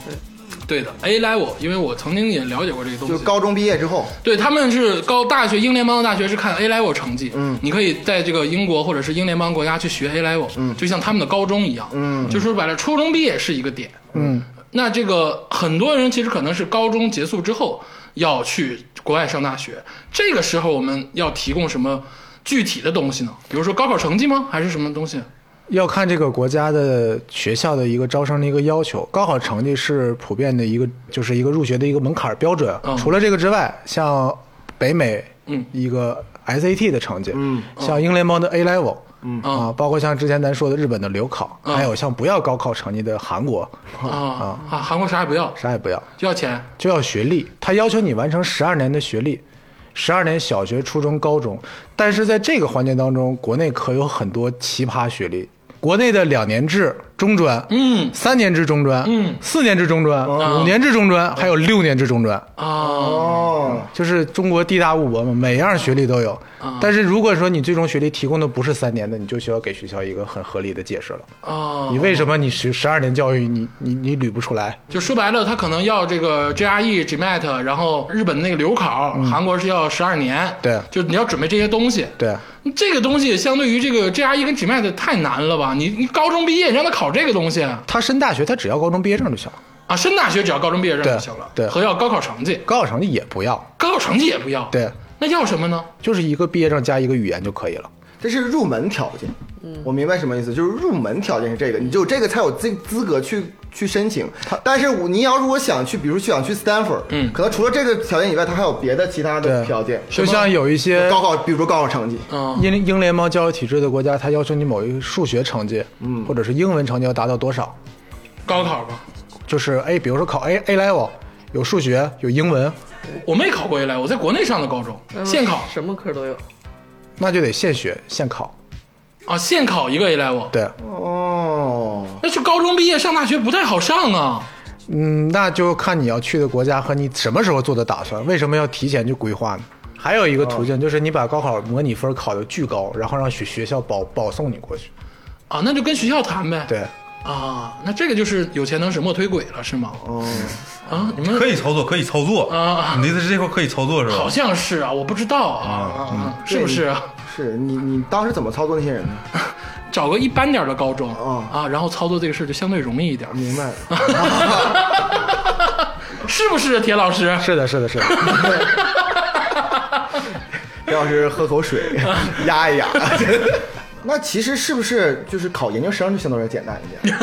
A: 对的，A level，因为我曾经也了解过这个东
D: 就
A: 西。
D: 高中毕业之后，
A: 对，他们是高大学英联邦的大学是看 A level 成绩，嗯，你可以在这个英国或者是英联邦国家去学 A level，嗯，就像他们的高中一样，嗯，就说白了，初中毕业是一个点，
E: 嗯，
A: 那这个很多人其实可能是高中结束之后要去国外上大学，这个时候我们要提供什么具体的东西呢？比如说高考成绩吗？还是什么东西？
E: 要看这个国家的学校的一个招生的一个要求，高考成绩是普遍的一个，就是一个入学的一个门槛标准啊
A: 嗯。
E: 除了这个之外，像北美，
A: 嗯
E: 一个 SAT 的成绩，嗯，像英联邦的 A level。嗯啊，包括像之前咱说的日本的留考，
A: 嗯
E: 还有像不要高考成绩的韩国，
A: 啊啊，韩国啥也不要，
E: 啥也不要，
A: 就要钱，
E: 就要学历，他要求你完成十二年的学历，十二年小学、初中、高中。但是在这个环节当中，国内可有很多奇葩学历。国内的两年制中专，
A: 嗯
E: 三年制中专，
A: 嗯
E: 四年制中专，五年制中专，还有六年制中专，
A: 啊
D: 哦，
E: 就是中国地大物博嘛，每样学历都有。
A: 啊
E: 但是如果说你最终学历提供的不是三年的，你就需要给学校一个很合理的解释了。
A: 啊！
E: 你为什么你十十二年教育你你你捋不出来？
A: 就说白了，他可能要这个 E GRE、GMAT，然后日本那个留考，韩国是要十二年，
E: 嗯对
A: 就你要准备这些东西。
E: 对。啊
A: 这个东西相对于这个 GRE 跟 GMAT 太难了吧？你你高中毕业，你让他考这个东西啊？
E: 他申大学，他只要高中毕业证就行了。
A: 升大学只要高中毕业证就
E: 对
A: 行了，
E: 对
A: 和要高考成绩，
E: 高考成绩也不要，
A: 高考成绩也不要，，
E: 对，
A: 那要什么呢？
E: 就是一个毕业证加一个语言就可以了。
D: 这是入门条件。嗯，我明白什么意思，就是入门条件是这个，你只有这个才有资资格去去申请。但是我你要如果想去，比如想去斯坦福，
A: 嗯
D: 可能除了这个条件以外，它还有别的其他的
E: 对
D: 条件，
E: 就像有一些
D: 高考，比如说高考成绩，
A: 嗯，
E: 英英联邦教育体制的国家，它要求你某一数学成绩，嗯，或者是英文成绩要达到多少，
A: 高考吧，
E: 就是 A，比如说考 A A level，有数学，有英文，
A: 我没考过 A 来，我在国内上的高中，
B: 嗯
A: 现考
B: 什么科都有，
E: 那就得现学现考。
A: 啊，现考一个 A 来我。
E: 对，
D: 哦，
A: 那就高中毕业上大学不太好上啊。
E: 嗯，那就看你要去的国家和你什么时候做的打算。为什么要提前去规划呢？还有一个
D: 哦
E: 途径就是你把高考模拟分考的巨高，然后让学学校保保送你过去。
A: 啊，那就跟学校谈呗。
E: 对，
A: 啊，那这个就是有钱能使磨推鬼了，是吗？哦，啊，你们
C: 可以操作，可以操作
A: 啊
C: 你的意思是这块可以操作是
A: 好
C: 吧？
A: 像是啊，我不知道啊，啊是不是啊？
D: 是你你当时怎么操作那些人呢？
A: 找个一般点儿的高中
D: 哦
A: 啊，然后操作这个事儿就相对容易一点儿，
D: 明白了。
A: 是不是？啊铁老师，
E: 是的，是的，是的。
D: 李老师喝口 水，压一压。 那其实是不是就是考研究生就相对来说简单一点？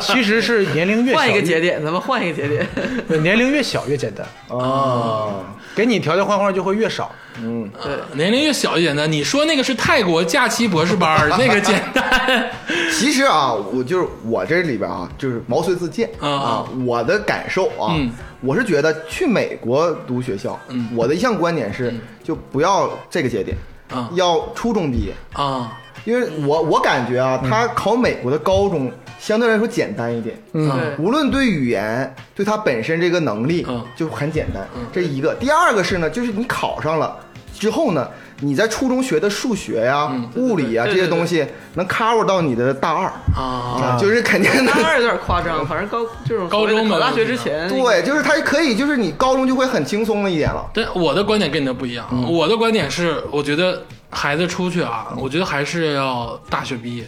E: 其实是年龄越小
B: 换一个
E: 越
B: 节点，咱们换一个节点。
E: 对年龄越小越简单，
D: 哦，
E: 给你条件换换就会越少。
B: 对，
A: 呃年龄越小一简单。你说那个是泰国假期博士班儿，那个简单。
D: 其实啊，我就是我这里边啊，就是毛遂自荐
A: 啊
D: 啊，我的感受啊，
A: 嗯
D: 我是觉得去美国读学校，我的一项观点是，就不要这个节点，
A: 嗯啊
D: 要初中毕业，
A: 啊，
D: 因为我我感觉
A: 嗯
D: 啊，他考美国的高中相对来说简单一点，
B: 嗯
D: 无论对语言，对他本身这个能力
A: 嗯，
D: 就很简单。这一个，第二个是呢，就是你考上了之后呢，你在初中学的数学呀、物理啊这
B: 嗯对对
D: 些
B: 对
D: 东西，能 cover 到你的大二
A: 啊，
D: 就是肯定 能。
B: 大二有点夸张，反正高这种
A: 高中嘛
B: 考大学之前，
D: 对，就是他可以，就是你高中就会很轻松了一点了。
A: 但我的观点跟你的不一样啊，我的观点是，我觉得孩子出去啊，我觉得还是要大学毕业，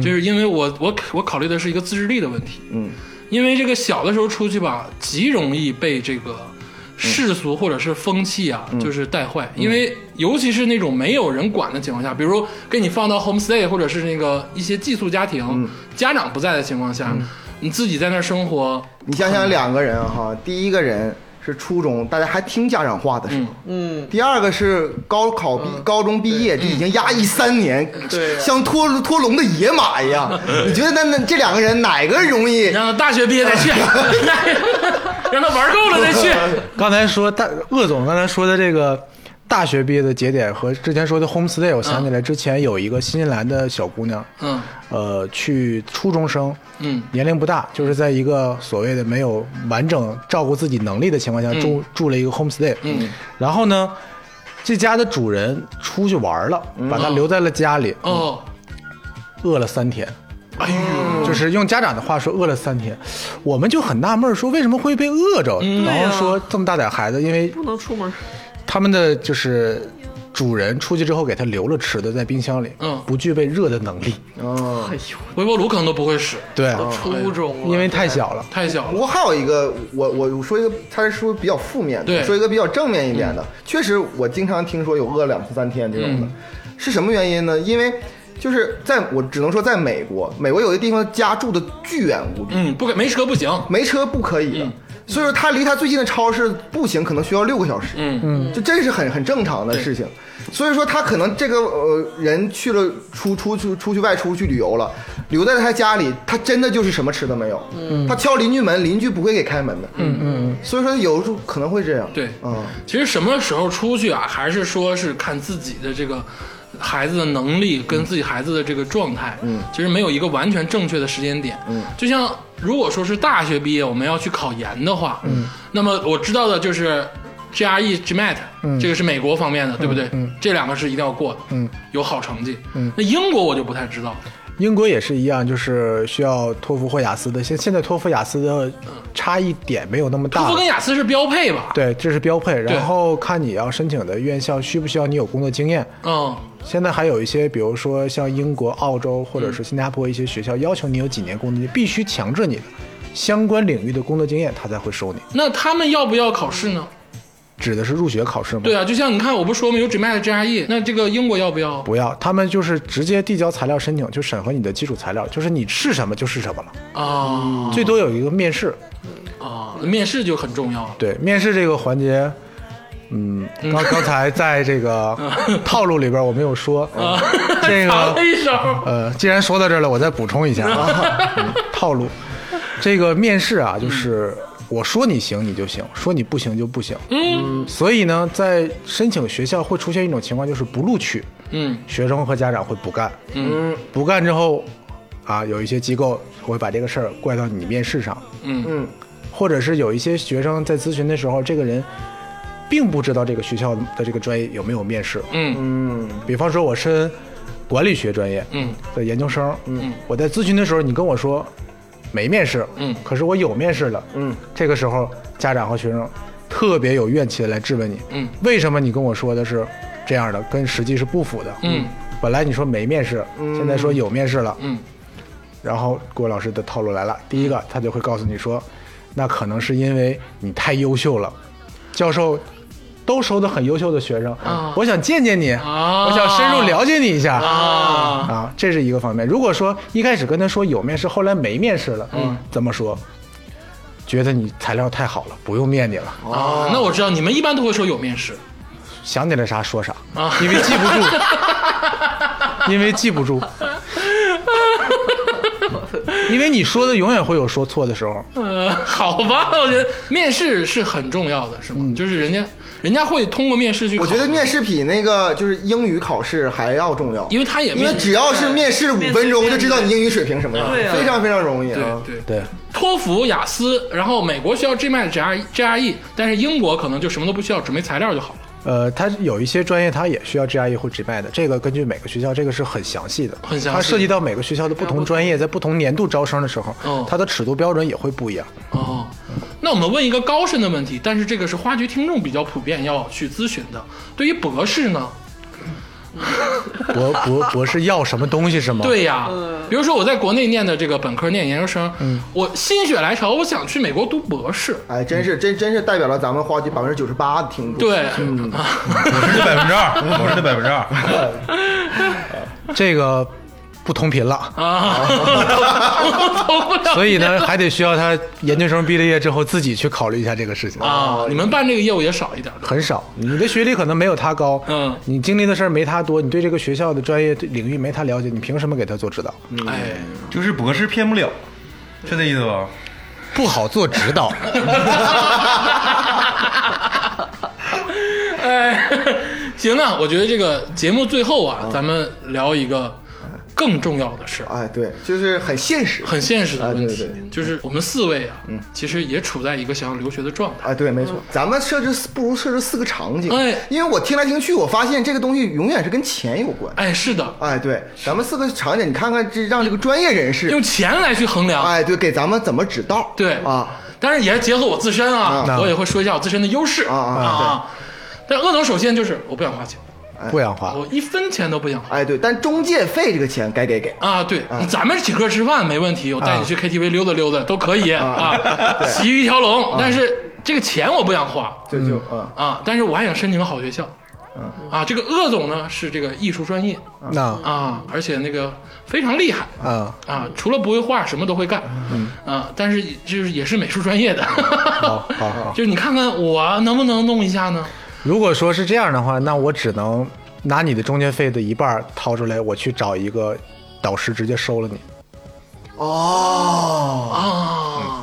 A: 就是因为我我我考虑的是一个自制力的问题，
D: 嗯，
A: 因为这个小的时候出去吧，极容易被这个世俗或者是风气啊，就是带坏，因为尤其是那种没有人管的情况下，比如给你放到 homestay 或者是那个一些寄宿家庭，家长不在的情况下，你自己在那儿生活，
D: 你想
B: 嗯
D: 想两个人啊哈，第一个人是初中，大家还听家长话的时候。
B: 嗯，
D: 第二个是高考毕、
A: 嗯
D: 高中毕业，这已经压抑三年，
B: 对啊
D: 像脱脱笼的野马一样。你觉得那那这两个人哪个容易？
A: 让他大学毕业再去，让他玩够了再去。
E: 刚才说大鄂总刚才说的这个大学毕业的节点和之前说的 homestay，我想起来之前有一个新西兰的小姑娘，
A: 嗯
E: 呃，去初中生，
A: 嗯
E: 年龄不大，就是在一个所谓的没有完整照顾自己能力的情况
A: 嗯
E: 下住、住了一个 homestay，嗯，然后呢，这家的主人出去玩了，把她留在了家里，
A: 嗯哦，
E: 饿了三天。
A: 哎呦，
E: 就是用家长的话说，饿了三天，我们就很纳闷儿说为什么会被饿着，
A: 嗯
E: 然
A: 啊
E: 后说这么大点儿孩子，因为
B: 不能出门。
E: 他们的就是主人出去之后给他留了吃的在冰箱里，
A: 嗯
E: 不具备热的能力，
B: 哎呦，
A: 微波炉可能都不会使，
E: 对，
B: 初中了，
E: 啊因为太小了。
A: 太小
D: 不
A: 了。
D: 过还有一个，我我我说一个，他是说比较负面
A: 对嗯
D: 的，说一个比较正面一点的。确实，我经常听说有饿两次三天这种的，是什么原因呢？因为就是在我只能说在美国，美国有的地方家住的巨远无比，
A: 嗯，不嗯给没车不行。
D: 没车不可以的，所以说他离他最近的超市步行可能需要六个小时。
A: 嗯，
D: 就这是很很正常的事情。所以说他可能这个呃人去了出出出出去外出去旅游了，留在他家里，他真的就是什么吃的没有。嗯，他敲邻居门，邻居不会给开门的。嗯嗯，所以说有时候可能会这样。
A: 对
D: 嗯，
A: 其实什么时候出去啊，还是说是看自己的这个孩子的能力跟自己孩子的这个状态。嗯，其实没有一个完全正确的时间点。嗯，就像如果说是大学毕业我们要去考研的话，嗯，那么我知道的就是。GRE、GMAT，、这 E 个是美国方面的，对不对？这两个是一定要过的，嗯，有好成绩。嗯，那英国我就不太知道，
E: 英国也是一样，就是需要托福或雅思的。现现在托福雅思的差异点没有那么
A: 托
E: 大
A: 福跟
E: 了，
A: 雅思是标配吧？
E: 对，这是标配。然后看你要申请的院校需不需要你有工作经验。
A: 嗯，
E: 现在还有一些，比如说像英国、澳洲或者是新加坡一些学校，要求你有几年工作经验，必须强制你的相关领域的工作经验，他才会收你。
A: 那他们要不要考试呢？
E: 指的是入学考试吗？
A: 对啊，就像你看，我不说吗？有 GMAT、GRE，那 E，这个英国要不要？
E: 不要，他们就是直接递交材料申请，就审核你的基础材料，就是你是什么就是什么了，
D: 嗯
A: 啊
E: 最多有一个面试。
A: 啊，面试就很重要了。
E: 对，面试这个环节，嗯，刚刚才在这个套路里边我没有说，
A: 嗯
E: 这
A: 藏了
E: 个
A: 一手，
E: 呃，既然说到这儿了，我再补充一下啊， 嗯套路，这个面试啊，就是我说你行你就行，说你不行就不行。
A: 嗯
E: 所以呢，在申请学校会出现一种情况，就是不录取，
A: 嗯
E: 学生和家长会不干，
A: 嗯
E: 不干之后，啊，有一些机构会把这个事儿怪到你面试上，
A: 嗯
D: 嗯
E: 或者是有一些学生在咨询的时候，这个人并不知道这个学校的这个专业有没有面试。
A: 嗯
D: 嗯
E: 比方说，我申管理学专业
A: 嗯
E: 的研究生，
A: 嗯，
E: 我在咨询的时候，你跟我说没面试，
A: 嗯
E: 可是我有面试了，
D: 嗯，
E: 这个时候家长和学生特别有怨气的来质问你，
A: 嗯，
E: 为什么你跟我说的是这样的，跟实际是不符的，
A: 嗯，
E: 本来你说没面试，现在说有面试了，
A: 嗯
E: 然后郭老师的套路来了，第一个他就会告诉你说，那可能是因为你太优秀了，教授。都收的很优秀的学生，
A: 啊
E: 我想见见你，
A: 啊
E: 我想深入了解你一下
A: 啊
E: 啊，这是一个方面。如果说一开始跟他说有面试，后来没面试了，嗯，怎么说？觉得你材料太好了，不用面你了，
A: 啊，那我知道你们一般都会说有面试
E: 想起来啥说啥，
A: 啊
E: 因为记不 住，因为记不住，因为你说的永远会有说错的时候。
A: 呃， 好吧，我觉得面试是很重要的，是吗？就是人家人家会通过面试去考，
D: 嗯我觉得面试比那个就是英语考试还要重要，
A: 因为他也
D: 因为
A: 面
D: 只要是面试五分钟就知道你英语水平什么样，
B: 对啊
D: 非常非常容易
A: 对
D: 啊。
A: 对。
E: 对，
A: 托福、雅思，然后美国需要 GMAT、GRE、GRE，但 E，是英国可能就什么都不需要，准备材料就好了。
E: 呃，它有一些专业它也需要 GRE 或 GMAT 的，这个根据每个学校这个是很详细的，
A: 很详细
E: 它涉及到每个学校的不同专业，在不同年度招生的时候，
A: 哦
E: 它的尺度标准也会不一样。
A: 哦，那我们问一个高深的问题，但是这个是花局听众比较普遍要去咨询的。对于博士呢？
E: 博 博博士要什么东西是吗？，
A: 对呀，比如说我在国内念的这个本科，念研究生，
D: 嗯
A: 我心血来潮，我想去美国读博士。
D: 哎，真是真真是代表了咱们花局百分之九十八的听众。
A: 对，
C: 我是这百分之二，我是这百分之二。
E: 这个不同频 了。
A: 啊，我投
D: 哦
A: 不了。
E: 所以呢，还得需要他研究生毕了业之后自己去考虑一下这个事情。
D: 哦
A: 啊，你们办这个业务也少一点。
E: 很少，你的学历可能没有他高，
A: 嗯
E: 你经历的事儿没他多，你对这个学校的专业领域没他了解，你凭什么给他做指导？
D: 嗯
A: 哎，
C: 就是博士骗不了，是这意思吧？
E: 不好做指导，
A: 哎，行啊，我觉得这个节目最后
D: 嗯
A: 啊，咱们聊一个更重要的事儿，
D: 哎，对，就是很现实。
A: 很现实的问
D: 啊
A: 题，
D: 对对嗯
A: 就是我们四位啊，其实也处在一个想要留学的状态。
D: 哎，对，没错，咱们设置四不如设置四个场景。
A: 哎
D: 因为我听来听去，我发现这个东西永远是跟钱有关。
A: 哎，是的，
D: 哎，对，咱们四个场景，你看看这让这个专业人士，
A: 用钱来去衡量，
D: 哎，对，给咱们怎么指道？
A: 对
D: 啊，，
A: 但是也结合我自身啊，
E: 啊
A: 我也会说一下我自身的优势
D: 啊啊啊
A: 啊。但恶总首先就是我不想花钱，
E: 不想花。
A: 我一分钱都不想花。
D: 哎，对，但中介费这个钱该给给。
A: 啊，对，咱们请客吃饭没问题，我带你去 KTV 溜达溜达都可以 啊，洗浴一条龙。但是这个钱我不想花
D: 就就啊，
A: 啊，但是我还想申请个好学校。啊，这个鄂总呢是这个艺术专业
E: 那
A: 啊，而且那个非常厉害
E: 啊，
A: 啊，除了不会画什么都会干，啊，但是就是也是美术专业的，
E: 好好 好。
A: 就是你看看我能不能弄一下呢？
E: 如果说是这样的话，那我只能拿你的中介费的一半儿掏出来，我去找一个导师直接收了你。
D: 哦，
A: 啊，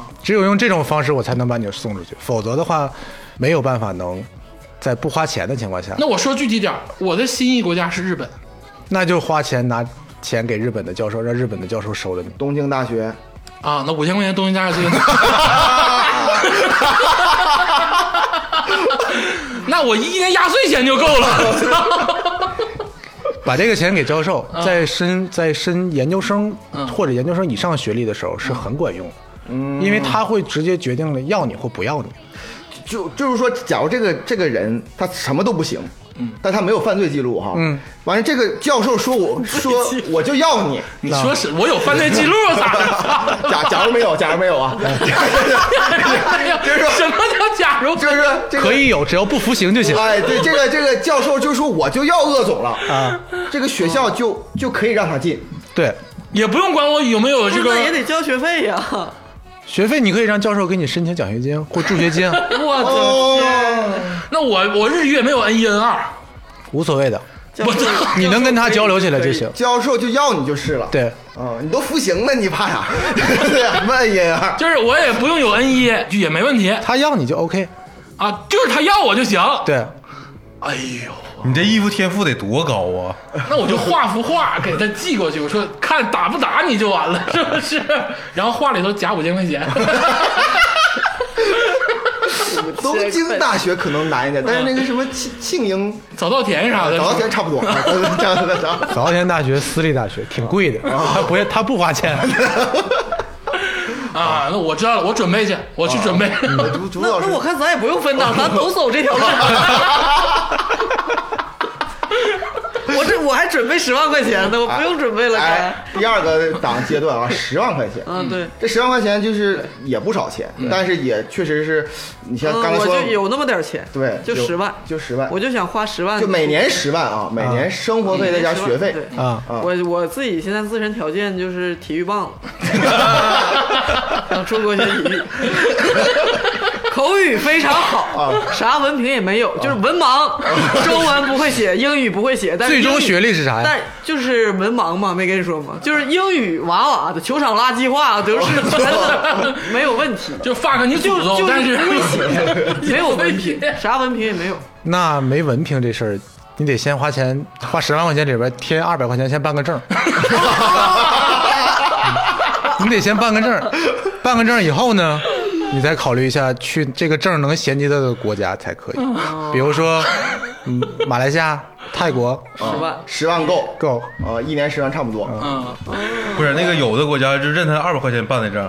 E: 嗯只有用这种方式，我才能把你送出去，否则的话，没有办法能在不花钱的情况下，
A: 那我说具体点儿，我的心仪国家是日本，
E: 那就花钱拿钱给日本的教授，让日本的教授收了你。
D: 东京大学，
A: 啊，那五千块钱东京加这个， 那我一年压岁钱就够了。
E: 把这个钱给教授，在申在申研究生或者研究生以上学历的时候是很管用的，因为他会直接决定了要你或不要你。
D: 就就是说，假如这个这个人他什么都不行，但他没有犯罪记录哈。
E: 嗯，
D: 完了这个教授说我说我就要你，
A: 你说是我有犯罪记录咋 的？
D: 假假如没有，假如没有啊，
A: 哎呀
D: 真是
A: 什么叫假如？
D: 就是这个
E: 嗯可以有，只要不服刑就行。
D: 哎，对，这个这个教授就说我就要鄂总了啊，这个学校就就可以让他进。
E: 对，
A: 也不用管我有没有这
B: 那也
A: 个
B: 得交学费 呀！
E: 学费你可以让教授给你申请奖学金或助学 金，啊
B: 我的
D: 哦，
A: 那我我日语也没有 N 一 N 二，
E: 无所谓的，
B: 教授，
E: 你能跟他交流起来就 行。
D: 教授就要你就是了。
E: 对，
D: 啊，你都服刑了，你怕啥？ 啊什么阴二？
A: 就是我也不用有 N 一就也没问题
E: 他要你就 OK。
A: 啊，就是他要我就行。
E: 对，
A: 哎呦，
C: 你这艺术天赋得多高啊！
A: 那我就画幅画给他寄过去，我说看打不打你就完了， 是不是？然后画里头夹五千块钱，
D: 东京大学可能难一点，但是那个
B: 嗯
D: 什么庆庆英
A: 早稻田啥的，
D: 早稻田差不 多，差不多差不多。
E: 早稻田大学私立大学挺贵的，他 不他不花钱。
A: 啊，那我知道了，我准备去，我去准备。
D: 主主
B: 那
D: 老师
B: 那我看咱也不用分档，咱都走这条路。 我这我还准备十万块钱呢，我不用准备了，该。
D: 哎，第二个档阶段啊，十万块钱。
B: 嗯，对，
D: 这十万块钱就是也不少钱，但是也确实是，你像
B: 嗯，
D: 刚才
B: 我
D: 说，
B: 就有那么点钱，
D: 对，
B: 就
D: 有
B: 十万，
D: 就十万，
B: 我就想花十万，
D: 就每年十万啊，每年生活费再加学费
B: 对
E: 啊
D: 啊
B: 我我自己现在自身条件就是体育棒子，想出国学体育，口语非常好，啥文凭也没有，就是文盲，中文不会写，英语不会写，但是
E: 最终
B: 英语
E: 学历是啥呀
B: 但就是文盲嘛，没跟你说吗？就是英语娃娃的球场垃圾话都是全的没有问题，
A: 就 fuck 你祖
B: 就
A: 宗，
B: 就
A: 但是
B: 不会写，没有文凭
A: 不会写，
B: 啥文凭也没有。
E: 那没文凭这事儿，你得先花钱，花十万块钱里边贴二百块钱先办 个证儿。你得先办个证儿，办个证儿以后呢，你再考虑一下去这个证儿能衔接到的国家才可以，
B: 哦
E: 比如说，嗯，马来西亚、泰国
B: 十万，
D: 十万够
E: 够。
D: 啊，一年十万差不多。
A: 嗯，
C: 不是那个有的国家就认他二百块钱办的证，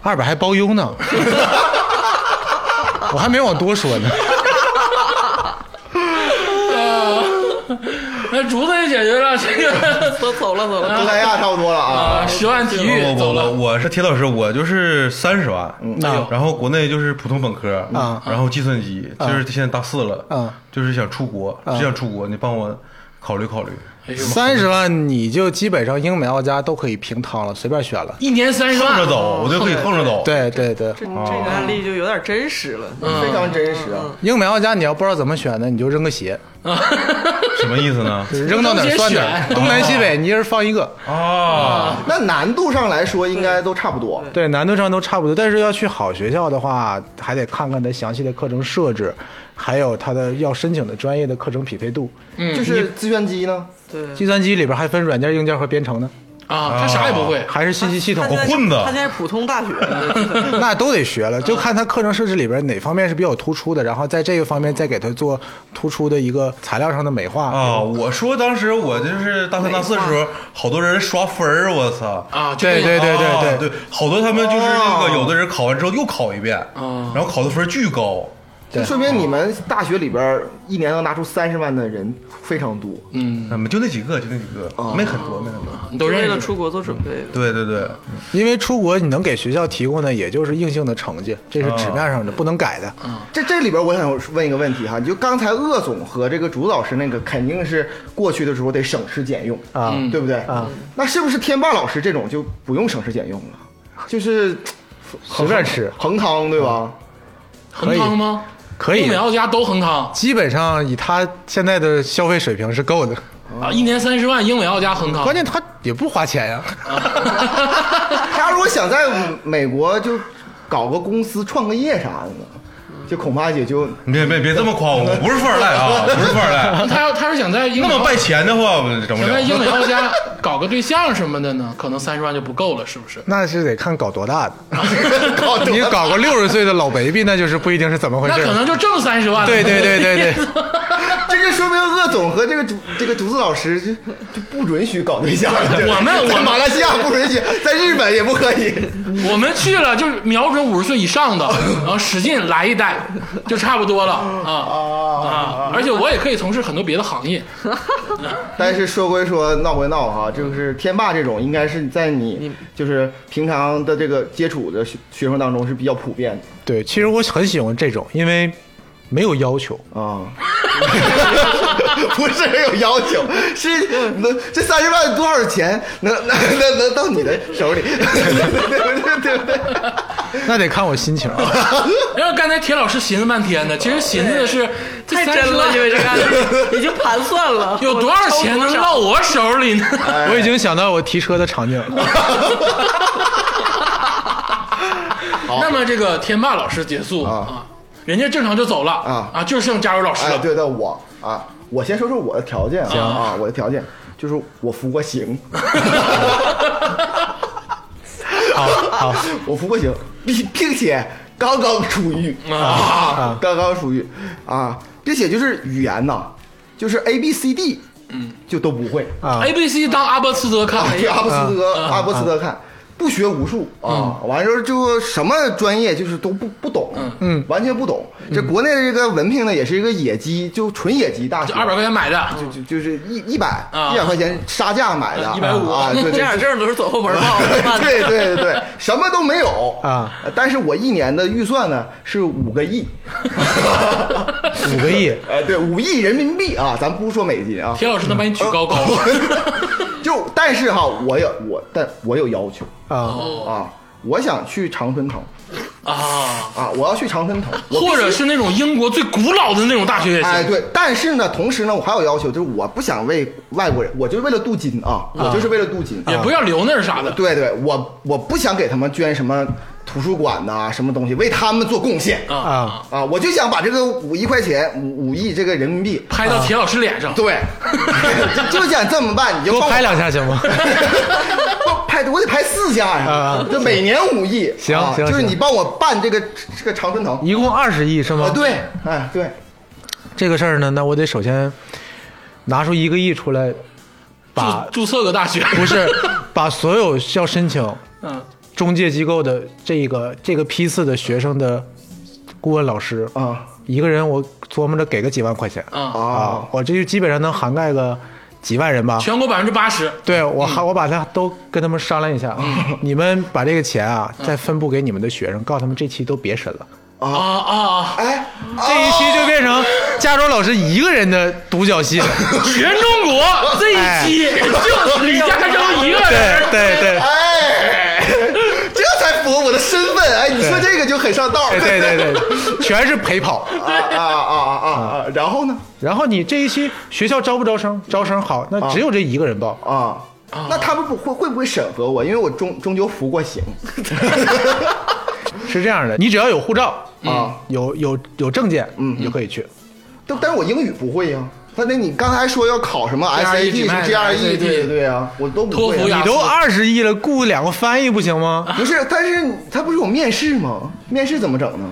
E: 二百还包 邮呢，我还没往多说呢。
A: 那竹子也解决了这个
B: 都走了走了。
D: 东南亚差不多了啊，
A: 啊，十万体
C: 我
A: 育
C: 我
A: 走
C: 我
A: 了，
C: 我是铁老师，我就是三十万，
E: 那
C: 然后国内就是普通本科
E: 嗯
C: 然后计算机，就是现在大四了，
E: 嗯
C: 就是想出国，就想出国，你帮我考虑考虑。
B: 哎
E: 三十万你就基本上英美澳加都可以平摊了，随便选了。
A: 一年三十
C: 横
A: 万
C: 着，走，我就可以横着走。，
E: 对对对，
B: 哦这这个案例就有点真实了，
D: 嗯非常真实啊。
E: 英美澳加你要不知道怎么选呢，你就扔个 鞋，
C: 什么意思呢？
E: 就是扔到哪儿算哪儿，
A: 扔鞋选
E: 东南 西北你一人放一个。
C: 啊，
D: 那难度上来说，应该都差不多。
E: 对，难度上都差不多，但是要去好学校的话，还得看看它详细的课程设置，还有它的要申请的专业的课程匹配度。
D: 就是计算机呢，
B: 对，
E: 计算机里边还分软件、硬件和编程呢，
A: 啊，他啥也不会，
E: 还是信息 系统
B: 他，现在是
C: 混子
B: 他现在是普通大学，
E: 那都得学了。就看它课程设置里边哪方面是比较突出的，然后在这个方面再给它做突出的一个材料上的美化。
C: 啊！我说当时我就是大三大四的时候，好多人刷分儿，我操！
A: 啊，就
E: 对对对
C: 啊
E: 对
C: 对，好多他们就是那
A: 哦
C: 个有的人考完之后又考一遍，然后考的分儿巨高。
E: 对
D: 就说明你们大学里边一年能拿出三十万的人非常多。
C: 嗯，就那几个，就那几个，
E: 哦
C: 没很多，没很多。
A: 你都
B: 就为
A: 认
B: 了
A: 识。
B: 出国做准备的。
C: 对对对，
E: 因为出国你能给学校提供的也就是硬性的成绩，这是纸面上的，不能改的。
D: 这这里边我想问一个问题哈，你就刚才鄂总和这个竹子老师那个肯定是过去的时候得省吃俭用
E: 啊嗯
D: 对不对
E: 啊？
D: 那是不是天霸老师这种就不用省吃俭用了，就是
E: 随便吃
D: 横汤对吧？
A: 横汤吗？
E: 可以
A: 欧美，奥加都横汤
E: 基本上以他现在的消费水平是够的。
D: 哦
A: 啊，一年三十万，英美奥加横汤
E: 关。键他也不花钱呀、
D: 他如果想在美国就搞个公司创个业啥的呢，就恐怕也就
C: 你别别别这么夸我，我不是富二代啊，不是富二 代。
A: 他要他是想在英
C: 那
A: 美
C: 么啊
A: 奥
C: 拜钱的话，我整不
A: 想在英
C: 了。
A: 美奥加搞个对象什么的呢，可能三十万就不够了，是不是？
E: 那是得看搞多大的。
D: 搞
E: 你搞 个六十岁的老 baby，那就是不一定是怎么回
A: 那
E: 事
A: 可
E: 儿。
A: 能就挣三十万了。
E: 对对对对对，
D: 这个说明鄂总和这个竹这个竹子老师就就不准许搞对象。
A: 我们我
D: 在
A: 们
D: 马来西亚不允许，在日本也不可以。
A: 我们去了就是瞄准五十岁以上的，然后使劲来一袋，就差不多了
D: 哦
A: 啊啊！而且我也可以从事很多别的行业，
D: 但是说归说，闹归闹哈，就是天霸这种，应该是在你就是平常的这个接触的学学生当中是比较普遍
E: 对，其实我很喜欢这种，因为没有要 求。
D: 的啊。不是没有要求，是能这三十万多少钱能能能能到你的手里， 对不对？对不对？
E: 那得看我心情啊。
A: 然后刚才铁老师寻思半天呢，其实寻思的是这
B: 太
A: 三十
B: 真了，
A: 万
B: 因为这个案子已经盘算了，
A: 有多少钱能到我手里呢？
D: 哎
E: 我已经想到我提车的场 景了。
A: 那么这个天霸老师结束啊
D: 啊，
A: 人家正常就走了
D: 啊
A: 啊，就剩佳茹老师
D: 哎，
A: 了。
D: 对的，我啊，我先说说我的条件啊啊，我的条件就是我服过刑，
E: 好，好，
D: 我服过刑，并并且刚刚出狱啊，刚刚出狱啊，并且就是语言呐，就是 A B C D，嗯，就都不会，
E: 啊
A: A B C 当阿波茨德看，哎
D: 去阿波斯德阿波斯德看。不学无术啊，完之后就什么专业就是都不不懂，嗯，完全不懂。这国内的这个文凭呢，也是一个野鸡，就纯野鸡大学，
A: 就二百块钱买的，
D: 就就是一一百
A: 啊
D: 一百块钱杀价买的，
A: 150
D: 啊，对
B: 这
D: 对
B: 点证都是走后门 报的。
D: 对对对对，什么都没有呃
E: 啊。
D: 但是我一年的预算呢是五个亿，
E: 五个亿，
D: 哎，对，五亿人民币啊，咱不说美金啊，
A: 铁老师能把你举高高。
D: 呃就但是哈，我有我但我有要求
E: 啊，
D: 啊，我想去长春藤
A: 啊，
D: 啊，我要去长春藤，我
A: 或者是那种英国最古老的那种大学也
D: 哎，
A: 行。
D: 对，但是呢，同时呢，我还有要求，就是我不想为外国人，我就是为了镀金啊，我就是为了镀金，
A: 也不要留那儿啥的，
D: 呃对对，我我不想给他们捐什么图书馆呐、什么东西，为他们做贡献
A: 啊
E: 啊
D: 啊！我就想把这个五亿块钱，五五亿这个人民币，
A: 拍到铁老师脸上。
D: 啊对， 就就想这么办，你就
E: 多
D: 帮我
E: 拍，两 下行吗？
D: 不拍我得拍四下呀、
E: 啊
D: 就每年五亿，
E: 行
D: 啊
E: 行
D: 就是
E: 行
D: 你帮我办这个这个长春藤
E: 一共二十亿是
D: 啊
E: 吗，？
D: 对，哎对，
E: 这个事儿呢，那我得首先拿出一个亿出来，把
A: 注注册个大学，
E: 不是把所有要申请
A: 嗯，
E: 中介机构的这个这个批次的学生的顾问老师
D: 啊
E: 一个人我琢磨着给个几万块钱
A: 啊，
D: 啊，
E: 我这就基本上能涵盖个几万人吧。
A: 全嗯国百分之八十，
E: 对我还、我把他都跟他们商量一下，啊
A: 嗯
E: 你们把这个钱啊再分布给你们的学生，告诉他们这期都别申了，
A: 啊啊啊！
D: 哎，
E: 这一期就变成加州老师一个人的独角戏了。
A: 全中国这一 期就李嘉诚一个
E: 对
A: 人，
E: 对对
D: 哎，这才符合我的身份，哎，你说这个就很上道，
E: 对对对对，全是陪跑。
D: 啊啊啊啊啊！然后呢？
E: 然后你这一期学校招不招生？招生好，那只有这一个人报。
D: 啊。那他们不会会不会审核我？因为我终终究服过刑
E: 是这样的，你只要有护照，嗯
D: 啊，
E: 有有有证件，嗯，你就可以去。
D: 但但是我英语不会呀。那那你刚才说要考什么
A: GRE
D: SAT 是
A: GRE
D: GRE 对对啊，我都不
A: 托福
D: 会
A: 呀
D: 啊。
E: 你都二十亿了，雇两个翻译不行吗？
D: 不是，但是他不是有面试吗？面试怎么整呢？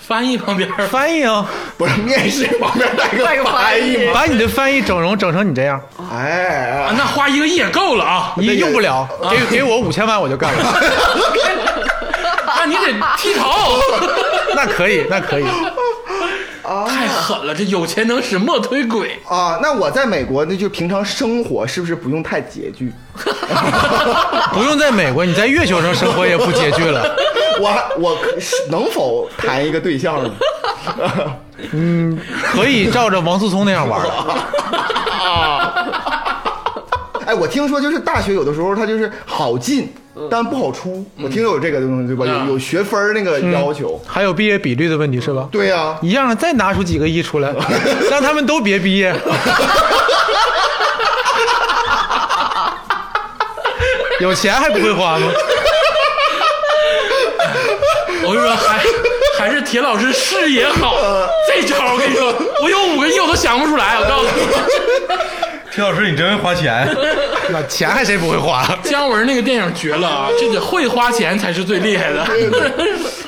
A: 翻译旁边
E: 翻译啊，
D: 不是面试旁边带
B: 带个
D: 个
B: 翻
D: 翻
B: 译
D: 译吗？
E: 把你的翻译整容整成你这样，
A: 啊，
D: 哎，
A: 那花一个亿也够了啊！
E: 你用不了，给给我五千万我就干了。
A: 啊，你得剃 头，
E: 那可以，那可以，
A: 太狠了！这有钱能使磨推鬼，
D: 啊，那我在美国那就平常生活是不是不用太拮据？
E: 不用在美国，你在月球上生活也不拮据了。
D: 我还我能否谈一个对象呢？
E: 可以照着王思聪那样玩儿，
D: 哎，我听说就是大学有的时候它就是好进，但不好出。我听说有这个东西对吧？
A: 嗯
D: 有有学分儿那个要求。
E: 还有毕业比率的问题是吧？
D: 对呀、
E: 一样，再拿出几个亿出 来，让他们都别毕 业。有钱还不会花吗？
A: 我跟你说，还还是铁老师视野好，这招我跟你说，我有五个亿我都想不出来，我告诉你。
C: 铁老师，你真会花钱，
E: 那钱还谁不会花？
A: 姜文那个电影绝了啊，这得会花钱才是最厉害的。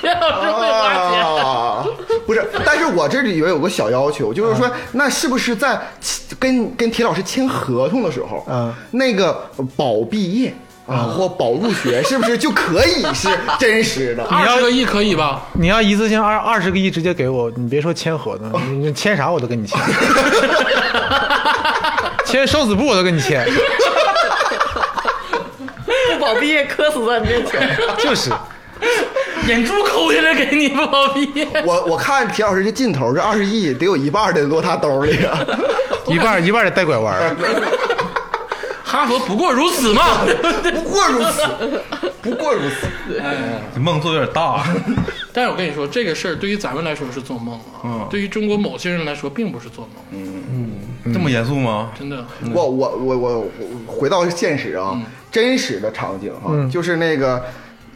A: 姜老 师会花钱，
D: 啊，不是，但是我这里也有个小要求，就是说，那是不是在签跟跟铁老师签合同的时候，
E: 嗯
D: 那个保毕业啊或保入学，是不是就可以是真实的？
A: 二十个亿可以吧？
E: 你要一次性二二十个亿直接给我，你别说签合同，你你签啥我都跟你签， 签生死簿我都跟你签，
B: 不保毕业磕死在你面前。
E: 就是
A: 眼珠抠下来给你不好毕业。
D: 我我看铁老师这劲头，这二十亿得有一半得落他兜里啊。
E: 一半儿一半儿得带拐弯儿。
A: 哈佛不过如此嘛。
D: 不过如此，不过如此。
C: 梦做有点大，
A: 但是我跟你说，这个事儿对于咱们来说是做梦啊，对于中国某些人来说并不是做梦，
C: 这么严肃吗？
A: 真的。
D: 我我我我我回到现实啊，真实的场景哈、就是那个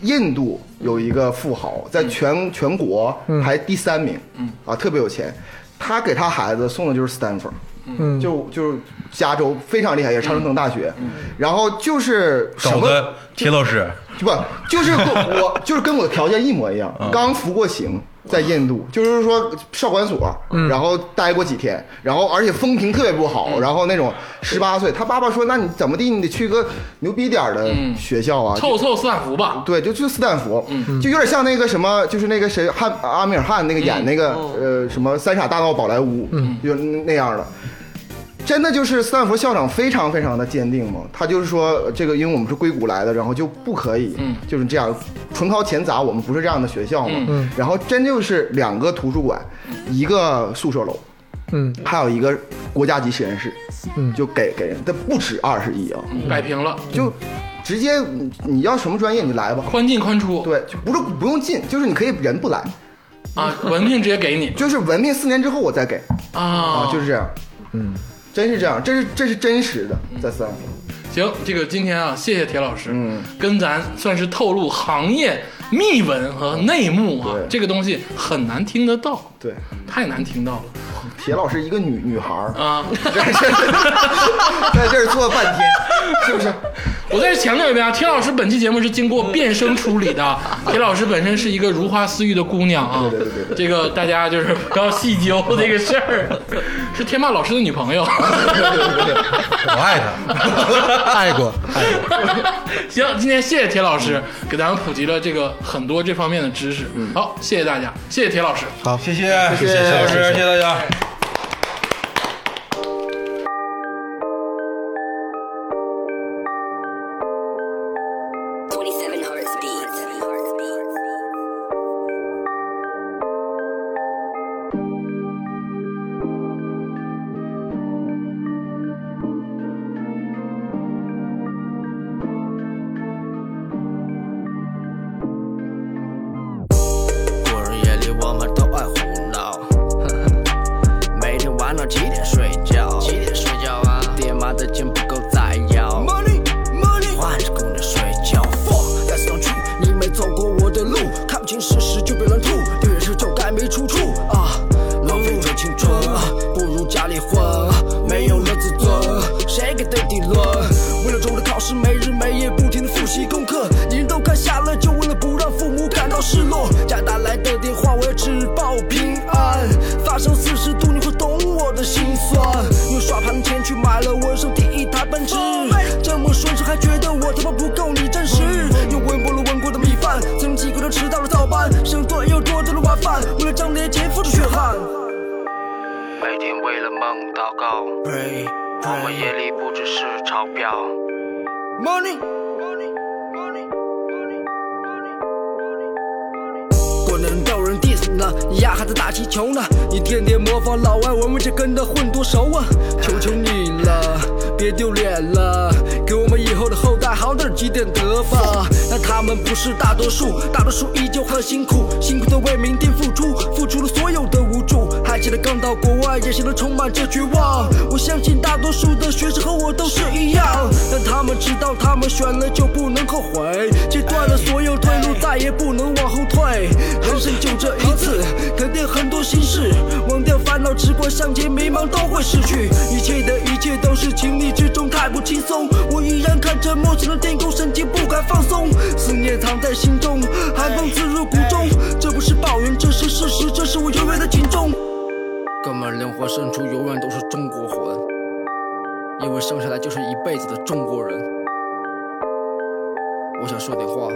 D: 印度有一个富豪，在全、全国排第三名，嗯啊，特别有钱。他给他孩子送的就是斯坦福，嗯，就就是加州非常厉害，也是常春藤大学。然后就是什
C: 找
D: 么
C: 的铁老师，
D: 不就是跟我就是跟我的条件一模一样，刚服过刑。在印度，就是说少管所，然后待过几天，然后而且风评特别不好，然后那种十八岁，他爸爸说，那你怎么地，你得去个牛逼点儿的学校啊，
A: 凑凑斯坦福吧，
D: 对，就去斯坦福，
E: 嗯
D: 就有点像那个什么，就是那个谁汉阿米尔汗那个演那个、呃什么《三傻大闹宝莱坞》，
E: 嗯
D: 就是那样的。真的就是斯坦福校长非常非常的坚定嘛，他就是说呃这个，因为我们是硅谷来的，然后就不可以，就是这样纯靠钱砸，我们不是这样的学校嘛。
E: 嗯
D: 然后真就是两个图书馆，一个宿舍楼，
E: 嗯，
D: 还有一个国家级实验室，
E: 嗯
D: 就给给人，但不止二十亿啊，
A: 摆平了，
D: 就直接你你要什么专业你就来吧，
A: 宽进宽出
D: 对，就不是不用进，就是你可以人不来，
A: 啊，文凭直接给你
D: 就是文凭四年之后我再给
A: 啊
D: 啊，就是这样，
E: 嗯，
D: 真是这样，这是这是真实的，在斯坦福，
A: 行，这个今天啊，谢谢铁老师，
D: 嗯，
A: 跟咱算是透露行业秘闻和内幕啊
D: 对，
A: 这个东西很难听得到，
D: 对，
A: 太难听到
D: 铁老师一个女女孩儿
A: 了啊！
D: 在这儿坐半天，是不是？
A: 我再强调一遍啊，铁老师本期节目是经过变声处理 的，铁老师本身是一个如花似玉的姑娘啊，
D: 对对对对
A: 这个大家就是不要细究这个事儿，是天霸老师的女朋 友。
C: 我爱 他。
E: 爱过，
A: 行，今天谢谢铁老师给咱们普及了这个很多这方面的知识，
E: 嗯
A: 好，谢谢大家，谢谢铁老师。
C: 谢谢，谢
D: 谢
C: 谢老师，谢谢大家。
G: 27 Hearts Beats.
H: 啊 Money Money，换着姑娘睡觉。Fuck that's not true，你没走过我的路，看不清事实就别乱吐，对人是就该没出处啊，浪费着青春，啊不如家里混，啊没有了自尊，啊谁给的底论？为了中的考试，没日没夜不停的复习功课，你人都快下了，就为了不让父母感到失落。家打来的电话，我要只报平安。发烧四十度，你会懂我的心酸。用刷盘的钱去买了我人生第一台奔驰，这么顺势还觉得我他妈不够你真实。用微波炉温过的米饭，曾经挤过的迟到的早班，剩多又多的晚饭，为了挣点钱付出血汗。
I: 每天为了梦祷告，
H: Pray,
I: 我们夜里不只是钞票。
H: Money。过年都有人 diss 呢，你丫还在打气球呢，你天天模仿老外，我们这跟他混多熟啊！求求你了，别丢脸了，给我们以后的后代好点积点德吧。但他们不是大多数，大多数依旧很辛苦，辛苦的为明天付出，付出了所有的无助，还记得刚到国外，也显得充满着绝望。我相信大多数的学生和我都是一样，但他们知道他们选了就不能后悔，切断了所有退路，再也不能往后退。人生就这一次，肯定很多心事，忘掉烦恼，直播向前，迷茫都会失去。一切的一切都是情理之中，太不轻松。我依藏在心中，寒风刺入骨中。这不是抱怨，这是事实，这是我永远的警钟。哥们，灵魂深处永远都是中国魂，因为生下来就是一辈子的中国人。我想说点话。